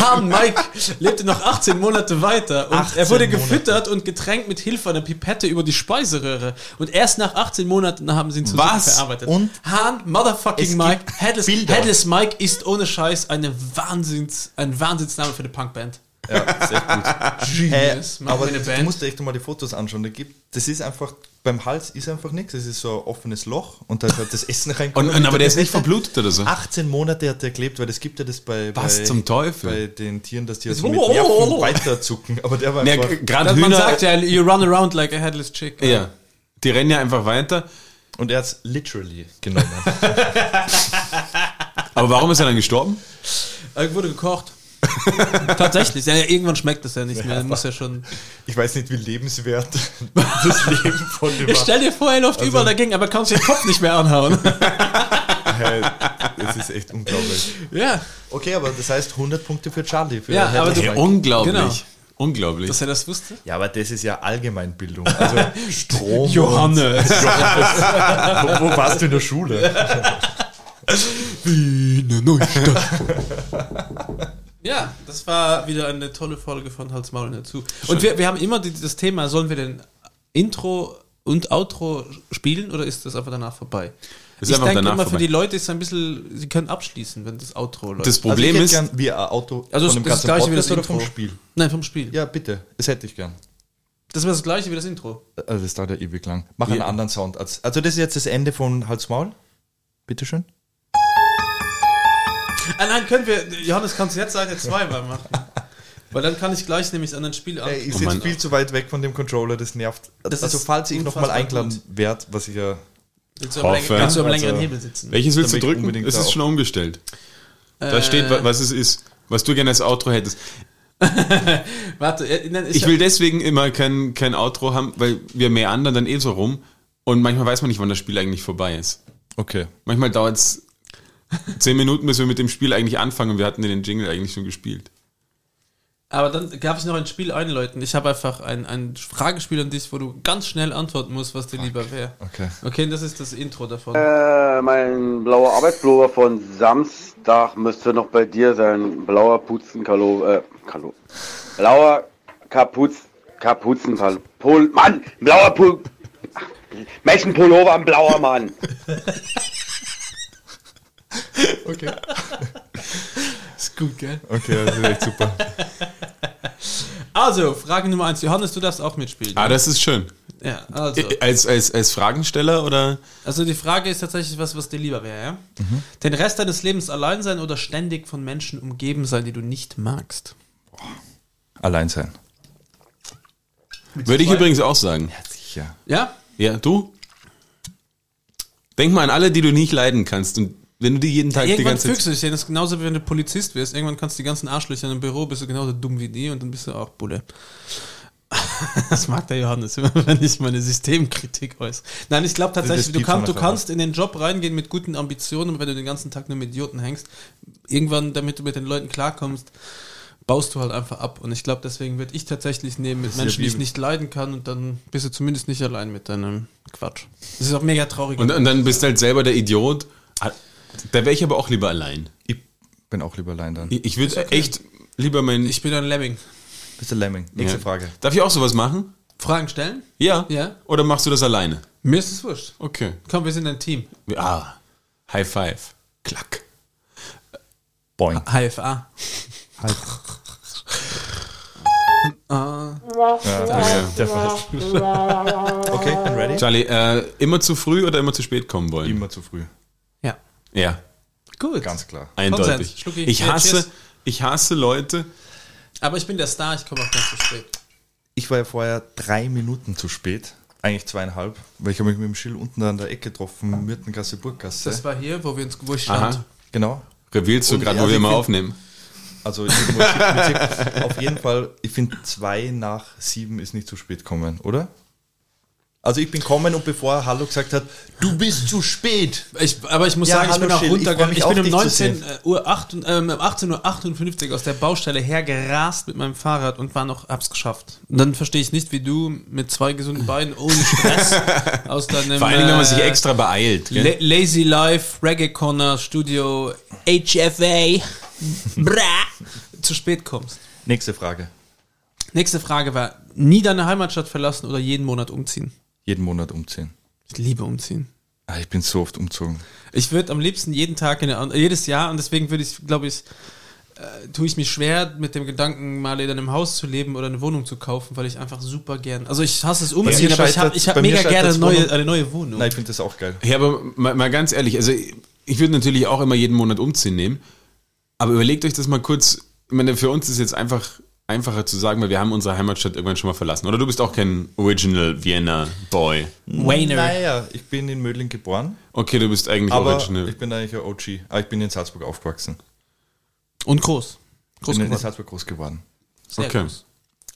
Speaker 2: Hahn Mike lebte noch 18 Monate weiter und
Speaker 3: 18
Speaker 2: er wurde
Speaker 3: Monate.
Speaker 2: gefüttert und getränkt mit Hilfe einer Pipette über die Speiseröhre. Und erst nach 18 Monaten haben sie ihn zu
Speaker 1: Was?
Speaker 2: Suppe verarbeitet.
Speaker 3: Und?
Speaker 2: Hahn
Speaker 3: Es
Speaker 2: Motherfucking
Speaker 3: gibt
Speaker 2: Mike. Headless,
Speaker 3: Bilder.
Speaker 2: Headless Mike ist ohne Scheiß eine Wahnsinns, ein Wahnsinnsname für eine Punkband.
Speaker 3: Ja, sehr gut. Äh,
Speaker 2: Genius. Machen
Speaker 3: aber
Speaker 2: wir eine
Speaker 3: du
Speaker 2: Band.
Speaker 3: musst dir echt mal die Fotos anschauen. Da gibt, das ist einfach, beim Hals ist einfach nichts. Es ist so ein offenes Loch und da ist halt das Essen
Speaker 1: Und,
Speaker 3: reinkommen.
Speaker 1: und, aber der ist nicht verblutet oder so.
Speaker 3: 18 Monate hat er gelebt, weil es gibt ja das bei,
Speaker 1: Was
Speaker 3: bei,
Speaker 1: zum Teufel?
Speaker 3: bei den Tieren, dass die also
Speaker 2: Oh,
Speaker 3: mit
Speaker 2: oh,
Speaker 3: Nerven
Speaker 2: oh, oh.
Speaker 3: weiterzucken. Aber der war
Speaker 1: Ja,
Speaker 3: einfach.
Speaker 1: Gerade
Speaker 2: Das, man
Speaker 1: Hühner.
Speaker 2: sagt ja, you run around like a headless chick.
Speaker 1: ja. Die rennen ja einfach weiter.
Speaker 3: Und er hat es literally genommen.
Speaker 1: Aber warum ist er dann gestorben?
Speaker 2: Er wurde gekocht. Tatsächlich. Ja, irgendwann schmeckt das ja nicht mehr. Muss ja schon.
Speaker 3: Ich weiß nicht, wie lebenswert das Leben von dem
Speaker 2: Ich stell dir vor, er läuft
Speaker 3: also-
Speaker 2: überall dagegen, aber kannst den Kopf nicht mehr anhauen.
Speaker 3: war. Das ist echt unglaublich.
Speaker 2: ja.
Speaker 3: Okay, aber das heißt 100 Punkte für Charlie. Für
Speaker 2: Ja, aber
Speaker 3: Headless
Speaker 2: du-
Speaker 1: Ja,
Speaker 3: Mike.
Speaker 1: unglaublich.
Speaker 2: Genau.
Speaker 1: Unglaublich.
Speaker 2: Dass er das wusste?
Speaker 3: ja, aber das ist ja Allgemeinbildung. Also Strom. und-
Speaker 2: Johannes.
Speaker 3: Wo, wo warst du in der Schule?
Speaker 2: Ja, das war wieder eine tolle Folge von Hals Maul dazu. Und wir, wir haben immer die, das Thema, sollen wir denn Intro und Outro spielen oder ist das einfach danach vorbei?
Speaker 1: Ist
Speaker 2: ich
Speaker 1: einfach
Speaker 2: denke
Speaker 1: danach
Speaker 2: immer, für
Speaker 1: vorbei.
Speaker 2: die Leute ist es ein bisschen, sie können abschließen, wenn das Outro läuft.
Speaker 1: das Problem
Speaker 3: also
Speaker 1: ist,
Speaker 3: ich hätte gern wie ein Auto
Speaker 2: also das,
Speaker 3: dem
Speaker 2: ist das
Speaker 3: ganzen
Speaker 2: gleiche wie das
Speaker 3: Podcast oder
Speaker 2: Intro.
Speaker 3: vom Spiel.
Speaker 2: Nein, vom Spiel.
Speaker 3: Ja, bitte. Das hätte ich gern.
Speaker 2: Das war das gleiche wie das Intro.
Speaker 3: Also das dauert ja ewig lang. Mach einen anderen Sound. als- Also das ist jetzt das Ende von Hals Maul. Bitteschön.
Speaker 2: Ah nein, können wir, Johannes, kannst du jetzt Seite 2 mal machen? Weil dann kann ich gleich nämlich an das Spiel an.
Speaker 3: Ey, ich
Speaker 1: Oh
Speaker 3: sitze
Speaker 1: Mann.
Speaker 3: viel zu weit weg von dem Controller, das nervt.
Speaker 2: Das
Speaker 3: also
Speaker 2: ist
Speaker 3: falls ich nochmal
Speaker 2: unfassbar
Speaker 3: eingeladen werde, was ich ja...
Speaker 2: Willst du am längeren,
Speaker 1: hoffe.
Speaker 2: kannst du am
Speaker 3: Also-
Speaker 2: längeren Hebel sitzen?
Speaker 1: welches willst du
Speaker 3: Damit ich
Speaker 1: drücken?
Speaker 3: unbedingt
Speaker 1: Es
Speaker 3: da
Speaker 1: ist
Speaker 3: auch-
Speaker 1: schon umgestellt. Da steht, wa- was es ist. Was du gerne als Outro hättest.
Speaker 2: Warte, äh, nein,
Speaker 1: Ich will deswegen immer kein, kein Outro haben, weil wir mehr anderen dann eh so rum. Und manchmal weiß man nicht, wann das Spiel eigentlich vorbei ist.
Speaker 3: Okay.
Speaker 1: Manchmal dauert es zehn Minuten, bis wir mit dem Spiel eigentlich anfangen. und Wir hatten den Jingle eigentlich schon gespielt.
Speaker 2: Aber dann darf ich noch ein Spiel einläuten. Ich habe einfach ein, ein Fragespiel an dich, wo du ganz schnell antworten musst, was dir lieber wäre.
Speaker 3: Okay.
Speaker 2: Okay, das ist das Intro davon.
Speaker 5: Äh, mein blauer Arbeitspullover von Samstag müsste noch bei dir sein. Blauer Puzenkalo, äh, Kalo. Blauer Kapuz, Kapuzenpal, Pol, Mann, blauer Pul, Ach, Menschenpullover, ein blauer Mann.
Speaker 2: ist gut, gell?
Speaker 3: Okay, das ist echt super.
Speaker 2: Also, Frage Nummer eins. Johannes, du darfst auch mitspielen.
Speaker 1: Ah, das ist schön.
Speaker 2: Ja, also.
Speaker 1: Äh, Als, als, als Fragensteller oder?
Speaker 2: Also die Frage ist tatsächlich was, was dir lieber wäre, ja?
Speaker 1: Mhm.
Speaker 2: Den Rest deines Lebens allein sein oder ständig von Menschen umgeben sein, die du nicht magst?
Speaker 3: Allein sein.
Speaker 1: Würde ich übrigens auch sagen.
Speaker 3: Sicher.
Speaker 2: Ja?
Speaker 1: Ja, du? Denk mal an alle, die du nicht leiden kannst. Und wenn du die jeden Tag die
Speaker 2: Irgendwann
Speaker 1: ganze
Speaker 2: fügst
Speaker 1: Zeit.
Speaker 2: du dich hin. Das ist genauso wie wenn du Polizist wirst. Irgendwann kannst du die ganzen Arschlöcher im Büro, bist du genauso dumm wie die und dann bist du auch Bulle. Das mag der Johannes immer, wenn ich meine Systemkritik äußere. Nein, ich glaube tatsächlich,
Speaker 3: Das
Speaker 2: du,
Speaker 3: piept
Speaker 2: kann,
Speaker 3: man
Speaker 2: du
Speaker 3: nachher
Speaker 2: kannst in den Job reingehen mit guten Ambitionen, aber wenn du den ganzen Tag nur mit Idioten hängst, irgendwann, damit du mit den Leuten klarkommst, baust du halt einfach ab. Und ich glaube, deswegen würde ich tatsächlich nehmen mit
Speaker 3: ist ja
Speaker 2: Menschen, die
Speaker 3: wie-
Speaker 2: ich nicht leiden kann und dann bist du zumindest nicht allein mit deinem Quatsch. Das ist auch mega traurig.
Speaker 1: Und, und dann bist du halt selber der Idiot. Ah, Da wäre ich aber auch lieber allein.
Speaker 3: Ich bin auch lieber allein dann.
Speaker 1: Ich, ich würde echt lieber mein.
Speaker 2: ich bin ein Lemming.
Speaker 3: Bist du Lemming? Nächste Frage.
Speaker 1: Darf ich auch sowas machen?
Speaker 2: Fragen stellen?
Speaker 1: Ja.
Speaker 2: Ja.
Speaker 1: Oder machst du das alleine?
Speaker 2: Mir ist es wurscht.
Speaker 1: Okay.
Speaker 2: Komm, wir sind ein Team.
Speaker 1: Ah, High Five. Klack.
Speaker 3: Boing.
Speaker 2: HFA.
Speaker 3: Ah. halt Der Fall. Okay, bin ready.
Speaker 1: Charlie, äh, immer zu früh oder immer zu spät kommen wollen?
Speaker 3: Immer zu früh.
Speaker 2: Ja.
Speaker 1: Ja,
Speaker 2: Gut.
Speaker 3: Ganz klar.
Speaker 1: eindeutig.
Speaker 2: Konsens, Schlucki.
Speaker 1: Ich
Speaker 2: Ja,
Speaker 1: hasse,
Speaker 2: cheers.
Speaker 1: ich hasse Leute.
Speaker 2: Aber ich bin der Star, ich komme auch ganz zu spät.
Speaker 3: Ich war ja vorher drei Minuten zu spät. Eigentlich zweieinhalb, weil ich habe mich mit dem Schild unten an der Ecke getroffen, Myrtengasse, Burggasse.
Speaker 2: Das war hier, wo wir uns wo ich stand.
Speaker 1: Aha.
Speaker 3: genau.
Speaker 1: Revealst du
Speaker 3: Und
Speaker 1: gerade,
Speaker 3: ja,
Speaker 1: wo wir
Speaker 3: wir
Speaker 1: immer
Speaker 3: finden-
Speaker 1: aufnehmen?
Speaker 3: Also irgendwo mit- mit- auf jeden Fall, ich finde zwei nach sieben ist nicht zu spät kommen, oder? Also ich bin kommen und bevor Hallo gesagt hat, du bist zu spät.
Speaker 2: Ich, aber ich muss
Speaker 3: Ja,
Speaker 2: sagen, ich
Speaker 3: hallo
Speaker 2: bin auch
Speaker 3: Schill, ich freu
Speaker 2: runtergegangen.
Speaker 3: mich
Speaker 2: Ich,
Speaker 3: auch,
Speaker 2: bin um
Speaker 3: dich zu
Speaker 2: 19 Uhr 8, ähm, um 18.58 Uhr aus der Baustelle hergerast mit meinem Fahrrad und war noch, hab's geschafft. Und dann verstehe ich nicht, wie du mit zwei gesunden Beinen ohne Stress aus deinem
Speaker 1: Vor allen Dingen, wenn man sich
Speaker 2: äh,
Speaker 1: extra beeilt. gell?
Speaker 2: La Lazy Life, Reggae Corner, Studio, HFA, bra, zu spät kommst.
Speaker 3: Nächste Frage.
Speaker 2: Nächste Frage war, nie deine Heimatstadt verlassen oder jeden Monat umziehen?
Speaker 3: Jeden Monat umziehen.
Speaker 2: Ich liebe umziehen.
Speaker 3: Ah, ich bin so oft umzogen.
Speaker 2: Ich würde am liebsten jeden Tag, in der, jedes Jahr, und deswegen würde ich, glaube ich, äh, tue ich mich schwer mit dem Gedanken, mal in einem Haus zu leben oder eine Wohnung zu kaufen, weil ich einfach super gern, also ich hasse es umziehen,
Speaker 3: mir
Speaker 2: aber ich habe
Speaker 3: scheitert-
Speaker 2: ich hab
Speaker 3: bei mir
Speaker 2: mega gerne
Speaker 3: scheitert's
Speaker 2: eine neue,
Speaker 3: Wohnung-
Speaker 2: eine neue Wohnung.
Speaker 3: Nein, ich finde das auch geil.
Speaker 1: Ja, aber mal, mal ganz ehrlich, also ich würde natürlich auch immer jeden Monat umziehen nehmen, aber überlegt euch das mal kurz. Ich meine, für uns ist jetzt einfach einfacher zu sagen, weil wir haben unsere Heimatstadt irgendwann schon mal verlassen. Oder du bist auch kein Original Vienna Boy.
Speaker 2: Wayner.
Speaker 3: Naja, ich bin in Mödling geboren,
Speaker 1: Okay, du bist eigentlich
Speaker 3: aber
Speaker 1: Original.
Speaker 3: ich bin eigentlich ein OG. Ah, ich bin in Salzburg aufgewachsen.
Speaker 2: Und groß. Groß
Speaker 3: Bin in
Speaker 2: geworden.
Speaker 3: Salzburg groß geworden.
Speaker 2: Sehr
Speaker 1: Okay.
Speaker 2: groß.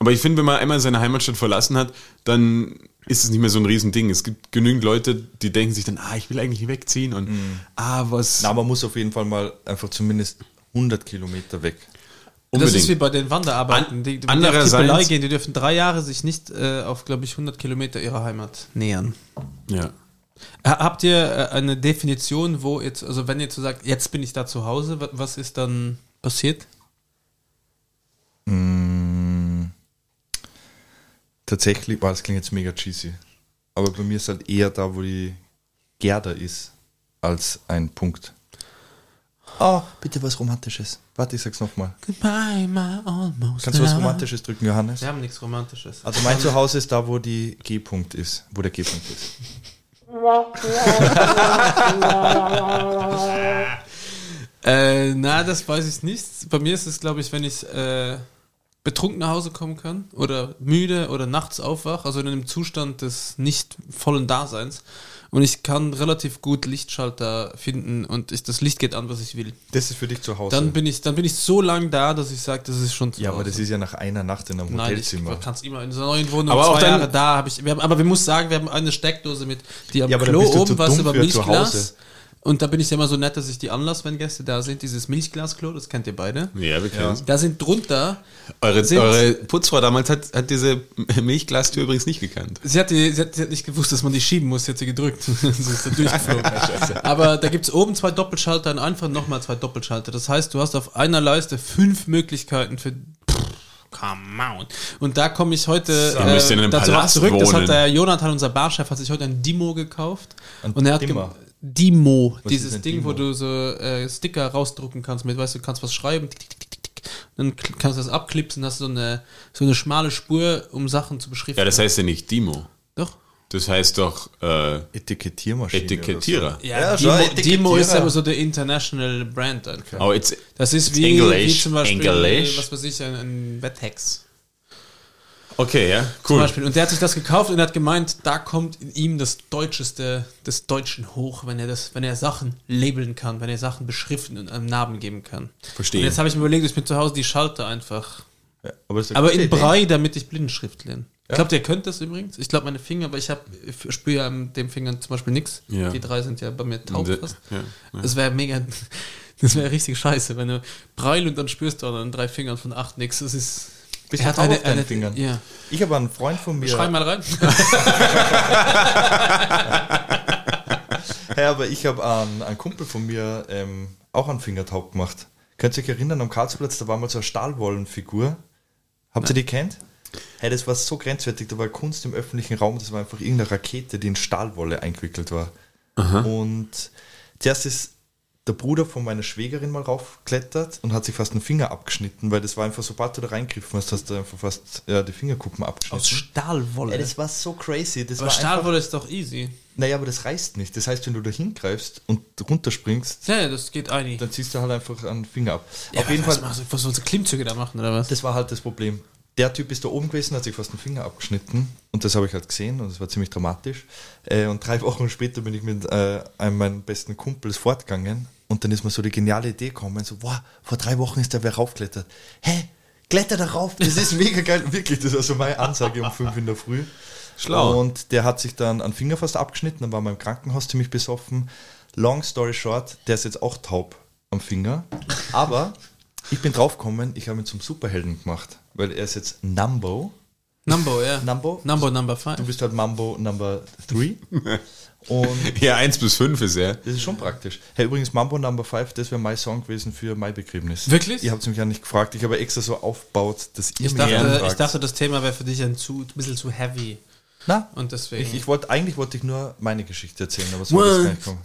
Speaker 1: Aber ich finde, wenn man einmal seine Heimatstadt verlassen hat, dann ist es nicht mehr so ein Riesending. Es gibt genügend Leute, die denken sich dann, ah, ich will eigentlich wegziehen und ah, was.
Speaker 3: Mhm. Na, man muss auf jeden Fall mal einfach zumindest 100 Kilometer weg.
Speaker 1: unbedingt.
Speaker 2: Das ist wie bei den Wanderarbeiten.
Speaker 1: An-
Speaker 2: die, die
Speaker 1: andererseits-
Speaker 2: auf Tippelei gehen, die dürfen drei Jahre sich nicht äh, auf, glaube ich, 100 Kilometer ihrer Heimat nähern.
Speaker 1: ja.
Speaker 2: Ha- Habt ihr äh, eine Definition, wo jetzt, also wenn ihr so sagt, jetzt bin ich da zu Hause, wa- was ist dann passiert?
Speaker 3: Mm. Tatsächlich, boah, das klingt jetzt mega cheesy. Aber bei mir ist halt eher da, wo die Gerda ist, als ein Punkt. Oh, bitte was Romantisches. Warte, ich sag's nochmal.
Speaker 2: Goodbye, my almost
Speaker 3: Kannst du was
Speaker 2: lover.
Speaker 3: Romantisches drücken, Johannes?
Speaker 2: Wir haben nichts Romantisches.
Speaker 3: Also mein Zuhause ist da, wo die G-Punkt ist, wo der G-Punkt ist.
Speaker 2: Äh, na, das weiß ich nicht. Bei mir ist es, glaube ich, wenn ich äh, betrunken nach Hause kommen kann oder müde oder nachts aufwach, also in einem Zustand des nicht vollen Daseins. Und ich kann relativ gut Lichtschalter finden und ich, das Licht geht an, was ich will.
Speaker 3: Das ist für dich zu Hause.
Speaker 2: Dann bin ich, dann bin ich so lang da, dass ich sage, das ist schon zu
Speaker 3: ja, aber das
Speaker 2: Hause.
Speaker 3: ist ja nach einer Nacht in einem
Speaker 2: Nein, ich
Speaker 3: Hotelzimmer.
Speaker 2: kann es immer in dieser neuen Wohnung
Speaker 1: Aber
Speaker 2: zwei
Speaker 1: auch dann-
Speaker 2: Jahre da habe ich. Wir haben, aber wir muss sagen, wir haben eine Steckdose mit, die am
Speaker 3: Ja, aber dann
Speaker 2: Klo
Speaker 3: bist du
Speaker 2: oben
Speaker 3: zu
Speaker 2: was
Speaker 3: dumm
Speaker 2: über
Speaker 3: für zu
Speaker 2: Milchglas.
Speaker 3: Hause.
Speaker 2: Und da bin ich ja immer so nett, dass ich die anlasse, wenn Gäste da sind. Dieses Milchglasklo, das kennt ihr beide.
Speaker 1: Ja, wir kennen es.
Speaker 2: Da sind drunter.
Speaker 1: Eure,
Speaker 2: Sind-
Speaker 1: eure Putzfrau damals hat, hat diese Milchglastür übrigens nicht gekannt.
Speaker 2: Sie hat, die, sie, hat, sie hat nicht gewusst, dass man die schieben muss, sie hat sie gedrückt. sie ist da durchgeflogen. Aber da gibt es oben zwei Doppelschalter und einfach nochmal zwei Doppelschalter. Das heißt, du hast auf einer Leiste fünf Möglichkeiten für. Pff, Come on. Und da komme ich heute äh,
Speaker 1: Da müsst ihr in einem Palast
Speaker 2: Das
Speaker 1: wohnen.
Speaker 2: hat der Jonathan, unser Barchef, hat sich heute ein Dimo gekauft.
Speaker 3: Ein
Speaker 2: und er hat
Speaker 3: Dimmer.
Speaker 2: ge- Dimo,
Speaker 3: ist
Speaker 2: dieses
Speaker 3: ein
Speaker 2: Ding, wo
Speaker 3: Dimo?
Speaker 2: du so äh, Sticker rausdrucken kannst mit, weißt du, du kannst was schreiben, tick, tick, tick, tick, tick. dann kl- kannst du das abklipsen, hast so eine, so eine schmale Spur, um Sachen zu beschriften.
Speaker 1: Ja, das heißt ja nicht Dimo.
Speaker 2: Doch.
Speaker 1: Das heißt doch äh,
Speaker 3: Etikettiermaschine. Oder
Speaker 1: Etikettierer.
Speaker 2: Ja,
Speaker 3: Ja, schon,
Speaker 2: Demo,
Speaker 3: Etikettierer.
Speaker 2: Demo ist aber so der international Brand einfach.
Speaker 1: Aber jetzt,
Speaker 2: Das ist wie,
Speaker 1: English,
Speaker 2: wie zum Beispiel, äh,
Speaker 1: English.
Speaker 2: was weiß ich, ein, ein Wettex
Speaker 1: okay, ja,
Speaker 2: zum
Speaker 1: cool.
Speaker 2: Beispiel. Und der hat sich das gekauft und er hat gemeint, da kommt in ihm das Deutscheste des Deutschen hoch, wenn er das, wenn er Sachen labeln kann, wenn er Sachen beschriften und einem Namen geben kann.
Speaker 1: Verstehe.
Speaker 2: Und jetzt habe ich mir überlegt, ich bin zu Hause die Schalter einfach.
Speaker 3: so. Ja, aber, das ist eine
Speaker 2: Aber
Speaker 3: gute
Speaker 2: in
Speaker 3: Idee.
Speaker 2: Brei, damit ich Blindenschrift lerne. Ich glaube, der könnte das übrigens. Ich glaube, meine Finger, aber ich, hab- ich spüre ja an den Fingern zum Beispiel nichts.
Speaker 1: Ja.
Speaker 2: Die drei sind ja bei mir taub
Speaker 1: Und, äh,
Speaker 2: fast.
Speaker 1: ja, ja.
Speaker 2: Das wäre mega, das wäre richtig scheiße, wenn du Breil und dann spürst du an den drei Fingern von acht nichts. Das ist.
Speaker 3: Bist
Speaker 2: Er
Speaker 3: du
Speaker 2: hat
Speaker 3: taub
Speaker 2: eine-
Speaker 3: auf deinen
Speaker 2: eine-
Speaker 3: Fingern?
Speaker 2: ja.
Speaker 3: Ich habe einen Freund von mir.
Speaker 2: Schreib mal rein.
Speaker 3: Hey, aber ich habe einen, einen Kumpel von mir ähm, auch einen Fingertaub gemacht. Könnt ihr euch erinnern, am Karlsplatz, da war mal so eine Stahlwollenfigur. Habt ihr die kennt? Hey, das war so grenzwertig, da war Kunst im öffentlichen Raum, das war einfach irgendeine Rakete, die in Stahlwolle eingewickelt war. Und zuerst ist der Bruder von meiner Schwägerin mal raufklettert und hat sich fast einen Finger abgeschnitten, weil das war einfach, sobald du da reingriffen hast, hast du einfach fast ja, die Fingerkuppen abgeschnitten.
Speaker 2: Aus Stahlwolle.
Speaker 3: Ja, das war so crazy. Das
Speaker 2: aber
Speaker 3: war einfach,
Speaker 2: Stahlwolle ist doch easy.
Speaker 3: naja, aber das reißt nicht. Das heißt, wenn du da hingreifst und runterspringst,
Speaker 2: Ja, ja, das geht eigentlich.
Speaker 3: dann ziehst du halt einfach einen Finger ab.
Speaker 2: Ja,
Speaker 3: Auf jeden
Speaker 2: was
Speaker 3: Fall,
Speaker 2: machst du- Was sollst du Klimmzüge da machen, oder was?
Speaker 3: das war halt das Problem. Der Typ ist da oben gewesen, hat sich fast einen Finger abgeschnitten und das habe ich halt gesehen und es war ziemlich dramatisch. Äh, und drei Wochen später bin ich mit äh, einem meiner besten Kumpels fortgegangen und dann ist mir so die geniale Idee gekommen, so, wow, vor drei Wochen ist der wer raufklettert. Hä? Kletter da rauf, das ist mega geil. Wirklich, das war so meine Ansage um fünf in der Früh.
Speaker 1: Schlau.
Speaker 3: Und der hat sich dann einen Finger fast abgeschnitten, dann war man im Krankenhaus ziemlich besoffen. Long story short, der ist jetzt auch taub am Finger. Aber ich bin draufgekommen, ich habe ihn zum Superhelden gemacht, weil er ist jetzt Numbo.
Speaker 2: Numbo, ja.
Speaker 3: Numbo?
Speaker 2: Numbo Number
Speaker 3: Du
Speaker 2: 5.
Speaker 3: bist halt Mambo Number 3. Und
Speaker 1: Ja, 1 bis 5 ist er.
Speaker 3: das ist schon praktisch. Hey, übrigens, Mambo Number 5, das wäre mein Song gewesen für mein Begräbnis.
Speaker 2: Wirklich?
Speaker 3: Ihr habt es mich ja nicht gefragt. Ich habe extra so aufgebaut, dass ihr
Speaker 2: Ich
Speaker 3: mich gerne
Speaker 2: dachte, ich
Speaker 3: fragt.
Speaker 2: dachte, das Thema wäre für dich ein, zu, ein bisschen zu heavy.
Speaker 3: Na,
Speaker 2: Und deswegen.
Speaker 3: ich, ich wollte, eigentlich wollte ich nur meine Geschichte erzählen, aber so hat das gar
Speaker 2: One,
Speaker 3: nicht gekommen.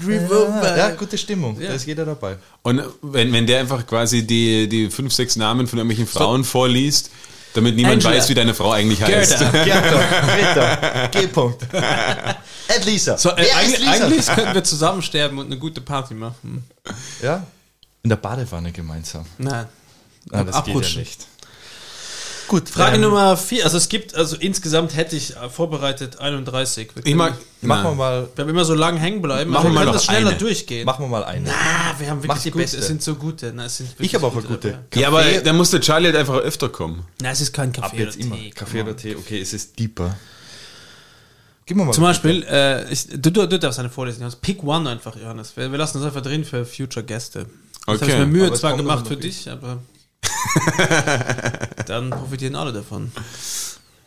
Speaker 2: two, three, four,
Speaker 3: Ja,
Speaker 2: five.
Speaker 3: ja, gute Stimmung.
Speaker 2: Ja.
Speaker 3: Da ist jeder dabei.
Speaker 1: Und wenn, wenn der einfach quasi die, die fünf, sechs Namen von irgendwelchen Frauen vorliest, damit niemand
Speaker 2: Angela.
Speaker 1: weiß, wie deine Frau eigentlich heißt.
Speaker 2: Gerda.
Speaker 3: Gerda, Greta, G-Punkt. Ed Lisa.
Speaker 2: So, äh,
Speaker 3: Wer ist
Speaker 2: eigentlich,
Speaker 3: Lisa?
Speaker 2: eigentlich könnten wir zusammen sterben und eine gute Party machen.
Speaker 3: Ja. In der Badewanne gemeinsam.
Speaker 2: Nein.
Speaker 3: Ah, das
Speaker 2: Abrutschen.
Speaker 3: nicht. Gut,
Speaker 2: Frage
Speaker 3: ähm,
Speaker 2: Nummer 4. Also es gibt, also insgesamt hätte ich äh, vorbereitet 31. Wir,
Speaker 1: Ich mag,
Speaker 2: können-
Speaker 3: Machen wir
Speaker 1: Nein.
Speaker 3: mal,
Speaker 2: wir haben immer so lang hängen bleiben,
Speaker 1: Machen
Speaker 2: Also
Speaker 1: wir mal
Speaker 2: können
Speaker 1: noch
Speaker 2: das schneller
Speaker 1: eine.
Speaker 2: durchgehen.
Speaker 3: machen wir mal eine.
Speaker 2: Ah, wir haben
Speaker 3: Mach
Speaker 2: wirklich
Speaker 3: die
Speaker 2: gute,
Speaker 3: beste.
Speaker 2: es sind so gute. Na, es sind
Speaker 3: ich
Speaker 2: wirklich
Speaker 3: habe auch eine gute.
Speaker 2: dabei.
Speaker 1: Ja, aber dann muss der Charlie halt einfach öfter kommen.
Speaker 2: Na, es ist kein
Speaker 3: Ab
Speaker 2: Kaffee
Speaker 3: jetzt
Speaker 2: oder
Speaker 3: immer.
Speaker 2: Tee.
Speaker 3: Kaffee oder Tee, okay, es ist deeper. Gib mir mal.
Speaker 2: Zum Beispiel, äh, ich, du, du, du darfst eine vorlesen. Johannes. Pick one einfach, Johannes. Wir, wir lassen das einfach drin für Future Gäste. Das
Speaker 1: Okay.
Speaker 2: habe ich mir Mühe
Speaker 3: Aber es
Speaker 2: zwar
Speaker 3: kommt
Speaker 2: gemacht
Speaker 3: noch
Speaker 2: für
Speaker 3: viel.
Speaker 2: dich, aber dann profitieren alle davon.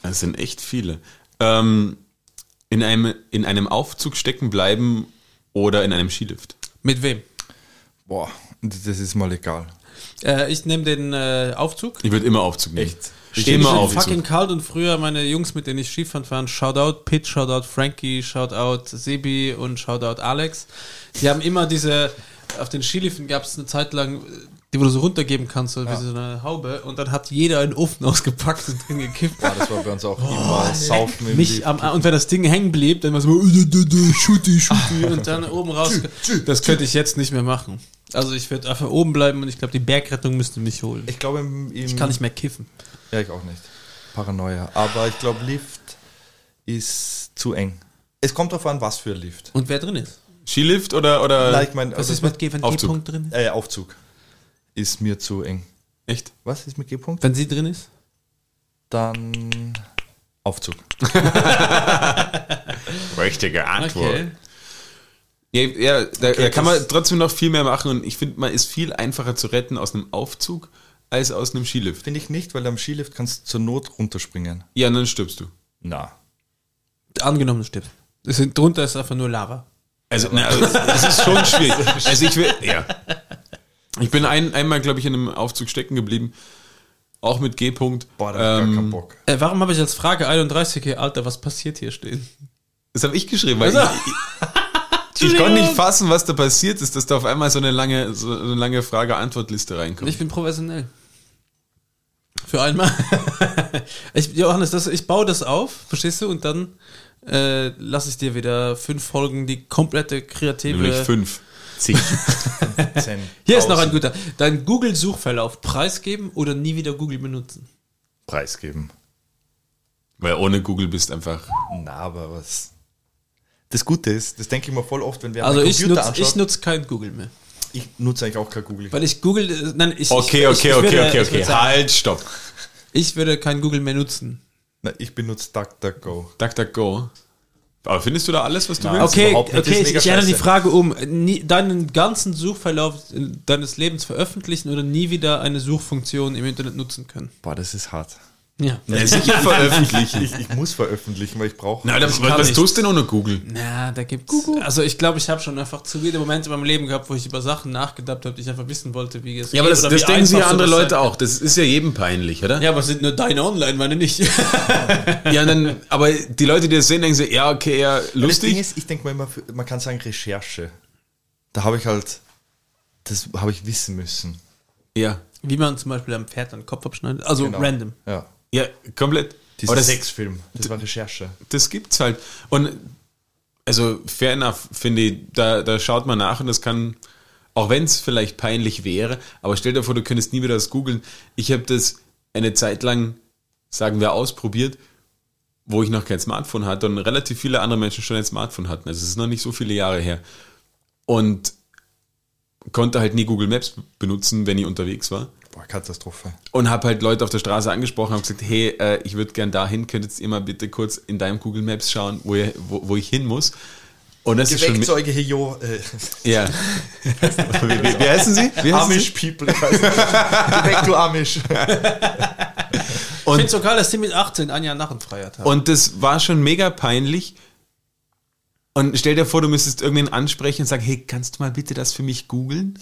Speaker 1: Das sind echt viele. Ähm, in, einem, in einem Aufzug stecken bleiben oder in einem Skilift.
Speaker 2: Mit wem?
Speaker 3: Boah, das ist mal egal.
Speaker 2: Äh, ich nehme den äh, Aufzug.
Speaker 1: Ich würde immer Aufzug nehmen.
Speaker 3: Echt?
Speaker 1: Ich
Speaker 2: Ich
Speaker 1: immer
Speaker 2: bin
Speaker 1: Aufzug.
Speaker 2: fucking kalt und früher meine Jungs, mit denen ich Skifahren waren, Shoutout Pitt, Shoutout Frankie, Shoutout Sebi und Shoutout Alex. Die haben immer diese, auf den Skiliften gab es eine Zeit lang, die wo du so runtergeben kannst, so wie so eine Haube und dann hat jeder einen Ofen ausgepackt und drin gekippt.
Speaker 3: Ja, das war bei uns auch immer saufen im
Speaker 2: Oh, Mich
Speaker 3: Lift.
Speaker 2: am, und wenn das Ding hängen blieb, dann war es so, "Äh, dü, dü, schuti, schuti, und dann oben raus. Das könnte ich jetzt nicht mehr machen. Also ich werde einfach oben bleiben und ich glaube, die Bergrettung müsste mich holen.
Speaker 3: Ich glaube, im, im,
Speaker 2: Ich kann nicht mehr kiffen.
Speaker 3: Ja, ich auch nicht. Paranoia. Aber ich glaube, Lift ist zu eng. Es kommt darauf an, was für ein Lift.
Speaker 2: Und wer drin ist?
Speaker 1: Skilift oder,
Speaker 3: Nein,
Speaker 1: oder
Speaker 3: ich mein,
Speaker 2: Äh, Was
Speaker 3: also
Speaker 2: ist mit G, wenn
Speaker 1: Aufzug.
Speaker 2: G-Punkt drin ist?
Speaker 3: äh, Aufzug ist mir zu eng.
Speaker 1: echt?
Speaker 3: Was ist mit G-Punkt?
Speaker 2: Wenn sie drin ist?
Speaker 3: Dann Aufzug.
Speaker 1: Richtige Ja, ja da, da kann man trotzdem noch viel mehr machen und ich finde, man ist viel einfacher zu retten aus einem Aufzug als aus einem Skilift.
Speaker 3: Finde ich nicht, weil am Skilift kannst du zur Not runterspringen.
Speaker 1: Ja, und dann stirbst du.
Speaker 3: Na.
Speaker 2: Angenommen, es stimmt. Es sind, drunter ist einfach nur Lava.
Speaker 1: Also, na, also das ist schon schwierig. Also ich will, ja. Ich bin ein, einmal, glaube ich, in einem Aufzug stecken geblieben. Auch mit G-Punkt.
Speaker 3: Boah, da hab ich gar keinen Bock.
Speaker 2: Äh, warum habe ich als Frage 31 hier, Alter, was passiert hier stehen?
Speaker 1: Das habe ich geschrieben, weil
Speaker 2: Also,
Speaker 1: ich, ich, ich konnte nicht fassen, was da passiert ist, dass da auf einmal so eine lange, so eine lange Frage-Antwort-Liste reinkommt.
Speaker 2: Ich bin professionell. Für einmal. ich, Johannes, das, ich baue das auf, verstehst du? Und dann äh, lasse ich dir wieder fünf Folgen die komplette
Speaker 1: Nämlich
Speaker 2: kreative.
Speaker 1: fünf. Zig.
Speaker 2: Hier ist noch ein guter. Dein Google-Suchverlauf preisgeben oder nie wieder Google benutzen.
Speaker 3: Preis geben.
Speaker 1: Weil ohne Google bist einfach.
Speaker 3: Na, aber was? Das Gute ist, das denke ich mir voll oft, wenn wir
Speaker 2: Also
Speaker 3: meinen
Speaker 2: ich nutze
Speaker 3: anschaut.
Speaker 2: ich nutz kein Google mehr.
Speaker 3: Ich nutze eigentlich auch kein Google.
Speaker 2: Weil ich Google. äh, Nein, ich,
Speaker 1: Okay,
Speaker 2: ich,
Speaker 1: okay,
Speaker 2: ich,
Speaker 1: okay,
Speaker 2: ich würde,
Speaker 1: okay,
Speaker 2: ich würde
Speaker 1: okay.
Speaker 2: sagen,
Speaker 1: Halt, stopp.
Speaker 2: Ich würde kein Google mehr nutzen.
Speaker 3: Na, ich benutze DuckDuckGo.
Speaker 1: DuckDuckGo. Aber findest du da alles, was du willst?
Speaker 2: Okay,
Speaker 3: überhaupt nicht. Das
Speaker 2: okay,
Speaker 3: ist
Speaker 2: ich,
Speaker 3: mega
Speaker 2: ich ändere die
Speaker 3: scheiße.
Speaker 2: Frage um. Nie, deinen ganzen Suchverlauf äh, deines Lebens veröffentlichen oder nie wieder eine Suchfunktion im Internet nutzen können.
Speaker 3: Boah, das ist hart.
Speaker 2: Ja.
Speaker 1: Ja, sicher veröffentlichen.
Speaker 3: Ich, ich muss veröffentlichen, weil ich brauche.
Speaker 1: Na, dann,
Speaker 2: kann
Speaker 1: was
Speaker 2: nicht.
Speaker 1: tust du denn ohne Google?
Speaker 2: Na, da gibt's. Also ich glaube, ich habe schon einfach zu viele Momente in meinem Leben gehabt, wo ich über Sachen nachgedacht habe, die ich einfach wissen wollte, wie es
Speaker 1: Ja, aber das,
Speaker 2: oder
Speaker 1: das
Speaker 2: wie
Speaker 1: denken sich
Speaker 2: einfach
Speaker 1: ja andere
Speaker 2: sowas
Speaker 1: Leute
Speaker 2: sein
Speaker 1: auch. Das ist ja jedem peinlich, oder?
Speaker 2: kann. Ja, aber es sind nur deine online, meine nicht.
Speaker 1: Ja, und dann, aber die Leute, die das sehen, denken sich, ja, okay, ja,
Speaker 3: Das Ding
Speaker 1: lustig.
Speaker 3: ist, ich denke mal immer, für- man kann sagen Recherche. Da habe ich halt Das habe ich wissen müssen.
Speaker 1: Ja.
Speaker 2: Wie man zum Beispiel einem Pferd einen Kopf abschneidet. Also
Speaker 3: Genau.
Speaker 2: random.
Speaker 3: Ja.
Speaker 1: Ja, komplett.
Speaker 3: Dieser
Speaker 1: Aber das,
Speaker 3: Sexfilm. Das war Recherche.
Speaker 1: das gibt's halt. Und also fair enough, finde ich, da, da schaut man nach und das kann, auch wenn es vielleicht peinlich wäre, aber stell dir vor, du könntest nie wieder das googeln. Ich habe das eine Zeit lang, sagen wir, ausprobiert, wo ich noch kein Smartphone hatte und relativ viele andere Menschen schon ein Smartphone hatten. Also es ist noch nicht so viele Jahre her. Und konnte halt nie Google Maps benutzen, wenn ich unterwegs war
Speaker 3: Boah, Katastrophe.
Speaker 1: und habe halt Leute auf der Straße angesprochen und gesagt, hey, äh, ich würde gern dahin, könntet ihr mal bitte kurz in deinem Google Maps schauen, wo, ihr, wo, wo ich hin muss. Und das ist schon
Speaker 3: Gewächzeuge Hejo. Äh,
Speaker 1: mit, ja. wie, wie, wie heißen sie? Wie heißen
Speaker 3: Amish People. ich weiß nicht. Weg, du Amish.
Speaker 2: ich finde sogar, dass sie mit 18 ein Jahr Narrenfreiheit haben.
Speaker 1: Und das war schon mega peinlich. Und stell dir vor, du müsstest irgendwen ansprechen und sagen, hey, kannst du mal bitte das für mich googeln?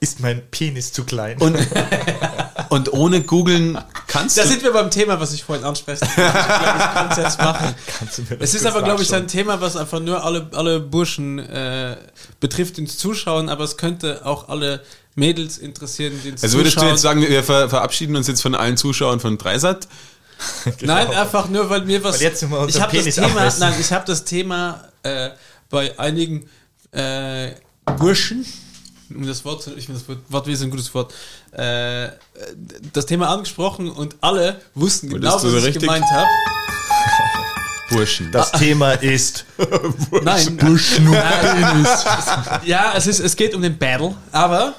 Speaker 3: Ist mein Penis zu klein?
Speaker 1: Und, und ohne googeln kannst
Speaker 2: Da
Speaker 1: du.
Speaker 2: sind wir beim Thema, was ich vorhin ansprechen wollte. Ich glaube, ich kann es jetzt machen.
Speaker 3: Kannst du mir das
Speaker 2: Es ist
Speaker 3: kurz
Speaker 2: aber, glaube ich, so
Speaker 3: nachschauen?
Speaker 2: ein Thema, was einfach nur alle, alle Burschen äh, betrifft, die uns zuschauen, aber es könnte auch alle Mädels interessieren, die uns
Speaker 1: also
Speaker 2: zuschauen.
Speaker 1: würdest du jetzt sagen, wir ver verabschieden uns jetzt von allen Zuschauern von Dreisat?
Speaker 2: Nein,
Speaker 3: Genau.
Speaker 2: einfach nur, weil mir was.
Speaker 3: Weil jetzt sind wir
Speaker 2: ich
Speaker 3: unter
Speaker 2: habe das
Speaker 3: Penis
Speaker 2: Thema,
Speaker 3: abmessen.
Speaker 2: nein, ich habe das Thema äh, bei einigen äh, Burschen, um das Wort, zu- ich finde das Wort, Wortwesen ist ein gutes Wort, äh, das Thema angesprochen und alle wussten genau, was
Speaker 1: du so
Speaker 2: ich
Speaker 1: richtig?
Speaker 2: gemeint habe.
Speaker 1: Burschen.
Speaker 3: Das Thema ist
Speaker 2: Nein, Burschen und Penis. Ja, es ist, es geht um den Battle, aber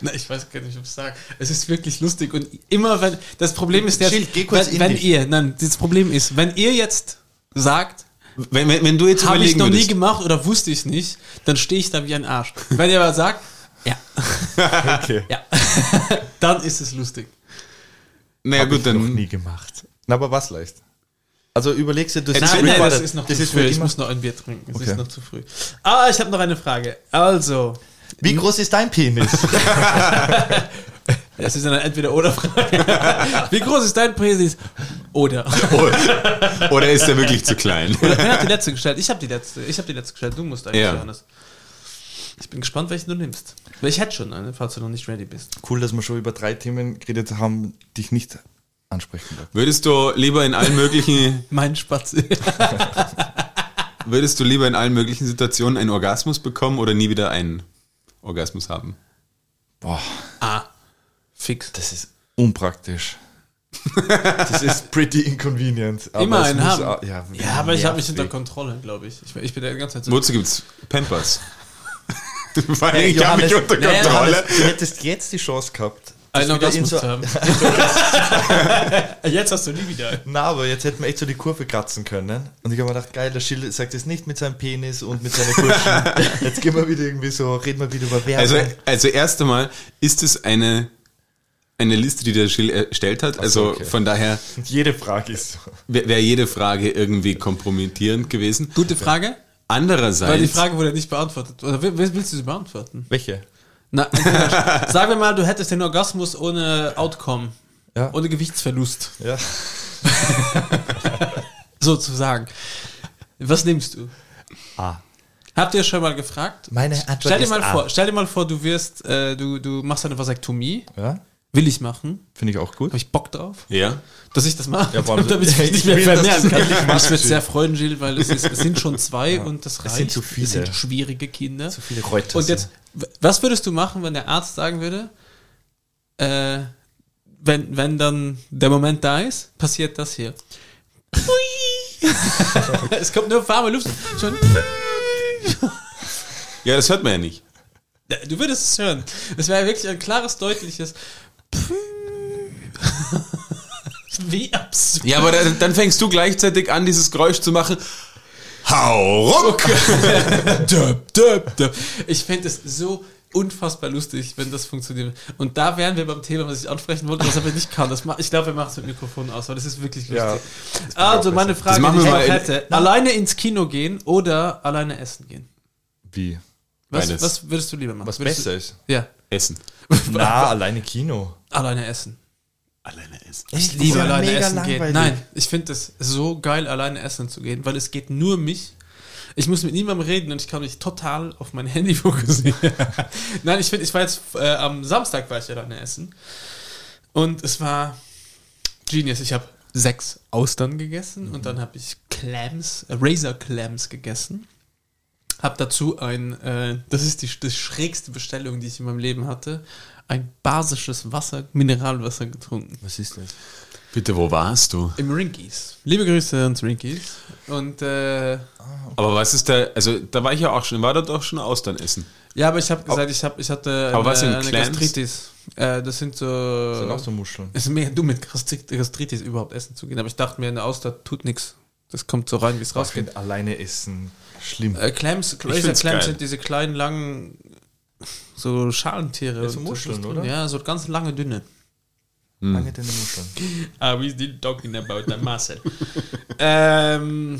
Speaker 2: Na, ich weiß gar nicht, ob ich sage. Es ist wirklich lustig und immer wenn das Problem ist jetzt,
Speaker 3: Schild, geh kurz
Speaker 2: wenn,
Speaker 3: in
Speaker 2: wenn
Speaker 3: dich.
Speaker 2: ihr, nein, das Problem ist, wenn ihr jetzt sagt,
Speaker 1: Wenn, wenn, wenn du jetzt
Speaker 2: habe ich
Speaker 1: überlegen
Speaker 2: noch nie
Speaker 1: würdest,
Speaker 2: gemacht oder wusste ich nicht, dann stehe ich da wie ein Arsch. Wenn ihr aber sagt, ja,
Speaker 3: okay.
Speaker 2: ja, dann ist es lustig.
Speaker 1: naja gut,
Speaker 3: noch
Speaker 1: dann
Speaker 3: nie gemacht. Na, aber was leicht? Also überlegst du,
Speaker 1: Nein,
Speaker 3: das
Speaker 2: Äh, Nein,
Speaker 1: Free
Speaker 2: nein,
Speaker 1: war
Speaker 2: das
Speaker 1: das-
Speaker 2: ist noch
Speaker 3: das
Speaker 2: zu
Speaker 3: ist
Speaker 2: früh.
Speaker 3: wirklich
Speaker 2: Ich
Speaker 3: immer-
Speaker 2: muss noch ein Bier trinken. Es
Speaker 3: Okay.
Speaker 2: ist noch zu früh. Ah, ich habe noch eine Frage. Also,
Speaker 3: Wie groß ist dein Penis?
Speaker 2: Das ist eine Entweder-Oder-Frage. Wie groß ist dein Präsis? Oder.
Speaker 1: Oder ist er wirklich zu klein?
Speaker 2: Wer hat die letzte gestellt? Ich habe die letzte. Ich habe die letzte gestellt. Du musst eigentlich,
Speaker 1: Ja.
Speaker 2: Johannes. Ich bin gespannt, welche du nimmst. Weil ich hätte schon eine, falls du noch nicht ready bist.
Speaker 3: cool, dass wir schon über drei Themen geredet haben, die ich nicht ansprechen darf.
Speaker 1: Würdest du lieber in allen möglichen,
Speaker 2: Mein Spatz.
Speaker 1: würdest du lieber in allen möglichen Situationen einen Orgasmus bekommen oder nie wieder einen Orgasmus haben?
Speaker 3: Boah,
Speaker 2: ah. Fix.
Speaker 3: das ist unpraktisch. das ist pretty inconvenient. aber
Speaker 2: Immer
Speaker 3: es
Speaker 2: einen
Speaker 3: muss
Speaker 2: haben.
Speaker 3: auch-
Speaker 2: ja,
Speaker 3: Ja,
Speaker 2: aber ich habe mich
Speaker 3: nervig.
Speaker 2: unter Kontrolle, glaube ich. ich. Ich bin ja die ganze Zeit so.
Speaker 1: Wozu gibt's Pampers? Weil ich hab
Speaker 3: Johannes,
Speaker 1: mich unter
Speaker 3: naja,
Speaker 1: Kontrolle.
Speaker 3: Johannes, du hättest jetzt die Chance gehabt. das
Speaker 2: einen
Speaker 3: wieder in
Speaker 2: Orgasmus
Speaker 3: so-
Speaker 2: zu haben. Jetzt hast du nie wieder. einen.
Speaker 3: Na, aber jetzt hätten wir echt so die Kurve kratzen können. Und ich habe mir gedacht, geil, der Schild sagt es nicht mit seinem Penis und mit seinen Burschen. Jetzt gehen wir wieder irgendwie so, reden wir wieder über Werbung.
Speaker 1: Also, also erst einmal ist es eine, eine Liste, die der Schill erstellt hat.
Speaker 3: so,
Speaker 1: Also
Speaker 3: okay.
Speaker 1: von daher
Speaker 3: jede Frage ist so.
Speaker 1: wäre wär jede Frage irgendwie kompromittierend gewesen.
Speaker 2: Gute Frage.
Speaker 1: Andererseits,
Speaker 2: Weil die Frage wurde nicht beantwortet. Oder wi- willst du sie beantworten?
Speaker 3: Welche?
Speaker 2: Na, entweder- sagen wir mal, du hättest den Orgasmus ohne Outcome,
Speaker 3: Ja.
Speaker 2: ohne Gewichtsverlust,
Speaker 3: Ja.
Speaker 2: sozusagen. Was nimmst du?
Speaker 3: A.
Speaker 2: Habt ihr schon mal gefragt?
Speaker 3: Ah. Meine Antwort
Speaker 2: Stell dir
Speaker 3: ist
Speaker 2: mal
Speaker 3: A.
Speaker 2: vor, stell dir mal vor, du wirst, äh, du, du machst eine Vasektomie.
Speaker 3: Ja,
Speaker 2: Will ich machen?
Speaker 3: finde ich auch gut.
Speaker 2: Habe ich Bock drauf,
Speaker 1: ja,
Speaker 2: dass ich das mache,
Speaker 3: Ja, vor allem-
Speaker 2: damit ich mich nicht
Speaker 3: Ich
Speaker 2: mehr
Speaker 3: will, dass
Speaker 2: vermehren
Speaker 3: du
Speaker 2: kann.
Speaker 3: das endlich machst,
Speaker 2: Ich würde
Speaker 3: Jill.
Speaker 2: sehr freuen, Jill, weil es, ist, es sind schon zwei und das reicht.
Speaker 3: sind zu viele.
Speaker 2: Es sind schwierige Kinder.
Speaker 3: Zu viele Reuters.
Speaker 2: Und jetzt, w- was würdest du machen, wenn der Arzt sagen würde, äh, wenn, wenn dann der Moment da ist, passiert das hier? Pui. es kommt nur warme Luft. Schon.
Speaker 1: ja, das hört man ja nicht.
Speaker 2: Du würdest es hören. Es wäre wirklich ein klares, deutliches. Pui. Wie absurd.
Speaker 1: Ja, aber dann, dann fängst du gleichzeitig an, dieses Geräusch zu machen. Hau ruck!
Speaker 2: Döp, döp, döp. Ich fände es so unfassbar lustig, wenn das funktioniert. Und da wären wir beim Thema, was ich ansprechen wollte, was aber nicht kann. Das mach, ich glaube, wir machen es mit Mikrofon aus, weil das ist wirklich
Speaker 3: Ja,
Speaker 2: lustig. also meine Frage,
Speaker 1: machen
Speaker 2: die ich
Speaker 1: wir
Speaker 2: noch
Speaker 1: mal in-
Speaker 2: hätte, alleine ins Kino gehen oder alleine essen gehen?
Speaker 3: Wie?
Speaker 2: Was,
Speaker 1: Beides.
Speaker 2: was würdest du lieber machen?
Speaker 3: Was
Speaker 2: würdest
Speaker 3: besser ist?
Speaker 2: Du, ja,
Speaker 1: Essen.
Speaker 3: Na, alleine Kino.
Speaker 2: alleine essen.
Speaker 1: Alleine essen.
Speaker 3: Ich
Speaker 2: Lieber alleine essen gehen. Nein, ich finde es so geil, alleine essen zu gehen, weil es geht nur mich. Ich muss mit niemandem reden und ich kann mich total auf mein Handy fokussieren. Nein, ich finde, ich war jetzt äh, am Samstag war ich ja dann in Essen und es war genius. Ich habe sechs Austern gegessen und dann habe ich Clams, äh, Razor Clams gegessen. Hab dazu ein, äh, das ist die, die schrägste Bestellung, die ich in meinem Leben hatte, ein basisches Wasser, Mineralwasser getrunken.
Speaker 3: Was ist das?
Speaker 1: Bitte, wo warst du?
Speaker 2: Im Rinkies. Liebe Grüße ans Rinkies. Und äh,
Speaker 1: Aber was ist da, also da war ich ja auch schon, war da doch schon Austern essen.
Speaker 2: ja, aber ich habe gesagt, ich, hab, ich hatte eine,
Speaker 1: Aber was sind
Speaker 2: eine
Speaker 1: Clams?
Speaker 2: Gastritis. Äh, das sind so.
Speaker 3: Sind auch so Muscheln.
Speaker 2: es ist mega dumm, mit Gastrit- Gastritis überhaupt essen zu gehen. Aber ich dachte mir, eine Auster tut nichts. Das kommt so rein, wie es
Speaker 3: Ich
Speaker 2: rausgeht.
Speaker 3: finde alleine essen schlimm.
Speaker 2: Äh, Clams, Razor
Speaker 1: find's
Speaker 2: Clams
Speaker 1: geil.
Speaker 2: sind diese kleinen, langen, so Schalentiere.
Speaker 3: so
Speaker 2: und das
Speaker 3: Muscheln,
Speaker 2: ist drin.
Speaker 3: oder?
Speaker 2: Ja, so ganz lange, dünne.
Speaker 3: Lange deine Muscheln.
Speaker 2: Ah, we still talking about the muscle. ähm,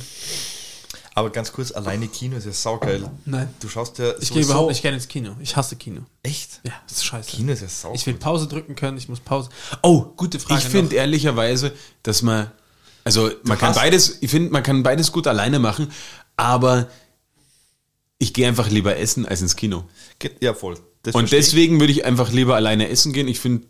Speaker 3: Aber ganz kurz, alleine Kino ist ja saugeil.
Speaker 2: nein.
Speaker 3: Du schaust ja
Speaker 2: Ich gehe überhaupt nicht gerne ins Kino. Ich hasse Kino.
Speaker 3: Echt?
Speaker 2: Ja, das ist scheiße.
Speaker 3: Kino ist ja saugeil.
Speaker 2: Ich will Pause drücken können, ich muss Pause. Oh, gute Frage.
Speaker 1: Ich finde ehrlicherweise, dass man, also man kann
Speaker 3: hast-
Speaker 1: beides, ich finde, man kann beides gut alleine machen, aber ich gehe einfach lieber essen als ins Kino.
Speaker 3: Geht- Ja, voll. Das
Speaker 1: Und
Speaker 3: versteh ich.
Speaker 1: deswegen würde ich einfach lieber alleine essen gehen. Ich finde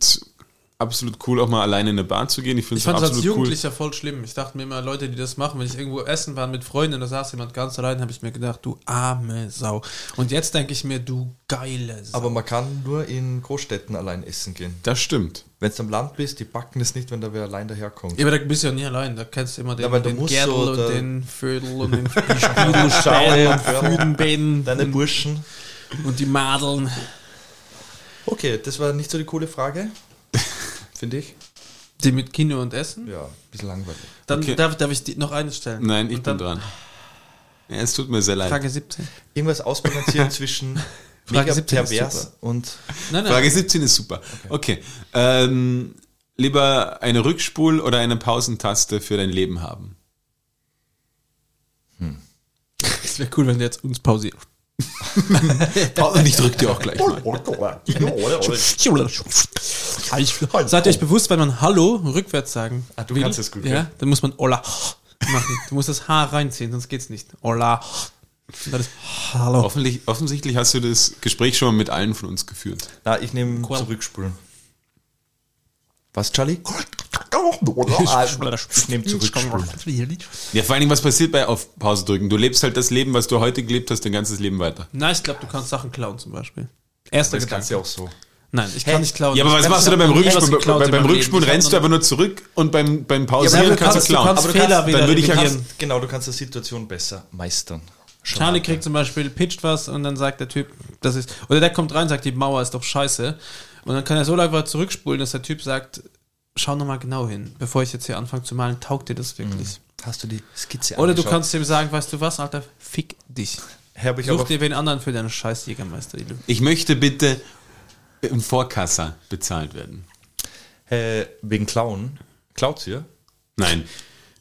Speaker 1: absolut cool, auch mal alleine in eine Bar zu gehen. Ich finde
Speaker 2: ich
Speaker 1: es
Speaker 2: fand es als
Speaker 1: absolut cool.
Speaker 2: Jugendlicher voll schlimm. Ich dachte mir immer, Leute, die das machen, wenn ich irgendwo essen war mit Freunden und da saß jemand ganz allein, habe ich mir gedacht, du arme Sau. Und jetzt denke ich mir, du geile Sau.
Speaker 3: Aber man kann nur in Großstädten allein essen gehen.
Speaker 1: Das stimmt.
Speaker 3: Wenn du am Land bist, die backen es nicht, wenn da wer allein daherkommt.
Speaker 2: Ja, aber da bist du ja nie allein, da kennst du immer den,
Speaker 3: aber du
Speaker 2: den
Speaker 3: musst
Speaker 2: Gerdl
Speaker 3: so da-
Speaker 2: und den Vödel und den Spiedelschalen und Füdenbäden
Speaker 3: Deine
Speaker 2: und,
Speaker 3: Burschen.
Speaker 2: und die Madeln.
Speaker 3: Okay, das war nicht so die coole Frage. Finde ich.
Speaker 2: Die mit Kino und Essen.
Speaker 3: Ja, ein bisschen langweilig.
Speaker 2: Dann
Speaker 1: Okay.
Speaker 2: darf, darf ich die noch eine stellen.
Speaker 1: Nein, ich
Speaker 2: Und
Speaker 1: bin
Speaker 2: dann
Speaker 1: dran. Ja, es tut mir sehr leid.
Speaker 2: Frage 17.
Speaker 3: Irgendwas ausbalancieren zwischen
Speaker 2: Frage
Speaker 3: mega
Speaker 2: 17 ist
Speaker 3: pervers und
Speaker 2: Nein, nein.
Speaker 1: Frage 17 ist super. Okay. Ähm, lieber eine Rückspul- oder eine Pausentaste für dein Leben haben.
Speaker 2: Es wäre cool, wenn du jetzt uns pausierst.
Speaker 1: Und ich drück dir auch gleich mal.
Speaker 2: Seid ihr euch bewusst, wenn man Hallo rückwärts sagen ah,
Speaker 3: du kannst das gut,
Speaker 2: ja,
Speaker 3: gell?
Speaker 2: dann muss man Ola machen. Du musst das H reinziehen, sonst geht's nicht. Ola. Und dann ist Hallo.
Speaker 1: Offensichtlich, offensichtlich hast du das Gespräch schon mal mit allen von uns geführt.
Speaker 3: Na, ich nehme
Speaker 2: Cool.
Speaker 3: zurückspulen. Was, Charlie? ich nehme zurückspulen.
Speaker 1: Ja, vor allen Dingen, was passiert bei auf Pause drücken? Du lebst halt das Leben, was du heute gelebt hast, dein ganzes Leben weiter.
Speaker 2: Na, ich glaube, du kannst Sachen klauen zum Beispiel. Erster
Speaker 3: Das kannst du
Speaker 2: Gedanke.
Speaker 3: ja auch so.
Speaker 2: Nein, ich kann nicht klauen.
Speaker 1: Ja, aber was
Speaker 2: Ich
Speaker 1: machst du denn
Speaker 2: hab
Speaker 1: beim
Speaker 2: noch nie was
Speaker 1: Rückspulen? Bei,
Speaker 2: geklaut in
Speaker 1: beim
Speaker 2: meinem
Speaker 1: Rückspulen
Speaker 2: Leben.
Speaker 1: rennst du
Speaker 2: Ich hab
Speaker 1: einfach nur zurück und beim, beim Pausieren
Speaker 2: aber du
Speaker 1: kannst du
Speaker 2: kannst- du
Speaker 1: klauen.
Speaker 2: kannst
Speaker 1: Aber
Speaker 2: Fehler wieder
Speaker 1: dann würde ich ja
Speaker 2: eliminieren.
Speaker 1: ganz,
Speaker 3: Genau, du kannst die Situation besser meistern.
Speaker 2: noch- Charlie kriegt zum Beispiel, pitcht was und dann sagt der Typ, das ist. Oder der kommt rein und sagt, die Mauer ist doch scheiße. Und dann kann er so lange weit zurückspulen, dass der Typ sagt, schau nochmal genau hin. Bevor ich jetzt hier anfange zu malen, taugt dir das wirklich?
Speaker 3: Hast du die Skizze
Speaker 2: Oder du
Speaker 3: angeschaut?
Speaker 2: kannst ihm sagen, weißt du was, Alter, fick dich.
Speaker 3: Hab ich
Speaker 2: Such
Speaker 3: aber,
Speaker 2: dir wen anderen für deinen scheiß Jägermeister. die du-
Speaker 1: ich möchte bitte im Vorkasser bezahlt werden.
Speaker 3: äh, wegen Klauen. Klaut ihr?
Speaker 1: Nein,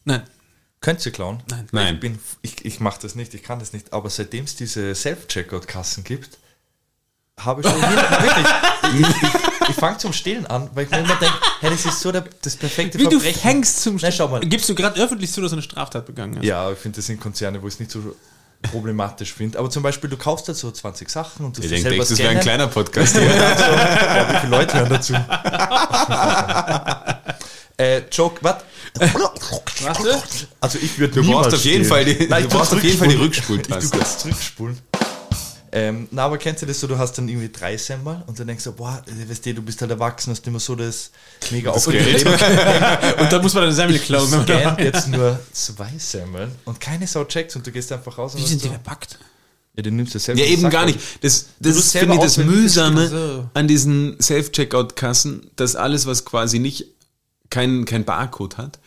Speaker 2: Nein,
Speaker 3: Könnt ihr klauen?
Speaker 2: Nein.
Speaker 1: nein.
Speaker 3: Ich, bin, ich, ich mache das nicht, ich kann das nicht. Aber seitdem es diese Self-Checkout-Kassen gibt, habe ich schon wieder, wirklich. Ich, ich, ich fange zum Stehlen an, weil ich mir immer denke, hey, das ist so der, das perfekte
Speaker 2: Wie du
Speaker 3: Verbrechen.
Speaker 2: hängst zum
Speaker 3: Nein, schau mal.
Speaker 2: Gibst du gerade öffentlich zu, dass du eine Straftat begangen hast?
Speaker 3: Ja, ich finde, das sind Konzerne, wo ich es nicht so problematisch finde. Aber zum Beispiel, du kaufst halt so 20 Sachen und du
Speaker 1: Ihr denkt echt, das wäre ein kleiner Podcast.
Speaker 3: Boah, wie viele Leute hören dazu? äh, Joke, was?
Speaker 2: Warte.
Speaker 3: Also ich würde
Speaker 1: Du brauchst auf jeden Fall die,
Speaker 3: Nein, ich
Speaker 1: du brauchst auf jeden Fall die
Speaker 3: Du
Speaker 1: Rückspultaste.
Speaker 3: kannst zurückspulen. Ähm, na, aber kennst du das so, du hast dann irgendwie drei Semmel und dann denkst du, boah, äh, weißt du, du bist halt erwachsen, hast immer so das mega aufgeregt.
Speaker 2: Und dann muss man deine Semmel klauen.
Speaker 3: Du
Speaker 2: wenn man-
Speaker 3: scannt jetzt nur zwei Semmeln und keine Sau checkt und du gehst einfach raus und
Speaker 2: Wie
Speaker 3: hast
Speaker 2: sind die
Speaker 3: so,
Speaker 2: verpackt?
Speaker 3: ja, den nimmst du selbst.
Speaker 1: Ja,
Speaker 3: in den
Speaker 1: eben
Speaker 3: Sack
Speaker 1: gar
Speaker 3: und-
Speaker 1: nicht. Das, das
Speaker 3: tust
Speaker 1: ist,
Speaker 3: selber
Speaker 1: finde ich, das
Speaker 3: auswendig, das stimmt.
Speaker 1: Mühsame an diesen Self-Checkout-Kassen, dass alles, was quasi nicht kein, kein Barcode hat,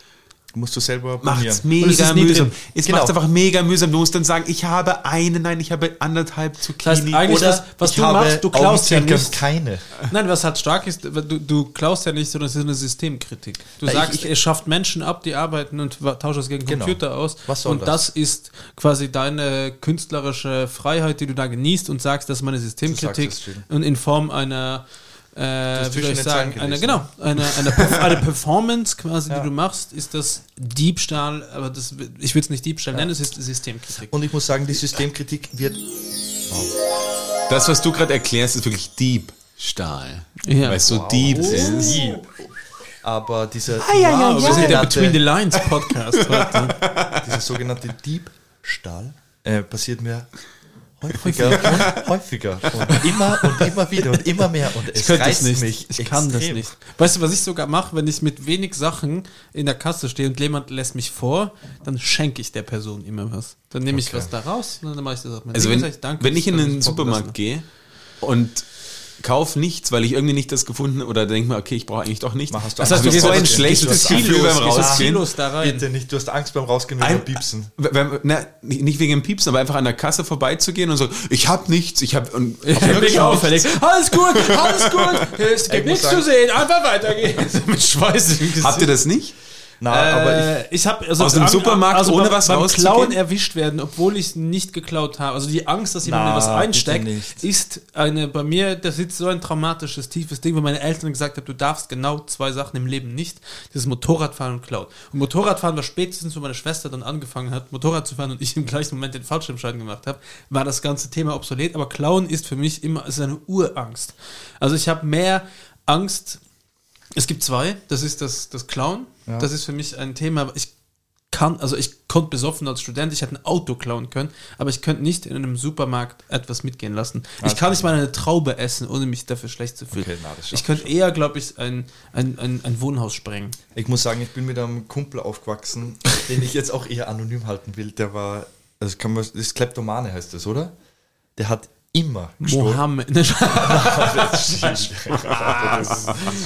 Speaker 3: Musst du selber abonnieren.
Speaker 1: macht's mega
Speaker 2: Und es ist nie
Speaker 1: mühsam.
Speaker 2: drin.
Speaker 1: Es
Speaker 3: Genau.
Speaker 1: macht's einfach mega mühsam. Du musst dann sagen, ich habe eine, nein, ich habe anderthalb
Speaker 2: Das
Speaker 1: Zucchini.
Speaker 2: heißt, eigentlich,
Speaker 3: Oder
Speaker 2: was, was
Speaker 3: ich
Speaker 2: du
Speaker 3: habe
Speaker 2: machst, du klaust ja
Speaker 3: Augenzwinkern
Speaker 2: nicht.
Speaker 3: keine.
Speaker 2: Nein, was halt stark ist, du, du klaust ja nicht, sondern es ist eine Systemkritik. Du
Speaker 3: ich-
Speaker 2: sagst,
Speaker 3: ich-
Speaker 2: ihr schafft Menschen ab, die arbeiten und wa- tauscht das gegen
Speaker 3: Genau.
Speaker 2: Computer aus.
Speaker 3: Was soll
Speaker 2: und
Speaker 3: das?
Speaker 2: das? ist quasi deine künstlerische Freiheit, die du da genießt und sagst, das ist meine
Speaker 3: Du
Speaker 2: Systemkritik
Speaker 3: sagst es viel.
Speaker 2: und in Form einer äh, wie
Speaker 3: zwischen
Speaker 2: soll ich
Speaker 3: den
Speaker 2: sagen,
Speaker 3: Zeilen
Speaker 2: eine,
Speaker 3: gelesen.
Speaker 2: genau, eine, eine, Perf- eine Performance quasi, die du machst, ist das Diebstahl, aber das, ich will es nicht Diebstahl nennen, es ist Systemkritik.
Speaker 3: Und ich muss sagen, die Systemkritik wird
Speaker 1: Das, was du gerade erklärst, ist wirklich Diebstahl.
Speaker 2: Ja.
Speaker 1: Weil es so Dieb ist.
Speaker 3: aber dieser,
Speaker 2: Ah, wir sind der
Speaker 3: sogenannte-
Speaker 2: Between the Lines Podcast heute.
Speaker 3: dieser sogenannte Diebstahl äh, passiert mir häufiger und häufiger und immer und immer wieder und immer mehr und es
Speaker 2: Ich könnte das
Speaker 3: reizt
Speaker 2: nicht.
Speaker 3: mich
Speaker 2: ich kann das
Speaker 3: extrem.
Speaker 2: nicht. Weißt du, was ich sogar mache, wenn ich mit wenig Sachen in der Kasse stehe und jemand lässt mich vor, dann schenke ich der Person immer was. Dann nehme ich was da raus und dann mache ich das auf mein
Speaker 1: Also
Speaker 2: Ding und
Speaker 1: wenn,
Speaker 2: sag danke,
Speaker 1: wenn
Speaker 2: dass
Speaker 1: ich in
Speaker 2: du
Speaker 1: den
Speaker 2: mich zocken
Speaker 1: Supermarkt
Speaker 2: lassen
Speaker 1: gehe und kauf nichts, weil ich irgendwie nicht das gefunden oder denke mir, okay, ich brauche eigentlich doch nichts.
Speaker 3: Machst du
Speaker 1: das
Speaker 3: einfach
Speaker 1: heißt, du
Speaker 3: so
Speaker 1: so
Speaker 3: ein
Speaker 1: ein schlechtes
Speaker 3: schlechtes
Speaker 1: Gefühl
Speaker 2: Gefühl
Speaker 1: beim
Speaker 2: aus- aus-
Speaker 1: Rausgehen.
Speaker 2: Kilos da rein.
Speaker 3: Bitte nicht, du hast Angst beim Rausgehen, wenn wir
Speaker 1: Ein-
Speaker 3: piepsen.
Speaker 1: wenn- wenn- na, nicht wegen dem Piepsen, aber einfach an der Kasse vorbeizugehen und so, ich habe nichts, ich habe
Speaker 2: Ich bin mega auffällig. Alles gut, alles gut. Es
Speaker 3: Ey, ich
Speaker 2: gibt
Speaker 3: muss
Speaker 2: nichts
Speaker 3: sagen-
Speaker 2: zu sehen. Einfach weitergehen. Mit Schweiß im Gesicht.
Speaker 1: Habt ihr das nicht?
Speaker 3: Na, aber ich,
Speaker 2: Äh, ich habe also
Speaker 1: Aus dem
Speaker 2: Ang-
Speaker 1: Supermarkt ohne was
Speaker 2: beim
Speaker 1: rauszugehen?
Speaker 2: Klauen erwischt werden, obwohl ich nicht geklaut habe. Also die Angst, dass jemand
Speaker 3: Na,
Speaker 2: mir was
Speaker 3: bitte
Speaker 2: einsteckt,
Speaker 3: nicht.
Speaker 2: ist eine bei mir. Das ist so ein traumatisches tiefes Ding, wo meine Eltern gesagt haben, du darfst genau zwei Sachen im Leben nicht: das ist Motorradfahren und Klauen. Und Motorradfahren war spätestens, wo meine Schwester dann angefangen hat, Motorrad zu fahren und ich im gleichen Moment den Fallschirmschein gemacht habe, war das ganze Thema obsolet. Aber Klauen ist für mich immer ist eine Urangst. Also ich habe mehr Angst es gibt zwei. Das ist das, das Clown. Das ist für mich ein Thema. aber Ich kann, also ich konnte besoffen als Student, ich hätte ein Auto klauen können, aber ich könnte nicht in einem Supermarkt etwas mitgehen lassen. ich kann nicht mal eine Traube essen, ohne mich dafür schlecht zu fühlen.
Speaker 3: Also Okay, na, das schaffe
Speaker 2: ich könnte eher, glaube ich, ein, ein, ein, ein Wohnhaus sprengen.
Speaker 3: ich muss sagen, ich bin mit einem Kumpel aufgewachsen, den ich jetzt auch eher anonym halten will. Der war, also kann man, das ist Kleptomane heißt das, oder? Der hat immer gestohlen.
Speaker 2: Mohammed.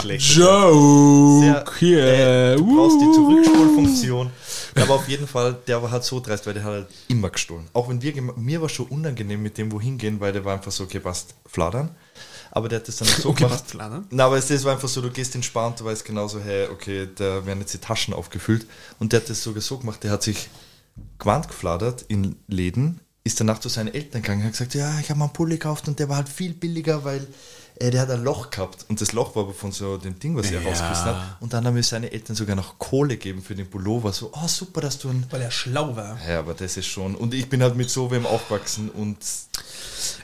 Speaker 3: sehr,
Speaker 2: Joke.
Speaker 3: äh, du brauchst die Zurückspulfunktion. Aber auf jeden Fall, der war halt so dreist, weil der hat halt immer gestohlen. Auch wenn wir, gem- mir war schon unangenehm mit dem wohin gehen, weil der war einfach so, okay, passt, fladern. Aber der hat das dann so
Speaker 2: Okay,
Speaker 3: gemacht.
Speaker 2: passt, fladern.
Speaker 3: Na, aber es das war einfach so, du gehst in Spar und du weißt genauso, hey, okay, da werden jetzt die Taschen aufgefüllt. Und der hat das sogar so gemacht, der hat sich gewandt gefladert in Läden, ist danach zu seinen Eltern gegangen und hat gesagt, ja, ich habe mal einen Pulli gekauft und der war halt viel billiger, weil äh, der hat ein Loch gehabt. Und das Loch war aber von so dem Ding, was er
Speaker 1: Ja.
Speaker 3: rausgerissen hat. Und dann haben mir seine Eltern sogar noch Kohle gegeben für den Pullover. So, oh super, dass du ein...
Speaker 2: Weil er schlau war.
Speaker 3: Ja, aber das ist schon... Und ich bin halt mit so wem aufgewachsen und...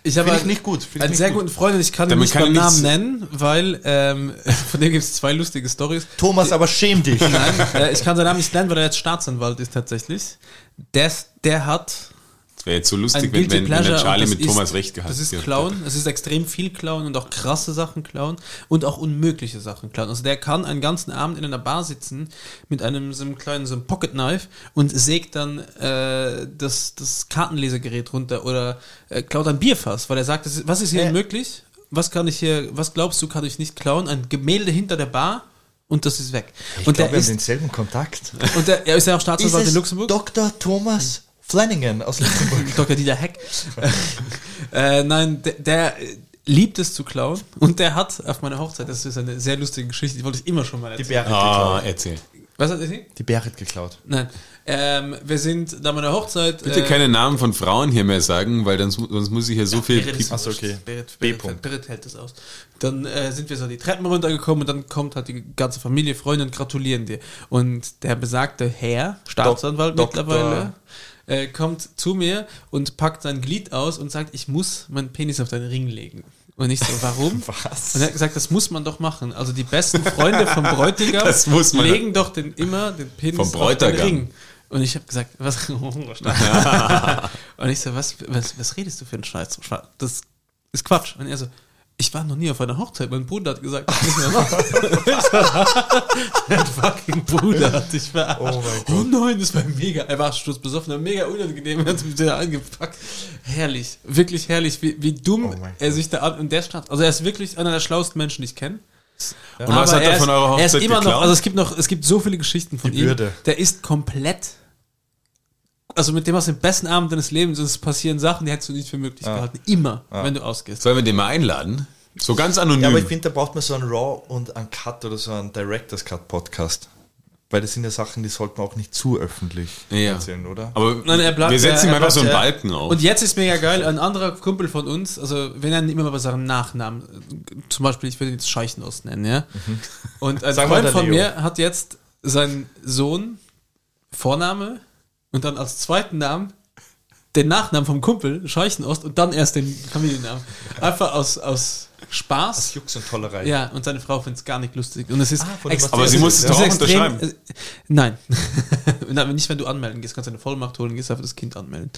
Speaker 2: Ich habe
Speaker 3: Find ich
Speaker 2: einen-
Speaker 3: nicht gut, find ich
Speaker 2: einen
Speaker 3: nicht
Speaker 2: sehr
Speaker 3: gut.
Speaker 2: guten Freund und ich kann ihn
Speaker 1: Damit
Speaker 2: nicht
Speaker 1: kann
Speaker 2: beim
Speaker 1: ich
Speaker 2: Namen
Speaker 1: nichts-
Speaker 2: nennen, weil ähm, von dem gibt es zwei lustige Stories.
Speaker 3: Thomas, aber schäm dich!
Speaker 2: Nein, äh, ich kann seinen Namen nicht nennen, weil er jetzt Staatsanwalt ist tatsächlich. Der, der hat
Speaker 1: Das wäre jetzt so
Speaker 2: ein
Speaker 1: lustig, wenn,
Speaker 2: Guilty
Speaker 1: wenn, wenn der
Speaker 2: Pleasure.
Speaker 1: Charlie
Speaker 2: und das
Speaker 1: mit Thomas
Speaker 2: ist,
Speaker 1: recht gehabt
Speaker 2: Das ist
Speaker 1: hätte.
Speaker 2: Clown. Es ist extrem viel Clown und auch krasse Sachen Clown und auch unmögliche Sachen Clown. Also der kann einen ganzen Abend in einer Bar sitzen mit einem so einem kleinen so einem Pocket Knife und sägt dann äh, das, das Kartenlesegerät runter oder äh, klaut ein Bierfass, weil er sagt, das ist, was ist hier unmöglich? Was kann ich hier, was glaubst du, kann ich nicht klauen? Ein Gemälde hinter der Bar und das ist weg. und
Speaker 3: glaub,
Speaker 2: der ist
Speaker 3: denselben Kontakt.
Speaker 2: und der, er ist ja auch Staatsanwalt in Luxemburg.
Speaker 3: Dr. Thomas Flanagan aus Luxemburg.
Speaker 2: Dr. Dieter Heck. äh, nein, der, der liebt es zu klauen und der hat auf meiner Hochzeit, das ist eine sehr lustige Geschichte, die wollte ich immer schon mal erzählen.
Speaker 3: Berit
Speaker 1: Ah, erzähl.
Speaker 2: Was hat er gesehen?
Speaker 3: Die Berit geklaut.
Speaker 2: Nein. Ähm, wir sind nach meiner Hochzeit.
Speaker 1: Bitte
Speaker 2: äh,
Speaker 1: keine Namen von Frauen hier mehr sagen, weil dann, sonst muss ich hier so viel
Speaker 2: Berit
Speaker 1: piepen.
Speaker 2: ist wurscht.
Speaker 3: okay.
Speaker 2: Berit,
Speaker 3: B.
Speaker 2: Berit,
Speaker 3: Punkt.
Speaker 2: Berit hält das aus. Dann äh, sind wir so die Treppen runtergekommen und dann kommt halt die ganze Familie, Freunde und gratulieren dir. Und der besagte Herr, Staatsanwalt
Speaker 3: Dok-
Speaker 2: mittlerweile, äh, kommt zu mir und packt sein Glied aus und sagt, ich muss meinen Penis auf deinen Ring legen. Und ich so, warum?
Speaker 3: Was?
Speaker 2: Und er hat gesagt, das muss man doch machen. Also die besten Freunde vom Bräutigam
Speaker 1: Das muss man.
Speaker 2: legen doch den, immer den Penis
Speaker 1: Vom Bräutigam.
Speaker 2: Und ich habe gesagt, was? und ich so, was, was, was redest du für einen Scheiß? Das ist Quatsch. Und er so, ich war noch nie auf einer Hochzeit. Mein Bruder hat gesagt, das müssen wir machen. Mein fucking Bruder hat dich verarscht. Oh, nein, das war mega. Er war sturzbesoffen, mega unangenehm. Er hat mich da angepackt. Herrlich, wirklich herrlich, wie, wie
Speaker 1: Oh
Speaker 2: dumm
Speaker 3: mein
Speaker 2: er sich da an. Und der stand. Also, er ist wirklich einer der schlauesten Menschen, die ich kenne.
Speaker 1: Und was hat er von eurer
Speaker 2: Er ist
Speaker 1: Hochzeit
Speaker 2: immer
Speaker 1: geklaut?
Speaker 2: noch, also es gibt noch, es gibt so viele Geschichten von
Speaker 3: Die
Speaker 2: ihm.
Speaker 3: Bürde.
Speaker 2: Der ist komplett. Also mit dem hast du den besten Abend deines Lebens und es passieren Sachen, die hättest du nicht für möglich gehalten. Immer, wenn du ausgehst.
Speaker 1: Sollen wir den mal einladen? So ganz anonym.
Speaker 3: Ja, aber ich finde, da braucht man so einen Raw und einen Cut oder so einen Director's Cut Podcast. Weil das sind ja Sachen, die sollte man auch nicht zu öffentlich
Speaker 1: Ja.
Speaker 3: erzählen, oder?
Speaker 1: Aber
Speaker 2: Nein, er bleibt,
Speaker 1: wir setzen ihm
Speaker 2: er- er
Speaker 1: einfach so einen
Speaker 2: bleibt,
Speaker 1: Balken
Speaker 2: ja.
Speaker 1: auf.
Speaker 2: Und jetzt ist mega geil, ein anderer Kumpel von uns, also wir nennen immer mal bei seinem Nachnamen. Zum Beispiel, ich würde ihn jetzt Scheichenhaus nennen, ja. Und ein
Speaker 3: Mhm. Sag mal
Speaker 2: Freund
Speaker 3: der
Speaker 2: von
Speaker 3: Leo.
Speaker 2: mir hat jetzt seinen Sohn, Vorname und dann als zweiten Namen den Nachnamen vom Kumpel, Scheichenhorst, und dann erst den Familiennamen. Einfach aus, aus Spaß.
Speaker 3: Jux und Tollerei.
Speaker 2: Ja, und seine Frau findet es gar nicht lustig. Und es ist
Speaker 3: Ah, von dem
Speaker 2: ex-
Speaker 3: Aber sie
Speaker 2: es
Speaker 1: muss
Speaker 2: ist-
Speaker 1: es doch
Speaker 2: ist
Speaker 1: auch unterschreiben.
Speaker 2: äh, Nein. Nein. Nicht, wenn du anmelden gehst, kannst du eine Vollmacht holen, gehst einfach das Kind anmelden.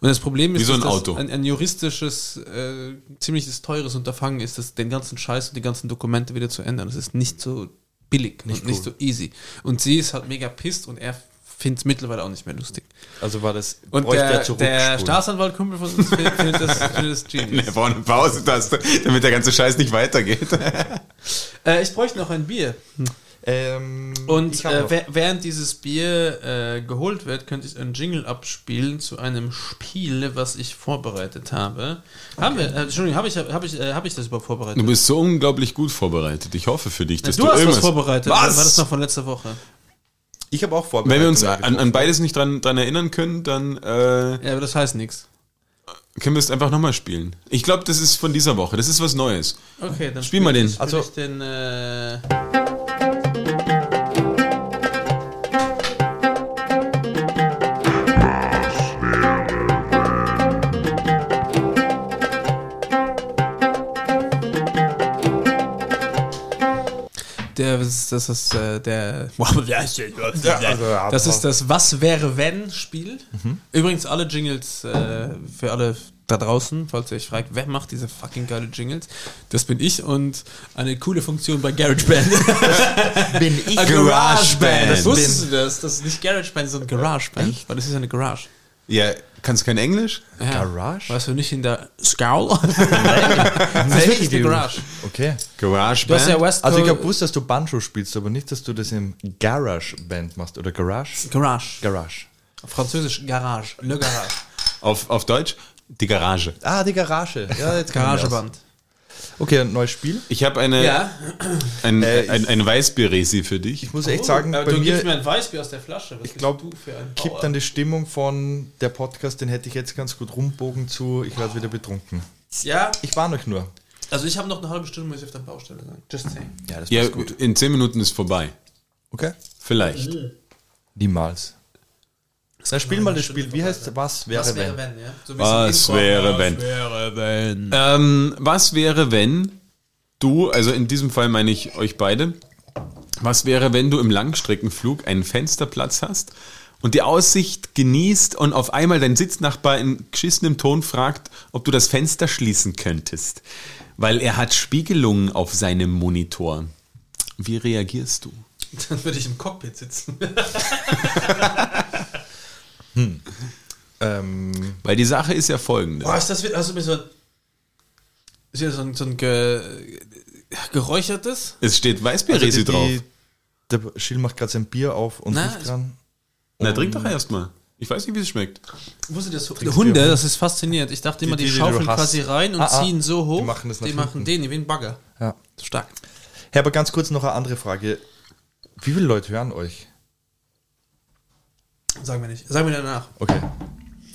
Speaker 2: Und das Problem ist,
Speaker 1: Wie so ein
Speaker 2: dass das
Speaker 1: Auto.
Speaker 2: Ein, ein juristisches, äh, ziemliches teures Unterfangen ist, das, den ganzen Scheiß und die ganzen Dokumente wieder zu ändern. Das ist nicht so billig und nicht so easy. Und sie ist halt mega pisst und er findet es mittlerweile auch nicht mehr lustig.
Speaker 3: Also war das.
Speaker 2: Und
Speaker 3: bräuchte er
Speaker 2: der,
Speaker 3: zurückspulen.
Speaker 2: der Staatsanwaltkumpel von uns findet findet das, findet das genius.
Speaker 1: er braucht eine Pausentaste, damit der ganze Scheiß nicht weitergeht.
Speaker 2: Äh, ich bräuchte noch ein Bier.
Speaker 3: Ähm,
Speaker 2: Und
Speaker 3: ich hab
Speaker 2: äh,
Speaker 3: noch-
Speaker 2: wer- während dieses Bier äh, geholt wird, könnte ich einen Jingle abspielen zu einem Spiel, was ich vorbereitet habe. Haben wir, äh, Entschuldigung, habe ich, hab ich, äh, hab ich das überhaupt vorbereitet?
Speaker 1: Du bist so unglaublich gut vorbereitet. Ich hoffe für dich,
Speaker 2: Ja,
Speaker 1: dass
Speaker 2: du
Speaker 1: du,
Speaker 2: hast was
Speaker 1: irgendwas
Speaker 2: vorbereitet.
Speaker 1: Was?
Speaker 2: War das noch von letzter Woche?
Speaker 3: ich habe auch vorbereitet.
Speaker 1: Wenn wir uns an, an beides nicht dran, dran erinnern können, dann äh,
Speaker 2: Ja, aber das heißt nichts.
Speaker 1: können wir es einfach nochmal spielen. Ich glaube, das ist von dieser Woche. Das ist was Neues.
Speaker 2: Okay, dann
Speaker 1: Spiel mal den.
Speaker 2: spiel
Speaker 3: Also-
Speaker 2: ich den. Äh, Der, das ist das, ist, äh, der,
Speaker 3: also,
Speaker 2: das ist das Was wäre wenn Spiel.
Speaker 3: Mhm.
Speaker 2: Übrigens alle Jingles äh, für alle da draußen, falls ihr euch fragt, wer macht diese fucking geile Jingles? Das bin ich und eine coole Funktion bei GarageBand.
Speaker 3: bin ich.
Speaker 1: GarageBand.
Speaker 2: Das wusstest du das? Das ist nicht GarageBand, sondern GarageBand. Weil das ist eine Garage.
Speaker 1: Ja, kannst kein Englisch?
Speaker 2: Ja.
Speaker 3: Garage?
Speaker 2: Weißt du nicht in der Scowl? das ist wirklich eine Garage.
Speaker 3: Okay.
Speaker 1: Garage
Speaker 2: Du hast ja West
Speaker 3: Also ich habe
Speaker 2: Coast-
Speaker 3: gewusst, dass du Banjo spielst, aber nicht, dass du das im Garage Band machst oder Garage.
Speaker 2: Garage.
Speaker 3: Garage.
Speaker 2: Französisch Garage. Le Garage.
Speaker 1: auf, auf Deutsch? Die Garage.
Speaker 3: Ah, die Garage. Ja, jetzt kann ich mir
Speaker 2: Garageband.
Speaker 3: aus. Okay, ein neues Spiel.
Speaker 1: Ich habe eine,
Speaker 2: Ja.
Speaker 1: ein,
Speaker 3: Äh, ich-
Speaker 1: ein, ein Weißbier-Resi für dich.
Speaker 3: Ich muss echt sagen,
Speaker 2: aber
Speaker 3: bei
Speaker 2: Oh, äh, du
Speaker 3: mir
Speaker 2: gibst mir ein Weißbier aus der Flasche. Was ich
Speaker 3: glaub,
Speaker 2: du für ein
Speaker 3: kippt
Speaker 2: Bauer?
Speaker 3: dann die Stimmung von der Podcast, den hätte ich jetzt ganz gut rumbogen zu, ich werde wieder betrunken.
Speaker 2: Ja,
Speaker 3: Ich warne euch nur.
Speaker 2: also ich habe noch eine halbe Stunde, muss ich auf der Baustelle sein. Just saying.
Speaker 3: Ja, das
Speaker 1: Ja,
Speaker 3: passt gut.
Speaker 1: in 10 Minuten ist vorbei.
Speaker 3: Okay.
Speaker 1: Vielleicht.
Speaker 3: Niemals. Na, spiel mal das Spiel. Wie heißt was wäre
Speaker 2: Was wäre
Speaker 3: wenn?
Speaker 2: wenn, ja? So wie
Speaker 1: Was
Speaker 2: es im Intro-
Speaker 1: wäre, wenn?
Speaker 2: wäre wenn?
Speaker 1: Ähm, was wäre, wenn du, also in diesem Fall meine ich euch beide, was wäre, wenn du im Langstreckenflug einen Fensterplatz hast und die Aussicht genießt und auf einmal dein Sitznachbar in geschissenem Ton fragt, ob du das Fenster schließen könntest, weil er hat Spiegelungen auf seinem Monitor. Wie reagierst du?
Speaker 2: Dann würde ich im Cockpit sitzen.
Speaker 3: Ähm,
Speaker 1: Weil die Sache ist ja folgende.
Speaker 2: Boah, ist das wieder, hast du mir so ein, ist wieder so ein, so ein ge, geräuchertes?
Speaker 1: Es steht Weißbierresi drauf.
Speaker 3: die- der Schild macht gerade sein Bier auf und
Speaker 2: Na,
Speaker 3: riecht
Speaker 2: ist-
Speaker 3: dran.
Speaker 1: Na, trink doch erstmal. Ich weiß nicht, wie es schmeckt.
Speaker 2: Wusste das Hunde, das ist faszinierend. Ich dachte immer, die,
Speaker 3: die, die du
Speaker 2: schaufeln
Speaker 3: hast.
Speaker 2: quasi rein und
Speaker 3: Ah, ah.
Speaker 2: ziehen so hoch.
Speaker 3: Die machen das nach
Speaker 2: Die machen
Speaker 3: hinten.
Speaker 2: den, wie ein Bagger.
Speaker 3: Ja.
Speaker 2: Stark.
Speaker 3: Hey, aber ganz kurz noch eine andere Frage. Wie viele Leute hören euch?
Speaker 2: Sagen wir nicht. Sagen wir danach.
Speaker 3: Okay.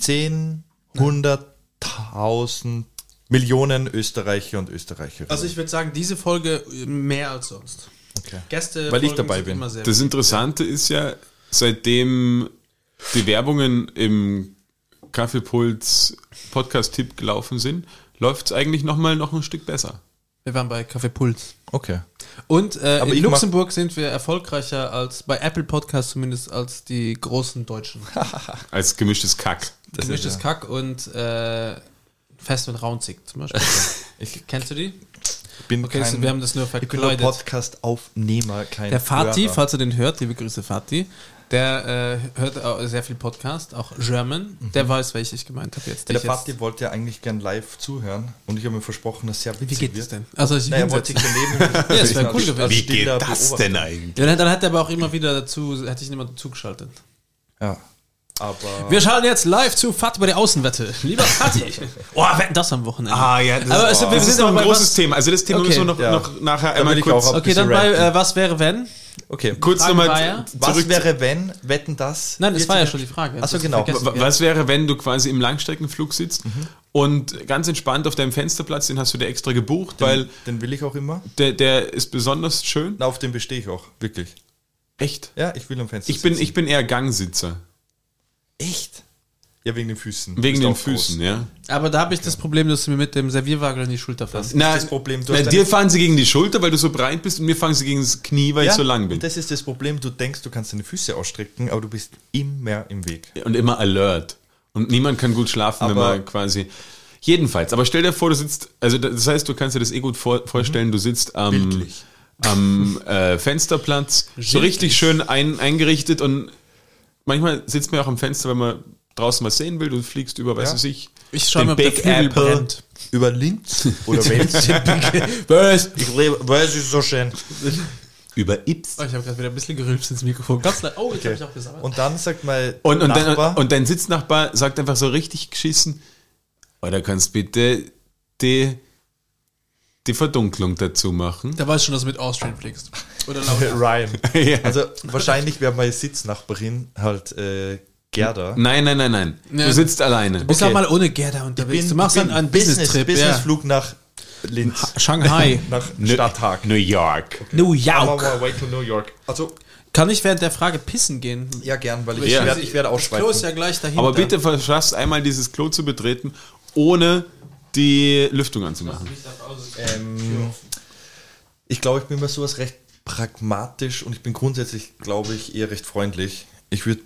Speaker 3: 10, 100.000 Millionen Österreicher und Österreicher.
Speaker 2: Also ich würde sagen, diese Folge mehr als sonst.
Speaker 3: okay.
Speaker 2: Gäste
Speaker 3: Weil ich
Speaker 2: Folgen
Speaker 3: dabei
Speaker 2: sind
Speaker 3: bin.
Speaker 2: Immer sehr
Speaker 1: Das
Speaker 2: gut.
Speaker 1: Interessante ist ja, seitdem die Werbungen im Kaffeepuls Podcast-Tipp gelaufen sind, läuft es eigentlich nochmal noch ein Stück besser.
Speaker 2: wir waren bei Kaffee Puls.
Speaker 3: Okay.
Speaker 2: Und äh,
Speaker 3: Aber
Speaker 2: in
Speaker 3: ich mach-
Speaker 2: Luxemburg sind wir erfolgreicher als bei Apple Podcasts zumindest als die großen Deutschen.
Speaker 1: Als gemischtes Kack.
Speaker 2: Gemischtes Kack und äh, Fest und Raunzig zum Beispiel.
Speaker 3: Ich
Speaker 2: Kennst du die?
Speaker 3: bin
Speaker 2: Okay,
Speaker 3: kein,
Speaker 2: so wir haben das nur
Speaker 3: ich bin nur
Speaker 2: verkleidet.
Speaker 3: Podcast-Aufnehmer, kein
Speaker 2: Der Fatih,
Speaker 3: Hörer.
Speaker 2: falls er den hört, liebe Grüße Fatih, der äh, hört auch sehr viel Podcast, auch German. Der weiß, welche ich gemeint habe jetzt.
Speaker 3: Mhm.
Speaker 2: die
Speaker 3: Der
Speaker 2: ich jetzt-
Speaker 3: Fatih wollte ja eigentlich gern live zuhören und ich habe mir versprochen, dass sehr
Speaker 2: Wie
Speaker 3: witzig
Speaker 2: geht
Speaker 3: wird.
Speaker 2: das denn? Also ich
Speaker 3: Naja, wollte
Speaker 2: hinsetzen.
Speaker 3: ich daneben. Also ja,
Speaker 2: das wär cool gewesen. Wie
Speaker 1: eigentlich?
Speaker 2: Ja, dann hat er aber auch immer wieder dazu, hätte ich ihn immer dazugeschaltet.
Speaker 3: Ja. Aber
Speaker 2: Wir schalten jetzt live zu Fat bei der Außenwette. Lieber Fati. oh, wetten das am Wochenende.
Speaker 1: Ah, ja, das,
Speaker 2: Aber
Speaker 1: ist,
Speaker 2: es- wir
Speaker 1: das
Speaker 2: sind
Speaker 1: ist noch
Speaker 2: noch
Speaker 1: ein
Speaker 2: bei
Speaker 1: großes
Speaker 2: was-
Speaker 1: Thema. Also das Thema
Speaker 2: Okay.
Speaker 1: müssen wir noch,
Speaker 3: Ja.
Speaker 1: noch nachher einmal
Speaker 3: will ich
Speaker 1: kurz,
Speaker 3: auch ab-
Speaker 2: Okay, dann
Speaker 3: Bisschen
Speaker 2: bei
Speaker 3: ranten.
Speaker 2: äh, Was wäre wenn?
Speaker 3: okay.
Speaker 1: kurz
Speaker 2: Frage war
Speaker 1: nochmal
Speaker 2: ja,
Speaker 1: zurück.
Speaker 3: Was
Speaker 1: zu-
Speaker 3: wäre, wenn, wetten das?
Speaker 2: Nein, das war ja
Speaker 3: jetzt-
Speaker 2: schon die Frage.
Speaker 3: Ach so,
Speaker 2: Das
Speaker 3: genau.
Speaker 2: vergessen
Speaker 1: Wa-
Speaker 2: wir.
Speaker 1: Was wäre, wenn du quasi im Langstreckenflug sitzt
Speaker 2: Mhm.
Speaker 1: und ganz entspannt auf deinem Fensterplatz, den hast du dir extra gebucht,
Speaker 2: Genau.
Speaker 1: weil
Speaker 3: Den will ich auch immer.
Speaker 1: der, der ist besonders schön.
Speaker 3: Na, auf den bestehe ich auch, wirklich.
Speaker 1: Echt?
Speaker 3: Ja, ich will am Fenster
Speaker 1: Ich bin,
Speaker 3: sitzen.
Speaker 1: ich bin eher Gangsitzer.
Speaker 3: Echt? Ja, wegen den Füßen.
Speaker 1: Wegen
Speaker 3: Ist
Speaker 1: den
Speaker 3: auch groß.
Speaker 1: Füßen, ja.
Speaker 2: Aber da habe ich das Problem, dass du mir mit dem Servierwagel in die Schulter fasst.
Speaker 1: Na,
Speaker 3: das Problem, du
Speaker 1: na,
Speaker 3: hast
Speaker 1: dir
Speaker 3: deine-
Speaker 1: fahren sie gegen die Schulter, weil du so breit bist und mir fahren sie gegen das Knie, weil
Speaker 3: Ja,
Speaker 1: ich so lang bin.
Speaker 3: Das ist das Problem. Du denkst, du kannst deine Füße ausstrecken, aber du bist immer im Weg.
Speaker 1: Und immer alert. Und niemand kann gut schlafen, wenn
Speaker 3: Aber-
Speaker 1: man quasi. Jedenfalls, aber stell dir vor, du sitzt, also das heißt, du kannst dir das eh gut vor, vorstellen, du sitzt am,
Speaker 3: Mhm. Bildlich.
Speaker 1: am äh, Fensterplatz, so richtig schön ein, eingerichtet und manchmal sitzt man ja auch am Fenster, wenn man draußen was sehen will, du fliegst über, weiß
Speaker 3: Ja.
Speaker 1: ich nicht.
Speaker 2: Ich schau
Speaker 1: den
Speaker 2: mal, ob der
Speaker 1: Big
Speaker 2: Flügel
Speaker 1: Apple.
Speaker 2: brennt.
Speaker 3: Über Linz oder Wels.
Speaker 2: Was?
Speaker 3: ich lebe, weiß ich so schön.
Speaker 1: Über Ips.
Speaker 2: Oh, ich habe gerade wieder ein bisschen gerülpst ins Mikrofon. Ganz leid. Oh, jetzt hab
Speaker 3: Okay.
Speaker 2: habe ich auch gesagt.
Speaker 3: Und dann sagt mal
Speaker 1: Und, und, dein,
Speaker 3: Nachbar,
Speaker 1: und dein Sitznachbar sagt einfach so richtig geschissen, oder kannst bitte die, die Verdunklung dazu machen?
Speaker 2: Da weiß ich schon, dass du mit Austrian fliegst. Oder lauter.
Speaker 3: Ryan.
Speaker 1: Ja.
Speaker 3: Also wahrscheinlich wäre meine Sitznachbarin halt äh, Gerda.
Speaker 1: Nein, nein, nein, nein.
Speaker 2: Ja.
Speaker 1: Du sitzt alleine.
Speaker 2: Bist auch
Speaker 3: Okay.
Speaker 2: mal ohne Gerda unterwegs. du machst dann einen Business-Trip. ja.
Speaker 3: Businessflug nach Linz,
Speaker 2: Shanghai.
Speaker 3: nach
Speaker 1: Nö-
Speaker 3: Stadthag.
Speaker 1: New York.
Speaker 2: New
Speaker 3: I'm on
Speaker 2: York.
Speaker 3: my way to New York. Also,
Speaker 2: Kann ich während der Frage pissen gehen?
Speaker 3: ja, gern, weil ich
Speaker 1: Ja.
Speaker 3: werde ich werd
Speaker 2: Klo ist
Speaker 3: ausschweifen.
Speaker 2: ja gleich dahinter.
Speaker 1: Aber bitte verschaffst einmal dieses Klo zu betreten, ohne die Lüftung anzumachen.
Speaker 3: Ähm, ich glaube, ich bin bei sowas recht pragmatisch und ich bin grundsätzlich, glaube ich, eher recht freundlich. Ich würde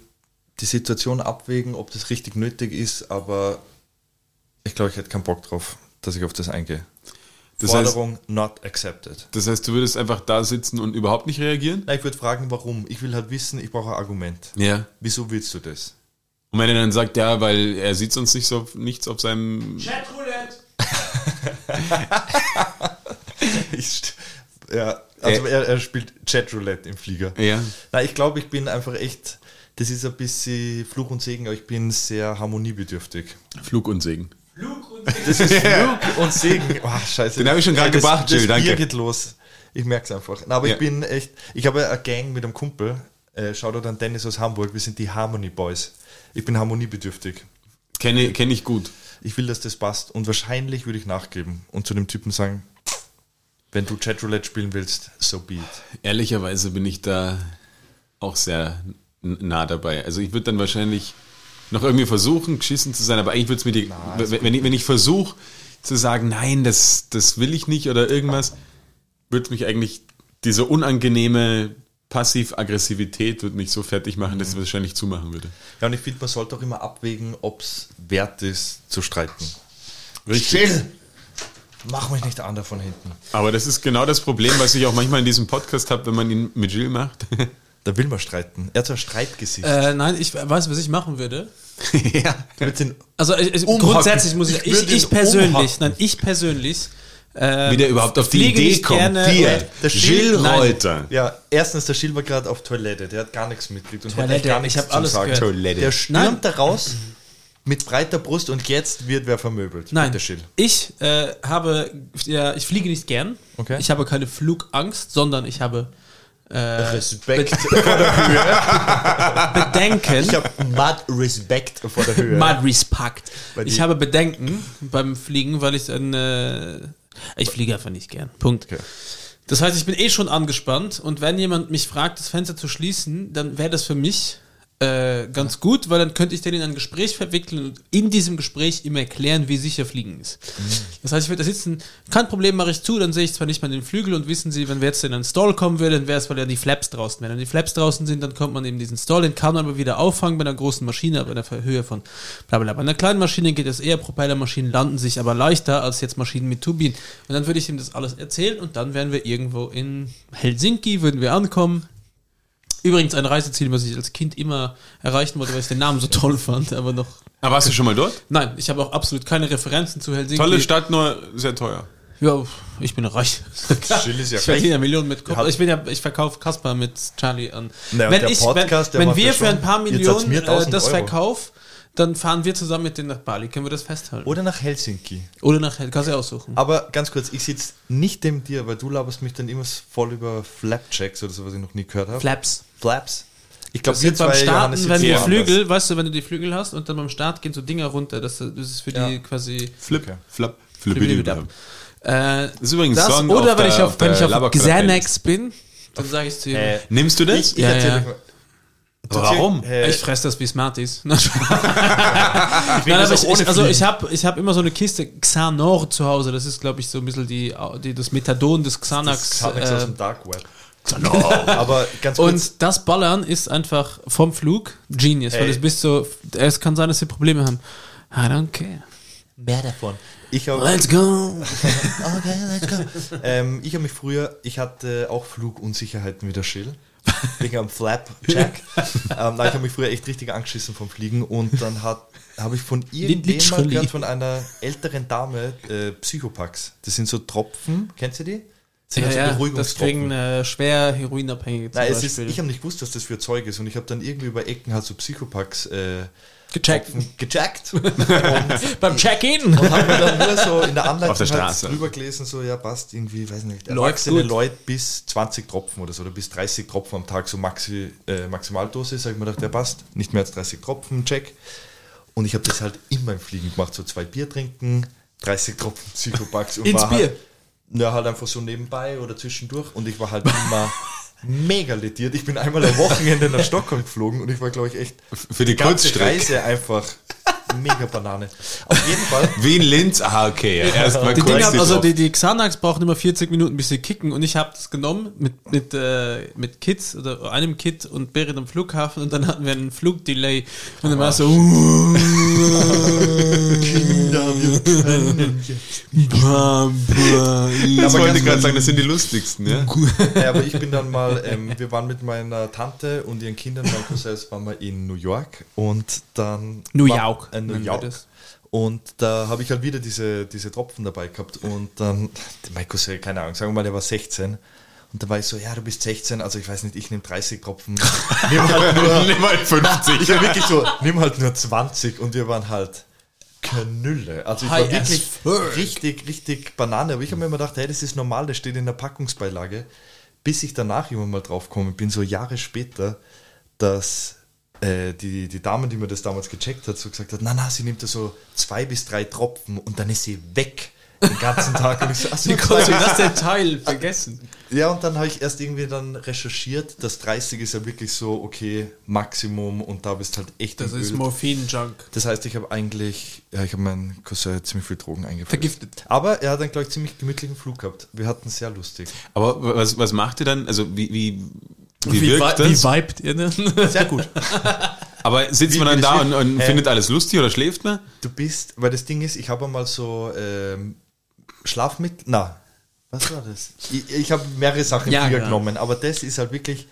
Speaker 3: die Situation abwägen, ob das richtig nötig ist, aber ich glaube, ich hätte keinen Bock drauf, dass ich auf das eingehe.
Speaker 1: Das heißt,
Speaker 3: Forderung not accepted.
Speaker 1: das heißt, du würdest einfach da sitzen und überhaupt nicht reagieren?
Speaker 3: Na, ich würde fragen, warum. Ich will halt wissen, ich brauche ein Argument.
Speaker 1: Ja.
Speaker 3: Wieso willst du das?
Speaker 1: Und wenn er dann sagt, ja, weil er sieht sonst nicht so, nichts auf seinem...
Speaker 3: Ich, st- ja, also er, er spielt Chatroulette im Flieger.
Speaker 1: Äh. Ja.
Speaker 3: Na, ich glaube, ich bin einfach echt, das ist ein bisschen Fluch und Segen, aber ich bin sehr harmoniebedürftig.
Speaker 1: Flug und Segen.
Speaker 3: Das ist Fluch und Segen. Oh, scheiße.
Speaker 1: Den hab ich schon grad
Speaker 3: das-
Speaker 1: gebracht, Jill,
Speaker 3: das Bier
Speaker 1: danke.
Speaker 3: geht los. Ich merk's einfach. Na, aber
Speaker 1: Ja.
Speaker 3: ich bin echt, ich habe eine Gang mit einem Kumpel, äh, Shoutout an Dennis aus Hamburg, wir sind die Harmony Boys. Ich bin harmoniebedürftig.
Speaker 1: Kenne, kenne ich gut.
Speaker 3: Ich will, dass das passt. Und wahrscheinlich würde ich nachgeben und zu dem Typen sagen, wenn du Chatroulette spielen willst, so be it.
Speaker 1: Ehrlicherweise bin ich da auch sehr n- nah dabei. Also ich würde dann wahrscheinlich noch irgendwie versuchen, geschissen zu sein, aber eigentlich würde es mir die, w- wenn ich, wenn ich versuche zu sagen, nein, das, das will ich nicht oder irgendwas, würde mich eigentlich diese unangenehme Passiv-Aggressivität würde mich so fertig machen,
Speaker 2: Mhm.
Speaker 1: dass ich wahrscheinlich zumachen würde.
Speaker 3: Ja, und ich finde, man sollte auch immer abwägen, ob es wert ist, zu streiten. Still! Mach mich nicht an da von hinten.
Speaker 1: Aber das ist genau das Problem, was ich auch manchmal in diesem Podcast habe, wenn man ihn mit Jill macht.
Speaker 3: Da will man streiten. Er hat so ein Streitgesicht.
Speaker 2: Äh, nein, ich weiß, was ich machen würde.
Speaker 1: ja.
Speaker 3: Mit den
Speaker 2: Also ich, ich,
Speaker 3: Umhocken.
Speaker 2: grundsätzlich muss ich,
Speaker 3: Ich
Speaker 2: ich,
Speaker 3: würde
Speaker 2: ich
Speaker 3: ihn
Speaker 2: persönlich,
Speaker 3: umhocken.
Speaker 2: nein, ich persönlich. Ähm,
Speaker 1: Wie der überhaupt auf die
Speaker 2: pflege
Speaker 1: Idee
Speaker 2: mich
Speaker 1: kommt.
Speaker 2: gerne
Speaker 1: Dir,
Speaker 2: und-
Speaker 3: der
Speaker 1: Jill
Speaker 2: Nein.
Speaker 1: Reuter.
Speaker 3: ja, erstens, der Schild war gerade auf Toilette. Der hat gar nichts mitgekriegt und hat
Speaker 2: Toilette,
Speaker 3: echt gar
Speaker 2: ich
Speaker 3: nichts
Speaker 2: hab
Speaker 3: zu
Speaker 2: alles
Speaker 3: sagen.
Speaker 2: gehört.
Speaker 1: Toilette.
Speaker 3: Der stürmt
Speaker 2: Nein.
Speaker 3: da raus mit breiter Brust und jetzt wird wer vermöbelt.
Speaker 2: Nein,
Speaker 3: Der Schild.
Speaker 2: ich äh, habe, ja, ich fliege nicht gern.
Speaker 3: Okay.
Speaker 2: Ich habe keine Flugangst, sondern ich habe äh,
Speaker 3: Respekt.
Speaker 2: Bedenken.
Speaker 3: Ich habe mad Respekt vor der Höhe.
Speaker 2: Mad Respect.
Speaker 3: Bei
Speaker 2: Ich
Speaker 3: dir.
Speaker 2: habe Bedenken beim Fliegen, weil ich ein, äh, ich fliege einfach nicht gern. Punkt.
Speaker 3: Okay.
Speaker 2: Das heißt, ich bin eh schon angespannt und wenn jemand mich fragt, das Fenster zu schließen, dann wäre das für mich äh, ganz gut, weil dann könnte ich den in ein Gespräch verwickeln und in diesem Gespräch ihm erklären, wie sicher Fliegen ist.
Speaker 3: Mhm.
Speaker 2: Das heißt, ich würde da sitzen, kein Problem, mache ich zu, dann sehe ich zwar nicht mal den Flügel und wissen Sie, wenn wir jetzt in einen Stall kommen würden, dann wäre es, weil ja die Flaps draußen wären. Wenn die Flaps draußen sind, dann kommt man eben diesen Stall, den kann man aber wieder auffangen bei einer großen Maschine, aber in der Höhe von bla bla. bla. Bei einer kleinen Maschine geht es eher, Propellermaschinen landen sich aber leichter als jetzt Maschinen mit Turbinen. Und dann würde ich ihm das alles erzählen und dann wären wir irgendwo in Helsinki, würden wir ankommen. Übrigens ein Reiseziel, was ich als Kind immer erreichen wollte, weil ich den Namen so toll fand, aber noch.
Speaker 1: Aber Ah, warst du schon mal dort?
Speaker 2: Nein, ich habe auch absolut keine Referenzen zu Helsinki.
Speaker 1: Tolle Stadt, nur sehr teuer.
Speaker 2: Ja, ich bin reich.
Speaker 3: Schill ist ja
Speaker 2: ich verdiene
Speaker 3: reich.
Speaker 2: ja Millionen mit
Speaker 3: Hat-
Speaker 2: Kopf. Ich bin ja, ich verkaufe Kasper mit Charlie an.
Speaker 3: Na, und
Speaker 2: wenn
Speaker 3: der
Speaker 2: ich,
Speaker 3: Podcast, der
Speaker 2: wenn, wenn
Speaker 3: macht ja
Speaker 2: wir für ein
Speaker 3: schon-
Speaker 2: paar
Speaker 3: jetzt hat's
Speaker 2: Millionen
Speaker 3: mir
Speaker 2: äh,
Speaker 3: 1000
Speaker 2: das
Speaker 3: Euro.
Speaker 2: verkaufen, dann fahren wir zusammen mit denen nach Bali. Können wir das festhalten?
Speaker 3: Oder nach Helsinki.
Speaker 2: Oder nach Hel- kannst du ja aussuchen.
Speaker 3: Aber ganz kurz, ich sitze nicht neben dir, weil du laberst mich dann immer voll über Flapjacks oder so, was ich noch nie gehört habe.
Speaker 2: Flaps.
Speaker 3: Flaps. Ich glaube, wir
Speaker 2: sind
Speaker 3: zwei
Speaker 2: beim Starten,
Speaker 3: Johannes sitzen
Speaker 2: wenn die
Speaker 1: hier
Speaker 2: Flügel, weißt du, wenn du die Flügel hast und dann beim Start gehen so Dinger runter, das, das ist für die
Speaker 3: Ja.
Speaker 2: quasi
Speaker 1: Flip, flap,
Speaker 2: Flipidibidab.
Speaker 1: flip.
Speaker 2: Äh,
Speaker 1: ist übrigens
Speaker 2: das,
Speaker 1: Song
Speaker 2: oder
Speaker 1: auf
Speaker 2: wenn
Speaker 1: der-
Speaker 2: ich auf,
Speaker 1: auf
Speaker 2: wenn
Speaker 1: der
Speaker 2: ich auf
Speaker 1: Laberquartett.
Speaker 2: Xanax bin, dann sage ich zu ihm,
Speaker 3: Äh,
Speaker 1: Nimmst du das?
Speaker 3: Ich, ich
Speaker 2: Ja,
Speaker 3: erzähle
Speaker 2: ja.
Speaker 3: euch mal.
Speaker 1: Aber warum?
Speaker 3: Äh,
Speaker 2: ich fresse das wie Smarties. Nein,
Speaker 3: will das auch
Speaker 2: aber ich,
Speaker 3: ohne
Speaker 2: ich, also
Speaker 3: Fliegen.
Speaker 2: ich habe ich hab immer so eine Kiste Xanor zu Hause. Das ist, glaube ich, so ein bisschen die, die, das Methadon des Xanax.
Speaker 3: Das kam nichts aus
Speaker 2: äh,
Speaker 3: dem Dark Web. Aber ganz kurz,
Speaker 2: und das Ballern ist einfach vom Flug genius, weil
Speaker 3: Ey.
Speaker 2: es bist so, es kann sein, dass sie Probleme haben. I don't care.
Speaker 3: mehr davon. Ich habe
Speaker 2: Let's go.
Speaker 3: Okay, let's go. ähm, ich habe mich früher, ich hatte auch Flugunsicherheiten wie der Schill. Wegen am Flapjack. ähm, nein, ich habe mich früher echt richtig angeschissen vom Fliegen und dann hat habe ich von irgendjemand
Speaker 2: literally.
Speaker 3: gehört, von einer älteren Dame, äh, Psychopacks. Das sind so Tropfen, kennst du die? Das sind
Speaker 2: Ja,
Speaker 3: halt so
Speaker 2: ja, das kriegen äh, schwer Heroinabhängige zum
Speaker 3: Nein, es ist,
Speaker 2: Beispiel.
Speaker 3: ich habe nicht gewusst, was das für Zeug ist und ich habe dann irgendwie über Ecken halt so Psychopacks äh,
Speaker 2: gecheckt.
Speaker 3: gecheckt und
Speaker 2: Beim Check-in.
Speaker 3: und habe mir dann nur so in der Anleitung
Speaker 1: Auf der
Speaker 3: halt
Speaker 1: Straße.
Speaker 3: drüber gelesen, so, ja, passt irgendwie, weiß nicht,
Speaker 2: Läuft
Speaker 3: erwachsene
Speaker 2: gut.
Speaker 3: Leute bis 20 Tropfen oder so, oder bis 30 Tropfen am Tag, so Maxi, äh, Maximaldosis, habe ich mir gedacht, ja, passt, nicht mehr als 30 Tropfen, check. Und ich habe das halt immer im Fliegen gemacht, so zwei Bier trinken, 30 Tropfen Psychopacks. Und
Speaker 2: Ins Bier?
Speaker 3: Halt, ja, halt einfach so nebenbei oder zwischendurch und ich war halt immer... Mega lediert. Ich bin einmal am Wochenende nach Stockholm geflogen und ich war, glaube ich, echt
Speaker 1: Für die
Speaker 3: ganze
Speaker 1: Kurzstrecke.
Speaker 3: Reise einfach mega Banane. Auf jeden Fall
Speaker 1: Wie in Linz? Ah, okay. Ja. Erstmal
Speaker 2: Die Dinger, also
Speaker 1: drauf.
Speaker 2: die, die Xanax brauchen immer 40 Minuten, bis sie kicken. Und ich habe das genommen mit, mit, äh, mit Kids oder einem Kid und Berit am Flughafen und dann hatten wir einen Flugdelay. Und dann war es so.
Speaker 3: Oh,
Speaker 2: uh,
Speaker 1: das
Speaker 3: aber
Speaker 1: wollte
Speaker 3: ganz
Speaker 1: ich gerade sagen, das sind die lustigsten, ja?
Speaker 3: Ja, aber ich bin dann mal, ähm, wir waren mit meiner Tante und ihren Kindern, mein Cousins, waren wir in New York und dann.
Speaker 2: New
Speaker 3: war-
Speaker 2: York,
Speaker 3: Äh, New
Speaker 2: nennen wir
Speaker 3: York.
Speaker 2: das.
Speaker 3: Und da habe ich halt wieder diese, diese Tropfen dabei gehabt und dann, mein Cousin, keine Ahnung, sagen wir mal, der war 16. Und da war ich so, ja, du bist 16, also ich weiß nicht, ich nehme 30 Tropfen. Nimm halt nur,
Speaker 1: Nimm mal 50.
Speaker 3: ich war wirklich so, nimm halt nur 20 und wir waren halt Kanülle. Also ich
Speaker 2: High
Speaker 3: war wirklich
Speaker 2: as fuck.
Speaker 3: richtig, richtig Banane. Aber ich habe mir immer gedacht, hey, das ist normal, das steht in der Packungsbeilage. Bis ich danach immer mal drauf gekommen bin, so Jahre später, dass äh, die, die Dame, die mir das damals gecheckt hat, so gesagt hat, na na, sie nimmt da so zwei bis drei Tropfen und dann ist sie weg den ganzen Tag. Und ich so, ach so,
Speaker 2: Wie konnte ich das Detail vergessen?
Speaker 3: ja, und dann habe ich erst irgendwie dann recherchiert, dass 30 ist ja wirklich so, okay, Maximum und da bist halt echt
Speaker 2: Das
Speaker 3: im
Speaker 2: ist
Speaker 3: Öl.
Speaker 2: Morphin-Junk.
Speaker 3: Das heißt, ich habe eigentlich, ja, ich habe meinen Cousin ziemlich viel Drogen eingefallen.
Speaker 2: Vergiftet.
Speaker 3: Aber er hat dann, glaube ich, ziemlich gemütlichen Flug gehabt. Wir hatten sehr lustig.
Speaker 1: Aber was, was macht ihr dann? Also wie, wie, wie,
Speaker 2: vi-
Speaker 1: wirkt
Speaker 2: wie
Speaker 1: das?
Speaker 2: vibet ihr denn?
Speaker 3: Sehr gut.
Speaker 1: Aber sitzt
Speaker 3: wie-
Speaker 1: man
Speaker 3: wie
Speaker 1: dann da
Speaker 3: das
Speaker 1: und,
Speaker 3: wirkt?
Speaker 1: und
Speaker 3: Äh,
Speaker 1: findet alles lustig oder schläft man?
Speaker 3: Du bist, weil das Ding ist, ich habe einmal so ähm, Schlafmittel, na, was war das? Ich, ich habe mehrere Sachen
Speaker 2: Ja,
Speaker 3: ja,
Speaker 2: ja.
Speaker 3: genommen, aber das ist halt wirklich,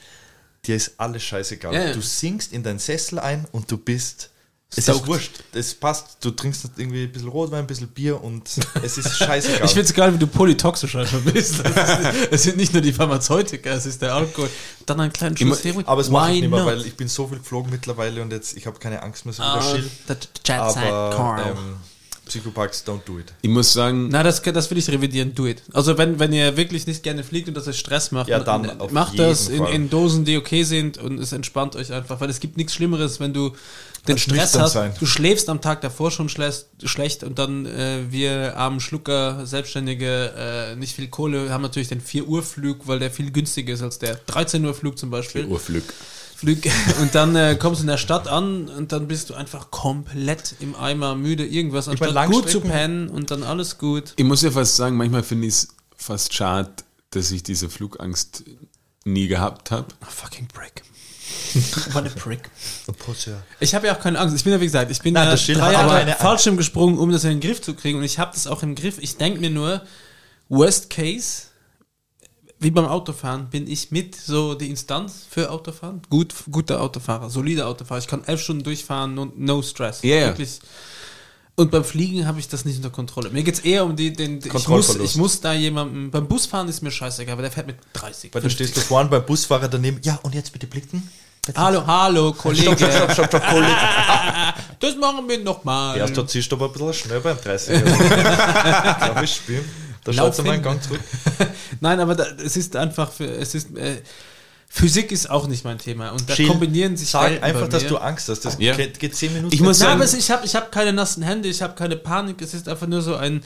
Speaker 3: dir ist alles scheißegal.
Speaker 2: Ja, ja.
Speaker 3: Du singst in deinen Sessel ein und du bist, es
Speaker 2: Soaked.
Speaker 3: ist wurscht, es passt. Du trinkst irgendwie ein bisschen Rotwein, ein bisschen Bier und es ist scheißegal.
Speaker 2: Ich finde es geil, wie du polytoxisch einfach bist. Das ist- Es sind nicht nur die Pharmazeutika, es ist der Alkohol. Dann einen kleinen Schuss Heroin.
Speaker 3: Aber es mache ich nicht mehr,
Speaker 2: not?
Speaker 3: weil ich bin so viel geflogen mittlerweile und jetzt, ich habe keine Angst mehr so
Speaker 2: Ah,
Speaker 3: wieder Schild.
Speaker 2: der Jet Set
Speaker 3: Aber
Speaker 2: Carl.
Speaker 3: ähm, Psychoparks, don't do it.
Speaker 1: Ich muss sagen,
Speaker 2: Na, das, das will ich revidieren, do it. Also wenn, wenn ihr wirklich nicht gerne fliegt und das euch Stress macht,
Speaker 3: Ja, dann
Speaker 2: n-
Speaker 3: auf
Speaker 2: macht
Speaker 3: jeden
Speaker 2: das in,
Speaker 3: Fall.
Speaker 2: in Dosen, die okay sind und es entspannt euch einfach, weil es gibt nichts Schlimmeres, wenn du den
Speaker 3: Als
Speaker 2: Stress
Speaker 3: nüchtern
Speaker 2: hast,
Speaker 3: sein.
Speaker 2: du schläfst am Tag davor schon schlecht, schlecht und dann äh, wir armen Schlucker, Selbstständige, äh, nicht viel Kohle, haben natürlich den 4-Uhr-Flug, weil der viel günstiger ist als der 13-Uhr-Flug zum Beispiel.
Speaker 1: Urflück.
Speaker 2: Flug. Und dann äh, kommst du in der Stadt an und dann bist du einfach komplett im Eimer, müde, irgendwas, anstatt gut zu
Speaker 3: Langstrecken-
Speaker 2: pennen und dann alles gut.
Speaker 1: Ich muss ja fast sagen, manchmal finde ich es fast schade, dass ich diese Flugangst nie gehabt habe.
Speaker 2: A fucking prick. What a prick.
Speaker 3: Pussy.
Speaker 2: Ich habe ja auch keine Angst. Ich bin ja, wie gesagt, ich bin
Speaker 3: Nein,
Speaker 2: ja
Speaker 3: das Schild
Speaker 2: drei
Speaker 3: hat aber
Speaker 2: Jahre
Speaker 3: keine Angst.
Speaker 2: Fallschirm gesprungen, um das in den Griff zu kriegen. Und ich habe das auch im Griff. Ich denke mir nur, worst case, wie beim Autofahren, bin ich mit so die Instanz für Autofahren. Gut, guter Autofahrer, solider Autofahrer. Ich kann elf Stunden durchfahren und no stress.
Speaker 1: Ja, ja.
Speaker 2: Wirklich. Und beim Fliegen habe ich das nicht unter Kontrolle. Mir geht es eher um die, den, ich muss,
Speaker 6: Kontrollverlust.
Speaker 2: ich muss da jemandem, beim Busfahren ist mir scheißegal, aber der fährt mit 30.
Speaker 3: Weil da stehst du vorne beim Busfahrer daneben. Ja, und jetzt bitte blicken. Jetzt
Speaker 2: hallo, hallo, Kollege.
Speaker 3: Stopp, stopp, stopp, stopp, stopp, Kollege.
Speaker 2: Das machen wir nochmal.
Speaker 3: Erst da ziehst du aber ein bisschen schnell beim 30er. ich glaube, ich spiele. Da
Speaker 2: Lauf
Speaker 3: schaut mal einen
Speaker 2: hin.
Speaker 3: Gang zurück.
Speaker 2: Nein, aber da, es ist einfach, für, es ist, äh, Physik ist auch nicht mein Thema. Und da
Speaker 3: Chill.
Speaker 2: kombinieren sich
Speaker 3: Sag
Speaker 2: Welten bei
Speaker 3: einfach, dass
Speaker 2: mir.
Speaker 3: du Angst hast. Das
Speaker 1: Ja.
Speaker 3: geht, geht 10 Minuten.
Speaker 1: Ich muss
Speaker 2: Na,
Speaker 1: sagen,
Speaker 2: aber es- ich habe ich hab keine nassen Hände, ich habe keine Panik, es ist einfach nur so ein.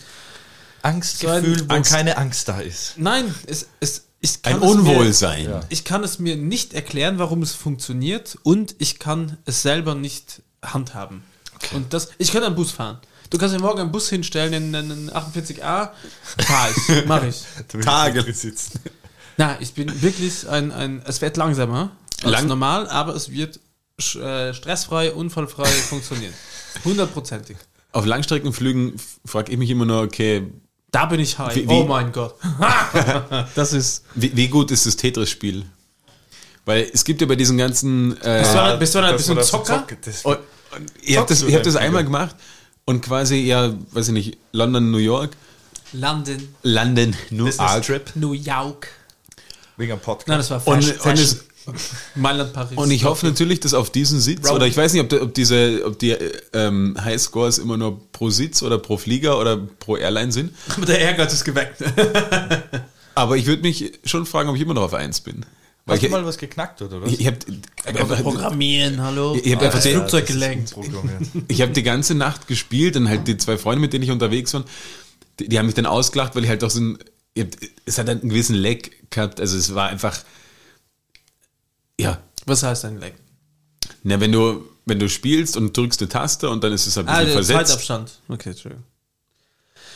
Speaker 3: Angstgefühl,
Speaker 2: so ein
Speaker 3: wo
Speaker 2: Angst-
Speaker 3: keine Angst da ist.
Speaker 2: Nein, es, es, ich kann
Speaker 1: Ein
Speaker 2: es mir-
Speaker 1: Unwohlsein.
Speaker 2: Ich kann es mir nicht erklären, warum es funktioniert und ich kann es selber nicht handhaben. Und das, ich kann einen Bus fahren. Du kannst mir morgen einen Bus hinstellen, in einen 48a, fahr ich, mach ich.
Speaker 1: Tage sitzen.
Speaker 2: Na, ich bin wirklich ein, ein es wird langsamer als
Speaker 1: Lang-
Speaker 2: normal, aber es wird sch- äh, stressfrei, unfallfrei funktionieren. Hundertprozentig.
Speaker 1: Auf Langstreckenflügen frage ich mich immer nur, okay,
Speaker 2: Da bin ich high.
Speaker 1: Wie- wie-
Speaker 2: Oh mein Gott. das ist.
Speaker 1: wie, wie gut ist das Tetris-Spiel? Weil es gibt ja bei diesen ganzen. Äh,
Speaker 2: Bist du ein, bist du ein,
Speaker 3: Dass
Speaker 2: bist du
Speaker 3: man
Speaker 2: ein
Speaker 3: da so
Speaker 2: Zocker? Oh,
Speaker 3: zockt, das-
Speaker 1: Und, und ich habe das, ich hab das einmal gemacht und quasi ja, weiß ich nicht, London, New York,
Speaker 2: London,
Speaker 1: London, New
Speaker 2: ah.
Speaker 3: Business
Speaker 1: York.
Speaker 3: Trip
Speaker 2: New York.
Speaker 3: wegen einem Podcast.
Speaker 2: Nein, das war
Speaker 1: Und,
Speaker 2: falsch.
Speaker 1: und, es,
Speaker 2: Mailand, Paris.
Speaker 1: und ich hoffe natürlich, dass auf diesen Sitz, oder ich weiß nicht, ob, der- ob diese, ob die äh, ähm, Highscores immer nur pro Sitz oder pro Flieger oder pro Airline sind.
Speaker 2: Aber der Ehrgeiz ist geweckt.
Speaker 1: Aber ich würde mich schon fragen, ob ich immer noch auf 1 bin. Weil
Speaker 3: Hast
Speaker 1: ich,
Speaker 3: du mal was geknackt, oder was?
Speaker 1: ich habe
Speaker 2: Programmieren, hallo.
Speaker 1: Ich hab einfach
Speaker 2: das
Speaker 1: den-
Speaker 2: Flugzeug gelenkt.
Speaker 1: ich hab die ganze Nacht gespielt und halt die zwei Freunde, mit denen ich unterwegs war, die, die haben mich dann ausgelacht, weil ich halt auch so ein, ich hab- es hat halt einen gewissen Lag gehabt, also es war einfach, ja,
Speaker 2: Was heißt ein Lenk?
Speaker 1: na, wenn du, wenn du spielst und drückst eine Taste und dann ist es halt ein bisschen
Speaker 2: Ah, der
Speaker 1: versetzt
Speaker 2: Zeitabstand. Okay, Entschuldigung.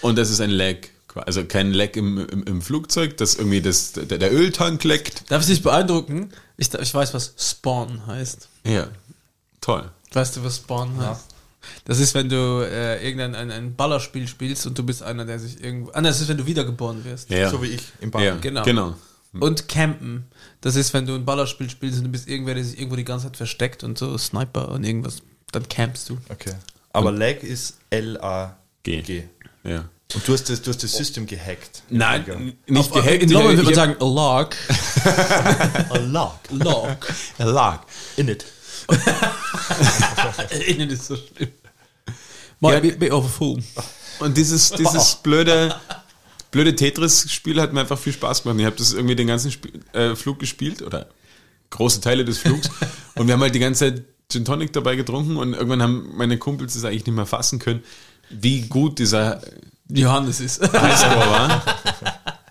Speaker 1: und das ist ein Lag. Also kein Lag im, im, im Flugzeug, dass irgendwie das, der, der Öltank leckt.
Speaker 2: Darf ich dich beeindrucken? Ich, ich weiß, was Spawn heißt.
Speaker 1: Ja, toll.
Speaker 2: Weißt du, was Spawn heißt? Das ist, wenn du äh, irgendein ein, ein Ballerspiel spielst und du bist einer, der sich irgendwo. Ah, nein, das ist, wenn du wiedergeboren wirst.
Speaker 1: Ja,
Speaker 3: So wie ich im Bad.
Speaker 1: ja
Speaker 2: Genau.
Speaker 1: genau. genau.
Speaker 2: Und Campen. Das ist, wenn du ein Ballerspiel spielst und du bist irgendwer, der sich irgendwo die ganze Zeit versteckt und so Sniper und irgendwas. Dann campst du.
Speaker 3: Okay.
Speaker 6: Okay.
Speaker 3: Aber Lag ist L-A-G.
Speaker 1: G. Ja.
Speaker 3: Und du hast das, du hast das System gehackt.
Speaker 1: Nein, nicht gehackt.
Speaker 2: In
Speaker 1: Ich hab-
Speaker 2: Norwegen würde man
Speaker 1: ich hab-
Speaker 2: sagen, a log.
Speaker 3: A Lag.
Speaker 2: Log.
Speaker 3: A Lag. In it.
Speaker 2: Innen ist so schlimm. Mal ja, be of a fool.
Speaker 1: Und dieses, dieses blöde, blöde Tetris-Spiel hat mir einfach viel Spaß gemacht. Ich habe das irgendwie den ganzen Spiel, äh, Flug gespielt oder große Teile des Flugs. und wir haben halt die ganze Zeit Gin Tonic dabei getrunken und irgendwann haben meine Kumpels das eigentlich nicht mehr fassen können, wie gut dieser
Speaker 2: Johannes ist.
Speaker 1: Highscore war.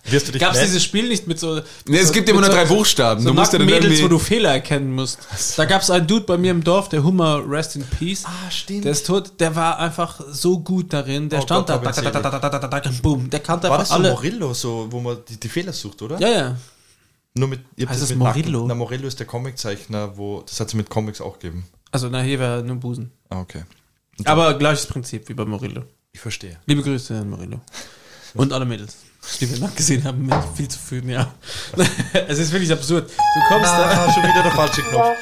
Speaker 3: Wirst du dich
Speaker 2: Gab es
Speaker 3: mad-
Speaker 2: dieses Spiel nicht mit so.
Speaker 1: Nee, es
Speaker 2: so-
Speaker 1: gibt immer
Speaker 2: mit
Speaker 1: nur
Speaker 2: so-
Speaker 1: drei Buchstaben.
Speaker 2: So
Speaker 1: du musst ja dann
Speaker 2: Mädels,
Speaker 1: irgendwie,
Speaker 2: wo du Fehler erkennen musst. Da gab es einen Dude bei mir im Dorf, der Hummer Rest in Peace.
Speaker 3: Ah, stimmt.
Speaker 2: Der ist tot, der war einfach so gut darin. Der
Speaker 3: Oh
Speaker 2: stand
Speaker 3: Gott,
Speaker 2: da,
Speaker 3: hab ihn
Speaker 2: da, da, da, da, da, da, da, da, boom. Der kannte
Speaker 3: war das
Speaker 2: einfach
Speaker 3: so
Speaker 2: alle.
Speaker 3: Morillo, so, wo man die, die Fehler sucht, oder?
Speaker 2: Ja, ja.
Speaker 3: Nur mit, ihr habt
Speaker 2: Heißt das
Speaker 3: mit Nacken-
Speaker 2: Morillo?
Speaker 3: Na, Morillo ist der Comiczeichner, wo, das hat sie mit Comics auch gegeben.
Speaker 2: Also, na, hier war nur Busen.
Speaker 3: Ah, okay.
Speaker 2: Aber gleiches Prinzip wie bei Morillo.
Speaker 3: Ich verstehe.
Speaker 2: Liebe Grüße an Morillo. Und alle Mädels, die wir nachgesehen haben, mit viel zu fühlen, ja. es ist wirklich absurd. Du kommst da.
Speaker 3: Ah, schon wieder der falsche Knopf.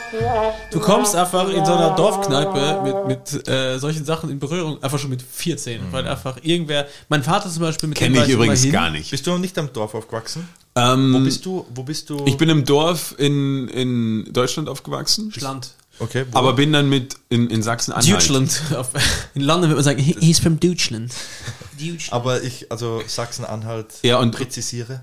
Speaker 2: Du kommst einfach in so einer Dorfkneipe mit, mit äh, solchen Sachen in Berührung, einfach schon mit 14, weil einfach irgendwer, mein Vater zum Beispiel, mit
Speaker 1: Kenn
Speaker 2: war
Speaker 1: ich übrigens
Speaker 2: immer
Speaker 1: gar nicht.
Speaker 3: Bist du noch nicht am Dorf aufgewachsen?
Speaker 1: Ähm,
Speaker 3: Bist du, wo bist du?
Speaker 1: ich bin im Dorf in, in Deutschland aufgewachsen,
Speaker 2: Land.
Speaker 3: okay, wo?
Speaker 1: aber bin dann mit in, in Sachsen-Anhalt.
Speaker 2: Deutschland. Auf- In London würde man sagen, he, he's from Deutschland.
Speaker 3: aber ich, also Sachsen-Anhalt,
Speaker 1: Ja, und-
Speaker 3: präzisiere.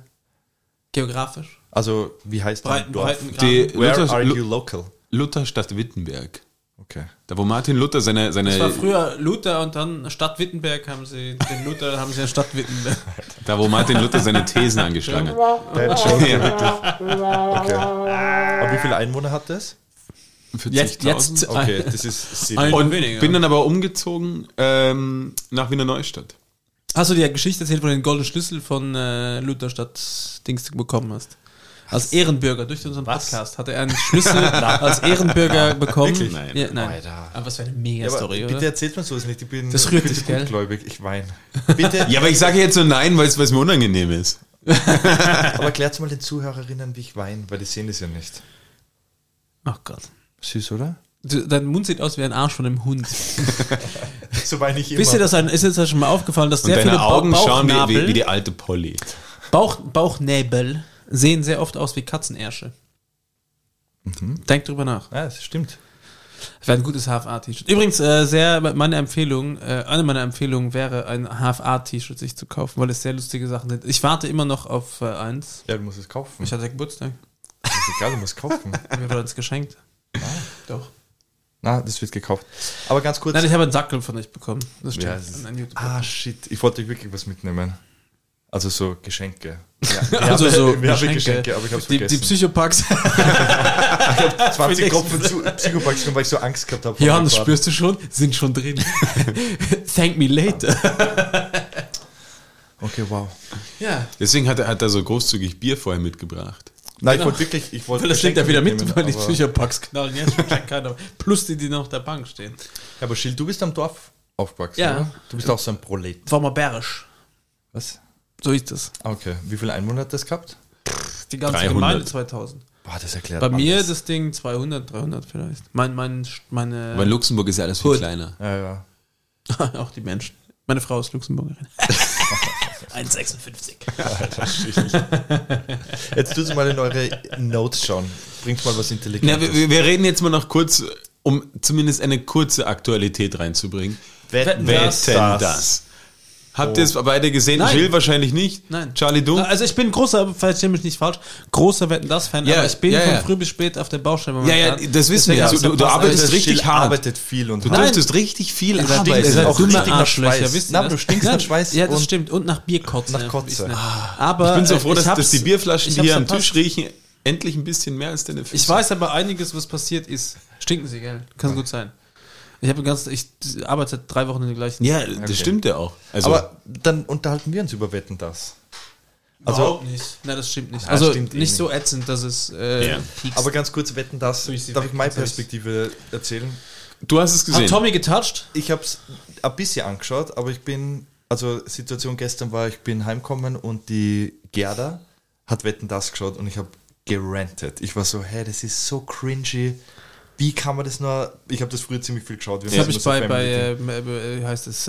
Speaker 2: Geografisch.
Speaker 3: Also, wie heißt
Speaker 2: Breiten,
Speaker 3: dein Dorf?
Speaker 2: breiten
Speaker 1: Die
Speaker 3: Where
Speaker 1: Luthers,
Speaker 3: are
Speaker 1: Lu-
Speaker 3: you local?
Speaker 1: Lutherstadt Wittenberg.
Speaker 3: Okay.
Speaker 1: Da wo Martin Luther seine,
Speaker 2: Das war
Speaker 1: seine
Speaker 2: früher Luther und dann Stadt Wittenberg haben sie, den Luther haben sie in Stadt Wittenberg.
Speaker 1: Da, wo Martin Luther seine Thesen angeschlagen hat.
Speaker 3: Bad Joke,
Speaker 1: Ja.
Speaker 3: wirklich. Okay. Aber wie viele Einwohner hat das?
Speaker 1: 40.000.
Speaker 2: Jetzt, jetzt.
Speaker 3: Okay, das ist
Speaker 2: Ein-
Speaker 3: silly.
Speaker 1: Und
Speaker 2: weniger.
Speaker 1: bin dann aber umgezogen ähm, nach Wiener Neustadt.
Speaker 2: Hast du dir eine Geschichte erzählt, wo du den goldenen Schlüssel von äh, Lutherstadt Dings bekommen hast? Als Ehrenbürger, durch unseren Podcast, hat er einen Schlüssel als Ehrenbürger bekommen.
Speaker 1: Wirklich? Nein.
Speaker 2: Ja, nein.
Speaker 3: Alter.
Speaker 2: Aber was für eine
Speaker 3: Ja, aber
Speaker 2: Mega-Story,
Speaker 3: bitte
Speaker 2: oder?
Speaker 3: erzählt mir sowas nicht. Ich bin,
Speaker 2: Das
Speaker 3: ich
Speaker 2: rührt
Speaker 3: bin
Speaker 2: dich,
Speaker 3: so
Speaker 2: gell?
Speaker 3: gutgläubig, ich weine. Bitte,
Speaker 1: Ja, aber ich sage jetzt so nein, weil es mir unangenehm ist.
Speaker 3: aber erklärt mal den Zuhörerinnen, wie ich weine, weil die sehen das ja nicht.
Speaker 2: Ach Gott.
Speaker 3: Süß, oder?
Speaker 2: Du, dein Mund sieht aus wie ein Arsch von einem Hund.
Speaker 7: nicht so, weil nicht immer.
Speaker 2: Wisst ihr, das ein, ist jetzt schon mal aufgefallen, dass
Speaker 1: Und
Speaker 2: sehr viele
Speaker 1: deine
Speaker 2: Ba-
Speaker 1: Augen schauen wie,
Speaker 2: Bauchnabel,
Speaker 1: wie, wie die alte Polly.
Speaker 2: Bauch, Bauchnäbel sehen sehr oft aus wie Katzenersche.
Speaker 7: Mhm.
Speaker 2: Denkt drüber nach.
Speaker 3: Ah,
Speaker 7: Ja, das stimmt.
Speaker 2: Wäre ein gutes HFA-T-Shirt. Übrigens, äh, sehr meine Empfehlung, äh, eine meiner Empfehlungen wäre, ein HFA-T-Shirt sich zu kaufen, weil es sehr lustige Sachen sind. Ich warte immer noch auf äh, eins.
Speaker 7: Ja, du musst es kaufen.
Speaker 2: Ich hatte Geburtstag.
Speaker 7: Ist egal, du musst kaufen.
Speaker 2: Mir wurde das geschenkt. Doch.
Speaker 7: Na, das wird gekauft. Aber ganz kurz.
Speaker 2: Nein, ich habe einen Sackel von euch bekommen. Das stimmt.
Speaker 7: Ja, es ist-
Speaker 2: An einen YouTube-
Speaker 7: ah, shit. Ich wollte wirklich was mitnehmen. Also so Geschenke.
Speaker 2: also so
Speaker 7: wir haben Geschenke, aber ich hab's
Speaker 2: die,
Speaker 7: vergessen.
Speaker 2: Die Psychopacks.
Speaker 7: 20 Kopfen zu Psychopacks, weil ich so Angst gehabt habe. vor
Speaker 2: Johannes,
Speaker 7: Antworten.
Speaker 2: spürst du schon? Sind schon drin. Thank me later.
Speaker 3: Okay, wow.
Speaker 2: Ja.
Speaker 1: Deswegen hat er, hat er so großzügig Bier vorher mitgebracht.
Speaker 3: Nein, ich
Speaker 2: Genau.
Speaker 3: wollte wirklich, ich wollte
Speaker 2: Weil das nimmt er wieder mit,
Speaker 3: mitnehmen,
Speaker 2: weil die
Speaker 3: aber-
Speaker 2: Psychopacks knallen. Ja, schon checkt keiner. Plus die, die noch auf der Bank stehen.
Speaker 3: Ja, aber Schild, du bist am Dorf aufgewachsen,
Speaker 2: Ja.
Speaker 3: oder? Du bist auch so ein Prolet.
Speaker 2: War mal bärisch.
Speaker 3: Was?
Speaker 2: So ist das.
Speaker 3: Ah, Okay, wie viele Einwohner hat das gehabt?
Speaker 2: Die ganze
Speaker 1: 300.
Speaker 2: Gemeinde 2000.
Speaker 3: Boah, das erklärt
Speaker 2: Bei mir
Speaker 3: alles.
Speaker 2: das Ding 200, 300 vielleicht. Mein, mein, meine,
Speaker 1: Aber in Luxemburg ist ja alles viel
Speaker 2: Cool.
Speaker 1: kleiner.
Speaker 3: Ja, ja.
Speaker 2: auch die Menschen. Meine Frau ist Luxemburgerin. 1,56.
Speaker 3: Jetzt tut mal in eure Notes schauen. Bringt mal was Intelligentes.
Speaker 1: Ja, wir, wir- wir reden jetzt mal noch kurz, um zumindest eine kurze Aktualität reinzubringen.
Speaker 3: Wetten,
Speaker 1: Wetten
Speaker 2: das. Oh.
Speaker 1: das? Habt ihr es beide gesehen?
Speaker 2: Nein.
Speaker 1: Jill wahrscheinlich nicht.
Speaker 2: Nein.
Speaker 1: Charlie, du?
Speaker 2: Also ich bin großer, verstehe mich nicht falsch, großer Wetten das Fan,
Speaker 1: Ja,
Speaker 2: aber ich bin
Speaker 1: ja,
Speaker 2: von
Speaker 1: ja.
Speaker 2: früh bis spät auf der Baustelle.
Speaker 1: Ja, ja,
Speaker 2: momentan.
Speaker 1: das wissen
Speaker 2: Deswegen
Speaker 1: wir.
Speaker 2: hab
Speaker 1: Du-
Speaker 2: ich so
Speaker 1: du- du
Speaker 2: passt.
Speaker 1: arbeitest
Speaker 2: Also,
Speaker 1: richtig
Speaker 3: Schild
Speaker 1: hart.
Speaker 3: arbeitet viel und
Speaker 1: du dürftest richtig viel
Speaker 2: Ihr seid-
Speaker 1: arbeiten.
Speaker 2: ihr
Speaker 3: es
Speaker 2: seid
Speaker 3: auch
Speaker 2: dumme
Speaker 3: richtig nach
Speaker 2: Arschlöcher,
Speaker 3: Schweiß.
Speaker 2: wisst ihr
Speaker 3: Na,
Speaker 2: das?
Speaker 3: du stinkst
Speaker 2: Ja,
Speaker 3: nach Schweiß
Speaker 2: Ja, das
Speaker 3: und-
Speaker 2: stimmt. Und nach Bierkotzen.
Speaker 3: Nach
Speaker 2: ja,
Speaker 3: Kotze. Ah.
Speaker 2: ist nicht- Aber
Speaker 1: Ich bin so froh,
Speaker 2: äh,
Speaker 1: dass,
Speaker 2: hab's-
Speaker 1: dass die Bierflaschen,
Speaker 2: ich
Speaker 1: die hier am
Speaker 2: hab's
Speaker 1: Tisch
Speaker 2: verpasst.
Speaker 1: riechen, endlich ein bisschen mehr als deine Füße.
Speaker 2: Ich weiß aber einiges, was passiert ist. Stinken sie, gell? Kann gut sein. Ich habe ganz, ich arbeite seit drei Wochen in der gleichen.
Speaker 1: Ja, das stimmt ja auch. Also,
Speaker 3: Aber dann unterhalten wir uns über Wetten das.
Speaker 2: also
Speaker 3: Also,
Speaker 2: nicht. Nein, das stimmt nicht.
Speaker 3: Ja,
Speaker 2: also
Speaker 3: stimmt eh
Speaker 2: nicht
Speaker 3: nicht.
Speaker 2: so ätzend, dass es. Äh,
Speaker 1: Ja.
Speaker 2: piekst.
Speaker 3: aber ganz kurz, Wetten das.
Speaker 2: Durch die
Speaker 3: Darf ich meine
Speaker 2: Wetten, das-
Speaker 3: Perspektive erzählen?
Speaker 1: du hast es gesehen.
Speaker 2: hat Ah, Tommy getatscht?
Speaker 3: Ich habe es ein bisschen angeschaut, aber ich bin, also Situation gestern war, ich bin heimgekommen und die Gerda hat Wetten das geschaut und ich habe gerantet. Ich war so, hey, das ist so cringy. Wie kann man das nur? Ich habe das früher ziemlich viel geschaut.
Speaker 2: Das habe ich bei, bei äh, wie heißt es,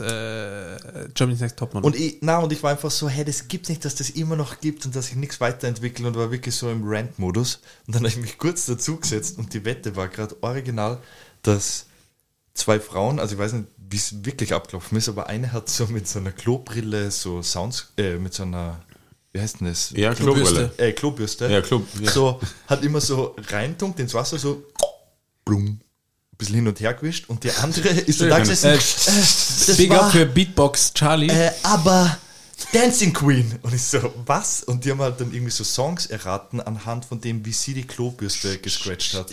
Speaker 2: äh, Germany's Next Topmodel.
Speaker 3: Und ich, na, und ich war einfach so, hey, das gibt's nicht, dass das immer noch gibt und dass ich nichts weiterentwickle und war wirklich so im Rant-Modus. Und dann habe ich mich kurz dazu gesetzt und die Wette war gerade original, dass zwei Frauen, also ich weiß nicht, wie es wirklich abgelaufen ist, aber eine hat so mit so einer Klobrille so Sounds, äh, mit so einer, wie heißt denn das?
Speaker 1: ja, Klobrille.
Speaker 3: Äh, Klobürste.
Speaker 1: Ja, Klo- ja.
Speaker 3: So, hat immer so reintunkt ins Wasser, so blum, ein bisschen hin und her gewischt und die andere ist so da gesessen.
Speaker 2: Äh,
Speaker 3: äh, das
Speaker 2: Big
Speaker 3: war-
Speaker 2: up für Beatbox Charlie.
Speaker 3: äh, aber Dancing Queen. Und ich so, was? Und die haben halt dann irgendwie so Songs erraten anhand von dem, wie sie die Klobürste gescratcht hat.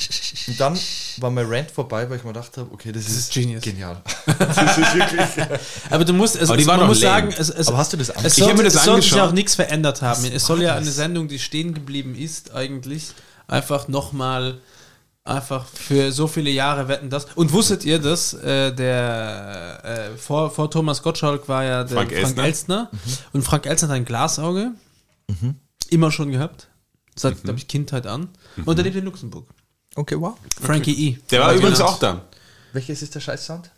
Speaker 3: Und dann war mein Rant vorbei, weil ich mir gedacht habe, okay, das, ist,
Speaker 2: ist genius.
Speaker 3: genial. das ist wirklich,
Speaker 2: aber du musst, also,
Speaker 1: Aber die war
Speaker 2: man
Speaker 1: doch
Speaker 2: muss
Speaker 1: lame.
Speaker 2: sagen, es, es,
Speaker 3: aber hast du das angeschaut?
Speaker 2: es
Speaker 1: Ich hab
Speaker 2: sollte,
Speaker 1: mir das
Speaker 2: es sollte sich
Speaker 1: angeschaut.
Speaker 2: auch nichts verändert haben. Es soll ja
Speaker 3: das?
Speaker 2: eine Sendung, die stehen geblieben ist, eigentlich einfach nochmal einfach für so viele Jahre wetten das. Und wusstet ihr das? Äh, der äh, vor, vor Thomas Gottschalk war ja der
Speaker 1: Frank
Speaker 2: Frank,
Speaker 1: Elstner. Mhm.
Speaker 2: Elstner. Und Frank Elstner hat ein Glasauge. Immer schon gehabt. Seit,
Speaker 1: Mhm.
Speaker 2: glaube ich, Kindheit an. Und er lebt in Luxemburg.
Speaker 3: Okay, wow.
Speaker 2: Frankie E.
Speaker 1: Der war übrigens auch da.
Speaker 3: Welches ist der Scheiß-Sound?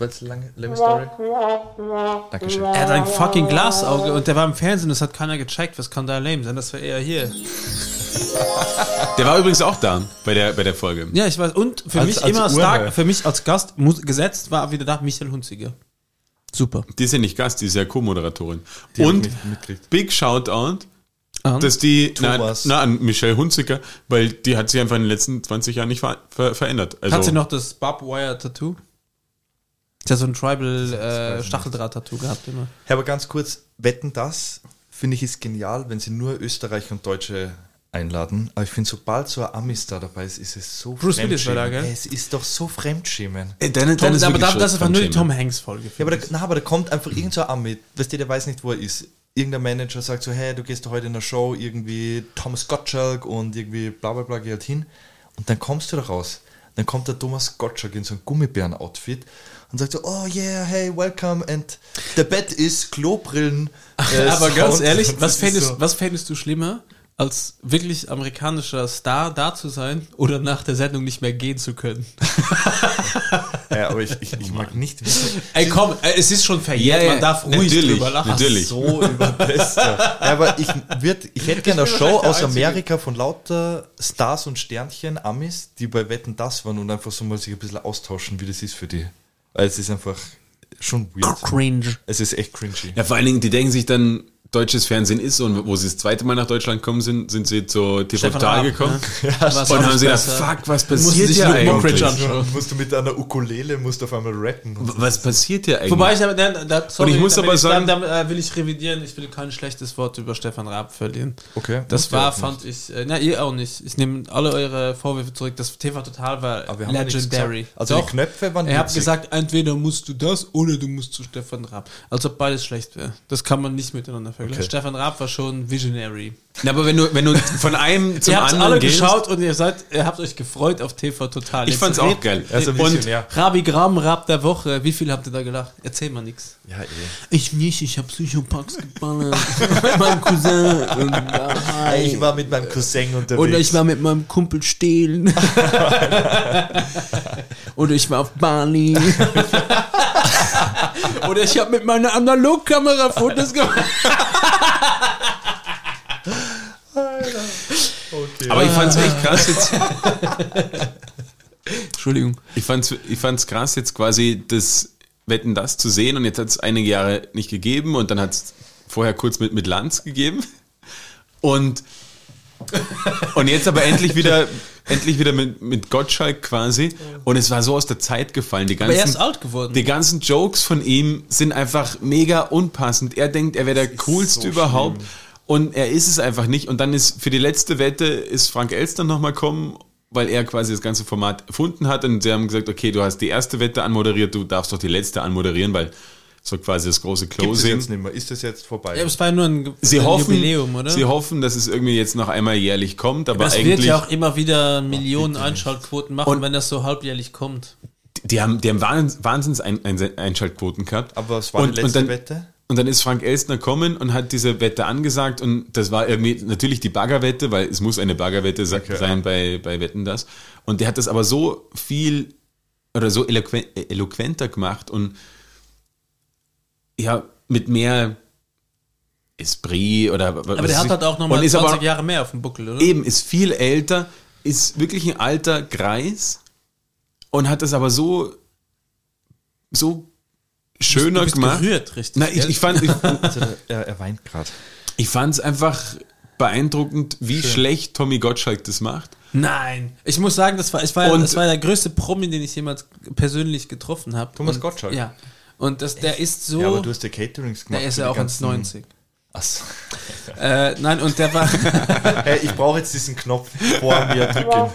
Speaker 3: Weil es lange, lange Story. Dankeschön.
Speaker 2: Er hat ein fucking Glasauge und der war im Fernsehen, das hat keiner gecheckt. Was kann da lame sein? Das war eher hier.
Speaker 1: Der war übrigens auch da bei der, bei der Folge.
Speaker 2: Ja, ich weiß. Und für
Speaker 3: Als-
Speaker 2: mich
Speaker 3: als
Speaker 2: immer
Speaker 3: Urheber.
Speaker 2: stark, für mich als Gast muss, gesetzt war wieder da Michael Hunziger. Super.
Speaker 1: Die ist ja nicht Gast, die ist ja Co-Moderatorin. Und
Speaker 3: nicht mitgekriegt.
Speaker 1: Big Shoutout,
Speaker 2: An?
Speaker 1: dass die, na,
Speaker 3: Thomas.
Speaker 1: na, an Michelle Hunziker, weil die hat sich einfach in den letzten 20 Jahren nicht ver ver verändert. Also,
Speaker 2: Hat sie noch das Barbwire-Tattoo? Ist ja so ein Tribal-Stacheldraht-Tattoo gehabt immer.
Speaker 3: Ja, aber ganz kurz, wetten das, finde ich, ist genial, wenn sie nur Österreich und Deutsche einladen. Aber ich finde, sobald so ein Amis da dabei ist, ist es so
Speaker 2: Bruce Willis war da,
Speaker 3: Fremdschämen.
Speaker 2: gell?
Speaker 3: Es ist doch so Fremdschämen.
Speaker 1: Äh, deine,
Speaker 2: Tom,
Speaker 1: deine ist
Speaker 2: aber
Speaker 1: wirklich
Speaker 2: da, das ist einfach
Speaker 1: schon
Speaker 2: nur die
Speaker 1: Fremdschämen.
Speaker 2: Tom Hanks-Folge.
Speaker 3: Ja, aber da, na, aber da kommt einfach irgendein so ein Ami, weißt du, der weiß nicht, wo er ist. Irgendein Manager sagt so, hey, du gehst doch heute in der Show, irgendwie Thomas Gottschalk und irgendwie bla bla bla, geh halt hin. Und dann kommst du da raus. Dann kommt der Thomas Gottschalk in so ein Gummibären-Outfit und sagt so, oh yeah, hey, welcome and the bed is Klobrillen. äh,
Speaker 2: aber ganz
Speaker 3: Sound.
Speaker 2: ehrlich,
Speaker 3: Und
Speaker 2: was
Speaker 3: das ist
Speaker 2: fändest, was fändest du schlimmer? als wirklich amerikanischer Star da zu sein oder nach der Sendung nicht mehr gehen zu können.
Speaker 3: Ja, aber ich, ich, ich mag nicht wissen.
Speaker 2: Ey, komm, äh, es ist schon verjährt,
Speaker 1: Ja, ja,
Speaker 2: man darf ruhig
Speaker 1: natürlich,
Speaker 2: drüber lachen.
Speaker 1: natürlich.
Speaker 2: So über
Speaker 3: Das, ja. Ja, aber ich, würd, ich hätte gerne eine
Speaker 2: bin
Speaker 3: Show
Speaker 2: wahrscheinlich der
Speaker 3: aus
Speaker 2: Einzige.
Speaker 3: Amerika von lauter Stars und Sternchen, Amis, die bei Wetten das waren und einfach so mal sich ein bisschen austauschen, wie das ist für die. Weil es ist einfach schon weird.
Speaker 2: Cringe.
Speaker 3: Es ist echt cringy.
Speaker 1: Ja, vor allen Dingen, die denken sich dann, deutsches Fernsehen ist so, und wo sie das zweite Mal nach Deutschland gekommen sind, sind sie zu TV
Speaker 2: Stefan
Speaker 1: Total
Speaker 2: Raab,
Speaker 1: gekommen.
Speaker 2: ne? Was
Speaker 1: Und
Speaker 2: auch
Speaker 1: haben sie
Speaker 2: nicht
Speaker 1: gedacht,
Speaker 2: besser.
Speaker 1: fuck, was
Speaker 2: Mussten
Speaker 1: passiert
Speaker 2: sich
Speaker 1: hier
Speaker 2: Luke Mockridge
Speaker 1: eigentlich?
Speaker 2: an- anschauen.
Speaker 3: musst du mit einer Ukulele, musst auf einmal rappen. Und
Speaker 1: Was passiert hier eigentlich?
Speaker 2: Wobei ich aber, ne, da, da, sorry,
Speaker 1: Und ich muss
Speaker 2: damit
Speaker 1: aber
Speaker 2: ich,
Speaker 1: sagen-
Speaker 2: da, da äh, will ich revidieren, ich will kein schlechtes Wort über Stefan Raab verlieren.
Speaker 3: Okay,
Speaker 2: Das
Speaker 3: musst du
Speaker 2: war,
Speaker 3: auch
Speaker 2: fand ich, äh, na, ihr auch nicht. Ich nehme alle eure Vorwürfe zurück. Das TV Total war
Speaker 3: Aber wir haben ja nichts
Speaker 2: legendary.
Speaker 3: gesagt. Also die Knöpfe waren
Speaker 2: Ich habe
Speaker 3: witzig.
Speaker 2: gesagt, entweder musst du das oder du musst zu Stefan Raab. Als ob beides schlecht wäre. Das kann man nicht miteinander vergleichen.
Speaker 3: Okay.
Speaker 2: Stefan Raab war schon visionary.
Speaker 1: Na, aber wenn du, wenn du von einem zum
Speaker 2: ihr habt
Speaker 1: anderen
Speaker 2: alle
Speaker 1: gehst,
Speaker 2: geschaut und ihr seid, ihr habt euch gefreut auf TV Total.
Speaker 1: ich
Speaker 2: Jetzt
Speaker 1: fand's
Speaker 2: red-
Speaker 1: auch geil.
Speaker 3: Also
Speaker 1: und
Speaker 3: visionär.
Speaker 2: Rabi Gram Raab der Woche. Wie viel habt ihr da gelacht? Erzähl mal nix.
Speaker 3: Ja, eh.
Speaker 2: Ich nicht, ich hab Psychopax geballert. mit meinem Cousin. Und,
Speaker 3: Ich war mit meinem Cousin unterwegs.
Speaker 2: Oder ich war mit meinem Kumpel stehlen. Oder ich war auf Bali. Oder ich habe mit meiner Analogkamera Fotos gemacht.
Speaker 1: aber ich fand's echt krass jetzt.
Speaker 2: Entschuldigung.
Speaker 1: Ich fand's, ich fand's krass, jetzt quasi das Wetten das zu sehen und jetzt hat's einige Jahre nicht gegeben und dann hat's vorher kurz mit, mit Lanz gegeben. Und, und jetzt aber endlich wieder, endlich wieder mit, mit Gottschalk quasi. Und es war so aus der Zeit gefallen. Die ganzen,
Speaker 2: er ist alt geworden.
Speaker 1: Die ganzen Jokes von ihm sind einfach mega unpassend. Er denkt, er wäre der coolste überhaupt. Und er ist es einfach nicht. Und dann ist für die letzte Wette ist Frank Elstner nochmal kommen, weil er quasi das ganze Format erfunden hat. Und sie haben gesagt, okay, du hast die erste Wette anmoderiert, du darfst doch die letzte anmoderieren, weil so quasi das große
Speaker 3: Gibt es
Speaker 1: Closing.
Speaker 3: jetzt nicht mehr. Ist das jetzt vorbei?
Speaker 2: es war ja nur ein, Ge-
Speaker 1: Sie
Speaker 2: ein
Speaker 1: hoffen,
Speaker 2: Jubiläum, oder?
Speaker 1: sie hoffen, dass es irgendwie jetzt noch einmal jährlich kommt, aber
Speaker 2: das
Speaker 1: eigentlich,
Speaker 2: wird ja auch immer wieder Millionen Einschaltquoten machen, wenn das so halbjährlich kommt.
Speaker 1: die haben, die haben Wahns- Wahnsinns-Einschaltquoten gehabt.
Speaker 3: aber es war
Speaker 1: Und-
Speaker 3: die
Speaker 1: und
Speaker 3: letzte
Speaker 1: dann-
Speaker 3: Wette.
Speaker 1: Und dann ist Frank Elstner kommen und hat diese Wette angesagt und das war irgendwie natürlich die Baggerwette, weil es muss eine Baggerwette sa-
Speaker 3: Okay,
Speaker 1: sein bei, bei Wetten das. Und der hat das aber so viel oder so eloquen, äh, eloquenter gemacht und ja, mit mehr Esprit oder
Speaker 2: Aber der hat halt auch nochmal 20
Speaker 1: aber,
Speaker 2: Jahre mehr auf dem Buckel, oder?
Speaker 1: eben, ist viel älter, ist wirklich ein alter Greis und hat das aber so, so schöner
Speaker 2: du bist
Speaker 1: gemacht.
Speaker 2: gerührt, richtig.
Speaker 1: Na, ich,
Speaker 2: gell?
Speaker 1: ich fand, ich,
Speaker 3: Also, Er, er weint gerade.
Speaker 1: ich fand es einfach beeindruckend, wie schlecht Tommy Gottschalk das macht.
Speaker 2: Nein, ich muss sagen, das war, es war,
Speaker 1: Und-
Speaker 2: das war der größte Promi, den ich jemals persönlich getroffen habe.
Speaker 3: Thomas
Speaker 2: und,
Speaker 3: Gottschalk?
Speaker 2: Ja. Und das, der ist so.
Speaker 3: Ja, aber du hast ja Caterings gemacht.
Speaker 2: der ist
Speaker 3: für
Speaker 2: ja
Speaker 3: die
Speaker 2: auch ins
Speaker 3: ganzen-
Speaker 2: 90.
Speaker 3: Achso.
Speaker 2: Äh, nein, und der war.
Speaker 3: Hey, ich brauche jetzt diesen Knopf vor mir drücken.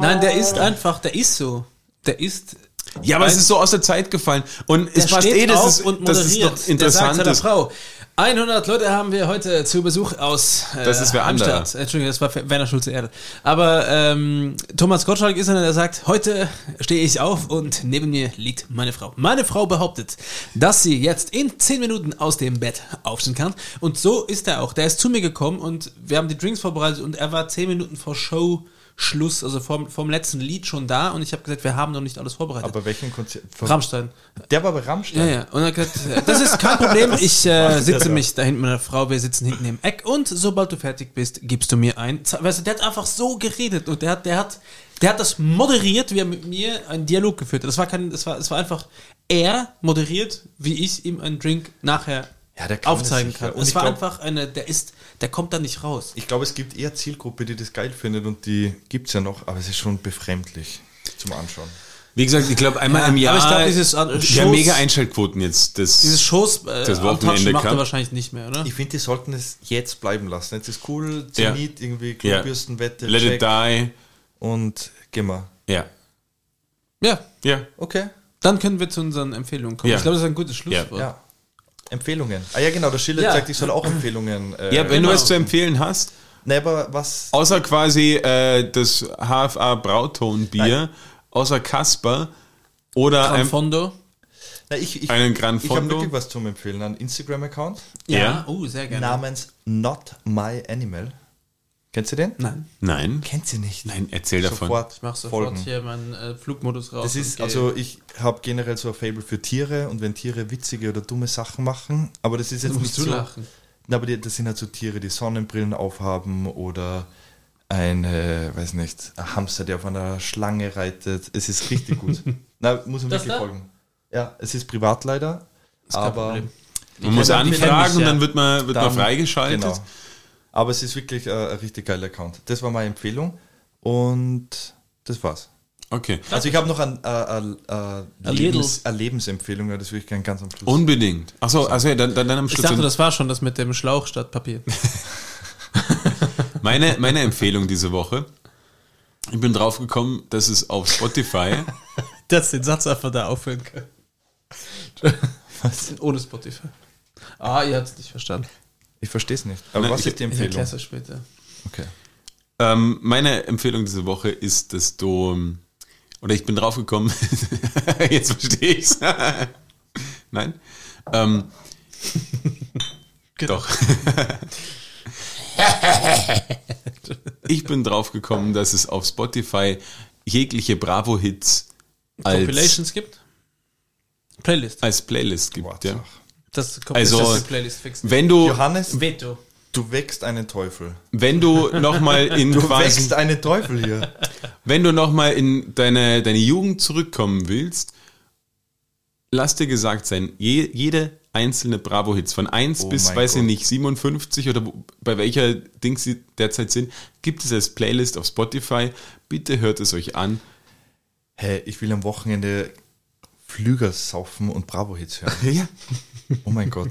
Speaker 2: nein, der ist einfach, der ist so. Der ist.
Speaker 1: Ja, aber es ist so aus der Zeit gefallen. Und
Speaker 2: Der
Speaker 1: es passt
Speaker 2: steht
Speaker 1: eh, dass
Speaker 2: auf
Speaker 1: es,
Speaker 2: und
Speaker 1: dass es
Speaker 2: moderiert.
Speaker 1: noch interessant
Speaker 2: der sagt
Speaker 1: ist.
Speaker 2: seiner Frau. 100 Leute haben wir heute zu Besuch aus äh,
Speaker 1: Das ist wer anderer.
Speaker 2: Amstatt. Entschuldigung, das war Werner Schulze Erde. Aber ähm, Thomas Gottschalk ist einer, der sagt, heute stehe ich auf und neben mir liegt meine Frau. Meine Frau behauptet, dass sie jetzt in 10 Minuten aus dem Bett aufstehen kann. Und so ist er auch. Der ist zu mir gekommen und wir haben die Drinks vorbereitet und er war 10 Minuten vor Show. Schluss, also vom, vom letzten Lied schon da und ich habe gesagt, wir haben noch nicht alles vorbereitet.
Speaker 3: Aber welchen Konzert? von-
Speaker 2: Rammstein.
Speaker 3: Der war bei
Speaker 2: Ja,
Speaker 3: Rammstein.
Speaker 2: ja. Und er hat gesagt, das ist kein Problem. Ich äh, sitze mich da hinten mit meiner Frau, wir sitzen hinten im Eck und sobald du fertig bist, gibst du mir ein. Z- Weißt du, der hat einfach so geredet und der hat, der hat, der hat das moderiert, wie er mit mir einen Dialog geführt hat. Das war kein, das war, es war einfach er moderiert, wie ich ihm einen Drink nachher
Speaker 3: Ja, der kann
Speaker 2: aufzeigen
Speaker 3: es sicher.
Speaker 2: kann.
Speaker 3: Und
Speaker 2: es
Speaker 3: ich
Speaker 2: war
Speaker 3: glaub-
Speaker 2: einfach eine, der ist, der kommt da nicht raus.
Speaker 3: Ich glaube, es gibt eher Zielgruppe, die das geil findet und die gibt es ja noch, aber es ist schon befremdlich zum Anschauen.
Speaker 1: Wie gesagt, ich glaube, einmal
Speaker 2: Ja,
Speaker 1: im Jahr.
Speaker 2: aber ich glaub, dieses an-
Speaker 1: der
Speaker 2: Shows-
Speaker 1: mega Einschaltquoten jetzt. Das,
Speaker 2: Dieses Shows äh,
Speaker 1: Das Wochenende
Speaker 2: Austauschen macht er
Speaker 1: kam.
Speaker 2: wahrscheinlich nicht mehr, oder?
Speaker 3: Ich finde, die sollten es jetzt bleiben lassen. Jetzt ist cool,
Speaker 1: Ja.
Speaker 3: Zenit, irgendwie
Speaker 1: ja.
Speaker 3: Klobürstenwette,
Speaker 1: Let it die.
Speaker 3: und gehen wir.
Speaker 1: Ja.
Speaker 2: Ja,
Speaker 1: Ja.
Speaker 3: Okay,
Speaker 2: dann können wir zu unseren Empfehlungen kommen.
Speaker 1: Ja.
Speaker 2: Ich glaube, das ist ein gutes Schlusswort.
Speaker 3: ja. Empfehlungen. Ah ja, genau, der Schiller
Speaker 2: Ja.
Speaker 3: sagt, ich soll auch Empfehlungen. äh,
Speaker 1: Ja, wenn du
Speaker 2: genau.
Speaker 1: was zu empfehlen hast,
Speaker 3: Nee, aber was?
Speaker 1: außer quasi äh, das HFA Brautonbier, außer Kasper oder
Speaker 2: Gran
Speaker 1: ein,
Speaker 2: Fondo.
Speaker 3: Na, ich ich,
Speaker 1: Einen Gran
Speaker 3: ich habe
Speaker 1: Fondo.
Speaker 3: wirklich was zum Empfehlen. Ein Instagram-Account
Speaker 2: Ja,
Speaker 1: Ja.
Speaker 2: oh, sehr
Speaker 1: Genau.
Speaker 2: gerne.
Speaker 3: namens Not My Animal. Kennst du den?
Speaker 2: Nein,
Speaker 1: Nein.
Speaker 3: Kennst du nicht?
Speaker 1: Nein, erzähl davon.
Speaker 3: Sofort
Speaker 2: ich mache sofort
Speaker 3: folgen.
Speaker 2: hier meinen äh, Flugmodus raus.
Speaker 3: Das ist,
Speaker 2: und gehe-
Speaker 3: also ich habe generell so ein Fable für Tiere und wenn Tiere witzige oder dumme Sachen machen, aber das ist jetzt
Speaker 2: Du
Speaker 3: nicht
Speaker 2: musst
Speaker 3: so.
Speaker 2: zulachen.
Speaker 3: Na, aber die, das sind halt so Tiere, die Sonnenbrillen aufhaben oder ein, äh, weiß nicht, ein Hamster, der auf einer Schlange reitet. Es ist richtig gut. Na, muss man
Speaker 2: Das
Speaker 3: wirklich
Speaker 2: da?
Speaker 3: folgen. Ja, es ist privat leider,
Speaker 2: kein
Speaker 3: aber
Speaker 2: Problem.
Speaker 1: Man muss
Speaker 3: kenn- kenn
Speaker 1: anfragen
Speaker 3: mich,
Speaker 1: und
Speaker 3: ja.
Speaker 1: dann wird man, wird man
Speaker 3: Dann-
Speaker 1: freigeschaltet.
Speaker 3: genau. Aber es ist wirklich äh, ein richtig geiler Account. Das war meine Empfehlung und das war's.
Speaker 1: Okay.
Speaker 3: Also ich habe noch ein, äh, äh, äh,
Speaker 2: Ein
Speaker 3: Lebens, eine Lebensempfehlung, ja, das würde ich gerne ganz am Schluss.
Speaker 1: Unbedingt. Achso, also ja, dann, dann, dann am
Speaker 2: Ich
Speaker 1: Schluss.
Speaker 2: dachte, das war schon das mit dem Schlauch statt Papier.
Speaker 1: Meine, meine Empfehlung diese Woche. Ich bin drauf gekommen, dass es auf Spotify,
Speaker 2: dass den Satz einfach da aufhören kann. Ohne Spotify. Ah, ihr habt es nicht verstanden.
Speaker 3: Ich verstehe es nicht. Aber
Speaker 1: Nein,
Speaker 3: was
Speaker 1: ich-
Speaker 3: ist die
Speaker 2: Ich
Speaker 3: Empfehlung?
Speaker 2: erkläre es später.
Speaker 3: Okay.
Speaker 1: ähm, meine Empfehlung diese Woche ist, dass du, ähm, oder ich bin drauf gekommen, jetzt verstehe ich's. Nein? Ähm,
Speaker 2: Genau.
Speaker 1: Doch. ich bin drauf gekommen, dass es auf Spotify jegliche Bravo-Hits als,
Speaker 2: Compilations gibt? Playlist.
Speaker 1: als Playlist gibt. Ja.
Speaker 2: Das kommt
Speaker 1: Also,
Speaker 2: das ist die Playlist fix.
Speaker 1: Wenn du,
Speaker 3: Johannes,
Speaker 2: Veto.
Speaker 3: du wächst einen Teufel.
Speaker 1: wenn du nochmal in
Speaker 3: Du
Speaker 1: quasi,
Speaker 3: wächst einen Teufel hier.
Speaker 1: wenn du noch mal in deine, deine Jugend zurückkommen willst, lass dir gesagt sein, je, jede einzelne Bravo-Hits von 1
Speaker 3: Oh
Speaker 1: bis,
Speaker 3: mein
Speaker 1: weiß ich
Speaker 3: Gott.
Speaker 1: nicht, 57 oder wo- bei welcher Dings sie derzeit sind, gibt es als Playlist auf Spotify. Bitte hört es euch an.
Speaker 3: Hey, ich will am Wochenende Flüger saufen und Bravo-Hits hören.
Speaker 1: Ja.
Speaker 3: Oh mein Gott.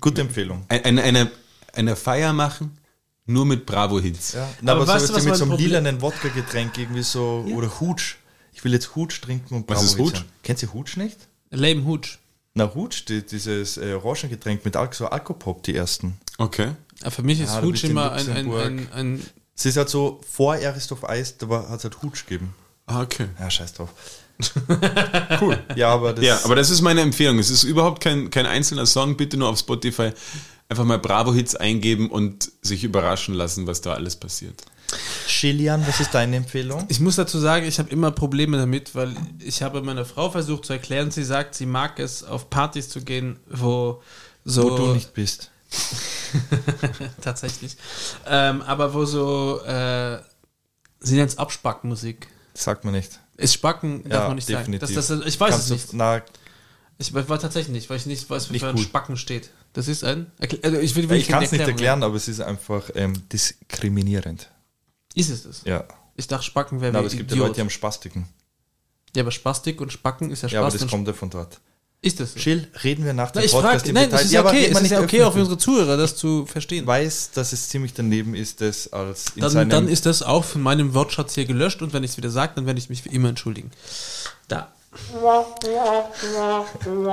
Speaker 3: Gute Empfehlung.
Speaker 1: Eine, eine, eine Feier machen, nur mit Bravo-Hits.
Speaker 3: Ja. Na,
Speaker 2: Aber
Speaker 3: aber,
Speaker 2: weißt
Speaker 3: so
Speaker 2: du, was
Speaker 3: jetzt mit
Speaker 2: mein
Speaker 3: so einem
Speaker 2: Problem-
Speaker 3: lilanen Wodka-Getränk irgendwie so, oder Hutsch. Ich will jetzt Hutsch trinken und
Speaker 1: Was ist Hutsch?
Speaker 3: Bravo-Hits hören. Kennst du Hutsch nicht?
Speaker 2: Lame Hooch.
Speaker 3: Na, Hutsch, die, dieses äh, Orangengetränk mit Alk so Alkopop, die ersten.
Speaker 1: Okay.
Speaker 2: Aber für mich ist
Speaker 3: Ja, du
Speaker 2: Hooch
Speaker 3: bist in
Speaker 2: immer ein, ein, ein,
Speaker 3: Luxemburg.
Speaker 2: ein.
Speaker 3: Es ist halt so, vor Aristof Eis, da hat es halt Hutsch gegeben.
Speaker 1: Ah, okay.
Speaker 3: Ja, scheiß drauf. cool. Ja, aber das
Speaker 1: Ja, aber das ist meine Empfehlung. Es ist überhaupt kein, kein einzelner Song. Bitte nur auf Spotify einfach mal Bravo-Hits eingeben und sich überraschen lassen, was da alles passiert.
Speaker 3: Chilian, was ist deine Empfehlung?
Speaker 2: Ich muss dazu sagen, ich habe immer Probleme damit, weil ich habe meiner Frau versucht zu erklären, sie sagt, sie mag es, auf Partys zu gehen, wo so.
Speaker 3: Wo du nicht bist.
Speaker 2: tatsächlich. Ähm, aber wo so. Äh, sie nennt es Abspackmusik.
Speaker 3: Sagt man nicht.
Speaker 2: Ist Spacken, darf man nicht sagen. Das, das, ich weiß
Speaker 3: Kannst
Speaker 2: es
Speaker 3: du-
Speaker 2: nicht.
Speaker 3: Na,
Speaker 2: Ich war war tatsächlich nicht, weil ich nicht weiß,
Speaker 3: Nicht
Speaker 2: wofür ein
Speaker 3: gut.
Speaker 2: Spacken steht. Das ist ein. Erkl- Also ich will, will
Speaker 3: ich kann es nicht
Speaker 2: keine
Speaker 3: erklären, aber es ist einfach ähm, diskriminierend.
Speaker 2: Ist es das?
Speaker 3: Ja.
Speaker 2: Ich dachte, Spacken wäre
Speaker 3: Na,
Speaker 2: wie
Speaker 3: aber es gibt ja
Speaker 2: Idiot.
Speaker 3: Leute, die haben Spastiken.
Speaker 2: Ja, aber Spastik und Spacken ist ja Spaß.
Speaker 3: Ja, aber das
Speaker 2: und
Speaker 3: kommt ja von dort.
Speaker 2: ist das so?
Speaker 3: Chill, reden wir nach
Speaker 2: Na,
Speaker 3: dem
Speaker 2: ich
Speaker 3: Podcast
Speaker 2: frage, nein, es ist ja okay, es ist ja okay auch für unsere Zuhörer, das zu
Speaker 3: Ich
Speaker 2: verstehen.
Speaker 3: weiß, dass es ziemlich daneben ist, das als in
Speaker 2: Dann,
Speaker 3: seinem...
Speaker 2: dann ist das auch von meinem Wortschatz hier gelöscht und wenn ich es wieder sage, dann werde ich mich wie immer entschuldigen. Da.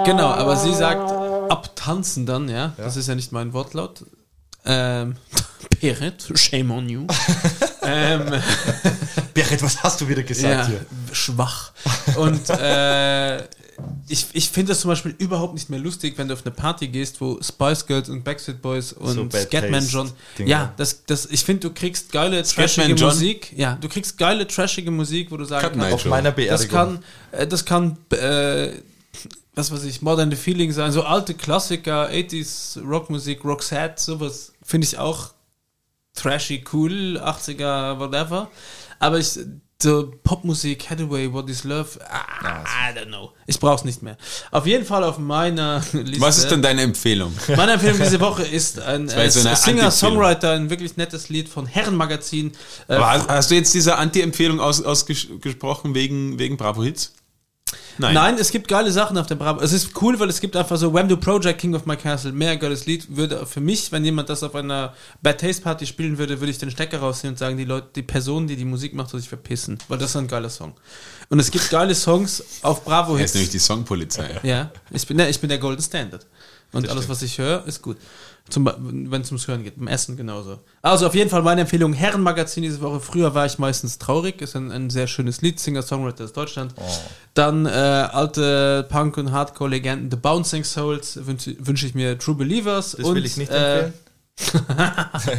Speaker 2: Genau, aber sie sagt abtanzen dann, ja. Das ist ja nicht mein Wortlaut. Ähm, Peret, shame on you. ähm,
Speaker 3: Berit, was hast du wieder gesagt
Speaker 2: ja,
Speaker 3: hier?
Speaker 2: schwach. Und äh, ich, ich finde das zum Beispiel überhaupt nicht mehr lustig, wenn du auf eine Party gehst, wo Spice Girls und Backstreet Boys und
Speaker 3: Bad
Speaker 2: Scatman
Speaker 3: Taste
Speaker 2: John.
Speaker 3: Dinger.
Speaker 2: Ja, das, das, ich finde, du kriegst geile, trashige
Speaker 1: John?
Speaker 2: Musik. Ja, du kriegst geile, trashige Musik, wo du sagen
Speaker 1: Cut
Speaker 2: kannst,
Speaker 1: Night
Speaker 3: Auf
Speaker 1: Joe.
Speaker 3: meiner
Speaker 2: das
Speaker 3: Beerdigung.
Speaker 2: kann, äh, das kann, äh, was weiß ich, Modern Feeling sein, so alte Klassiker, 80s Rockmusik, Roxette, sowas, finde ich auch trashy, cool, 80er, whatever. Aber ich, so Popmusik, Hathaway, What is Love, ah, I don't know. Ich brauch's nicht mehr. Auf jeden Fall auf meiner Liste.
Speaker 1: Was ist Äh, denn deine Empfehlung?
Speaker 2: Meine Empfehlung diese Woche ist ein
Speaker 1: war
Speaker 2: äh,
Speaker 1: jetzt so eine
Speaker 2: Singer-Songwriter, ein wirklich nettes Lied von Herrenmagazin. Äh,
Speaker 1: Aber hast, hast du jetzt diese Anti-Empfehlung aus- ausgesprochen wegen, wegen Bravo-Hits?
Speaker 2: Nein, es gibt geile Sachen auf der Bravo. Es ist cool, weil es gibt einfach so Wham Do Project, King of My Castle, mehr geiles Lied. Würde für mich, wenn jemand das auf einer Bad Taste Party spielen würde, würde ich den Stecker rausziehen und sagen, die Leute, die Person, die die Musik macht, soll sich verpissen. Weil das ist ein geiler Song. Und es gibt geile Songs auf Bravo
Speaker 1: Das ist nämlich
Speaker 2: Hits.
Speaker 1: die Songpolizei.
Speaker 2: Ja, ich bin, ne, ich bin der Golden Standard. Und alles, was ich höre, ist gut. Zum, Be- wenn es ums Hören geht, beim Essen genauso. Also auf jeden Fall meine Empfehlung, Herrenmagazin diese Woche. Früher war ich meistens traurig, ist ein, ein sehr schönes Lied, Singer-Songwriter aus Deutschland.
Speaker 3: Oh.
Speaker 2: Dann äh, alte Punk- und Hardcore-Legenden, The Bouncing Souls, wünsche wünsch ich mir True Believers.
Speaker 3: Das
Speaker 2: und,
Speaker 3: will ich nicht
Speaker 2: äh,
Speaker 3: empfehlen.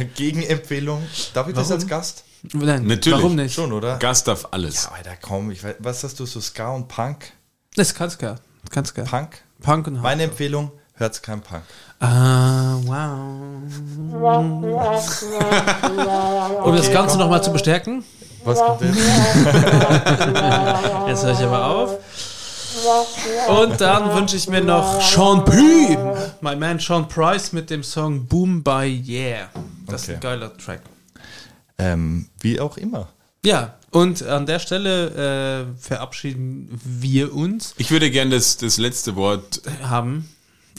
Speaker 3: äh, Gegenempfehlung. Darf ich das als Gast?
Speaker 2: äh, nein,
Speaker 1: Natürlich.
Speaker 2: Warum nicht?
Speaker 3: Schon, oder?
Speaker 1: Gast auf alles.
Speaker 3: Alter, komm, ich weiß, was hast du so Ska und Punk?
Speaker 2: Das kannst du gar. Kannst du gar.
Speaker 3: Punk?
Speaker 2: Punk und
Speaker 3: Meine Empfehlung, hört's kein Punk.
Speaker 2: Ah, wow. um das Ganze nochmal zu bestärken,
Speaker 3: Was kommt denn?
Speaker 2: jetzt höre ich aber auf. Und dann wünsche ich mir noch Sean P. My man Sean Price mit dem Song Boom by Yeah. Das ist ein
Speaker 3: Okay.
Speaker 2: geiler Track.
Speaker 3: ähm, wie auch immer.
Speaker 2: Ja, und an der Stelle äh, verabschieden wir uns.
Speaker 1: Ich würde gerne das, das letzte Wort
Speaker 2: Haben.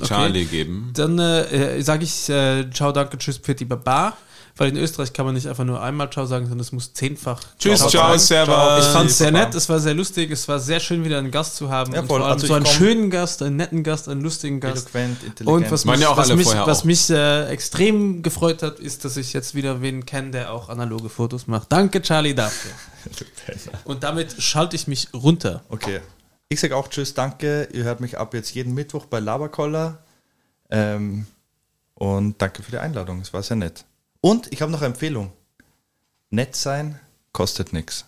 Speaker 1: Charlie geben.
Speaker 2: Dann äh, sage ich äh, Ciao, danke, tschüss, Pfitti, baba. Weil in Österreich kann man nicht einfach nur einmal Ciao sagen, sondern es muss zehnfach
Speaker 1: Tschüss, ciao,
Speaker 2: sagen.
Speaker 1: servus.
Speaker 2: Ich
Speaker 3: Äh,
Speaker 2: fand es sehr nett, es war sehr lustig, es war sehr schön, wieder einen Gast zu haben.
Speaker 3: Ja,
Speaker 2: und
Speaker 3: voll.
Speaker 2: vor allem
Speaker 3: Also
Speaker 2: so
Speaker 3: ich
Speaker 2: einen
Speaker 3: komm-
Speaker 2: schönen Gast, einen netten Gast, einen lustigen Gast.
Speaker 3: Eloquent, intelligent.
Speaker 2: Und was
Speaker 1: Waren
Speaker 2: mich,
Speaker 1: ja auch
Speaker 2: was
Speaker 1: alle
Speaker 2: mich,
Speaker 1: vorher
Speaker 2: was
Speaker 1: auch.
Speaker 2: mich äh, extrem gefreut hat, ist, dass ich jetzt wieder wen kenne, der auch analoge Fotos macht. Danke, Charlie, dafür. Und damit schalte ich mich runter.
Speaker 3: Okay. Ich sag auch Tschüss, danke. Ihr hört mich ab jetzt jeden Mittwoch bei Laberkoller. Ähm, und danke für die Einladung. Es war sehr nett. Und ich habe noch eine Empfehlung. Nett sein kostet nichts.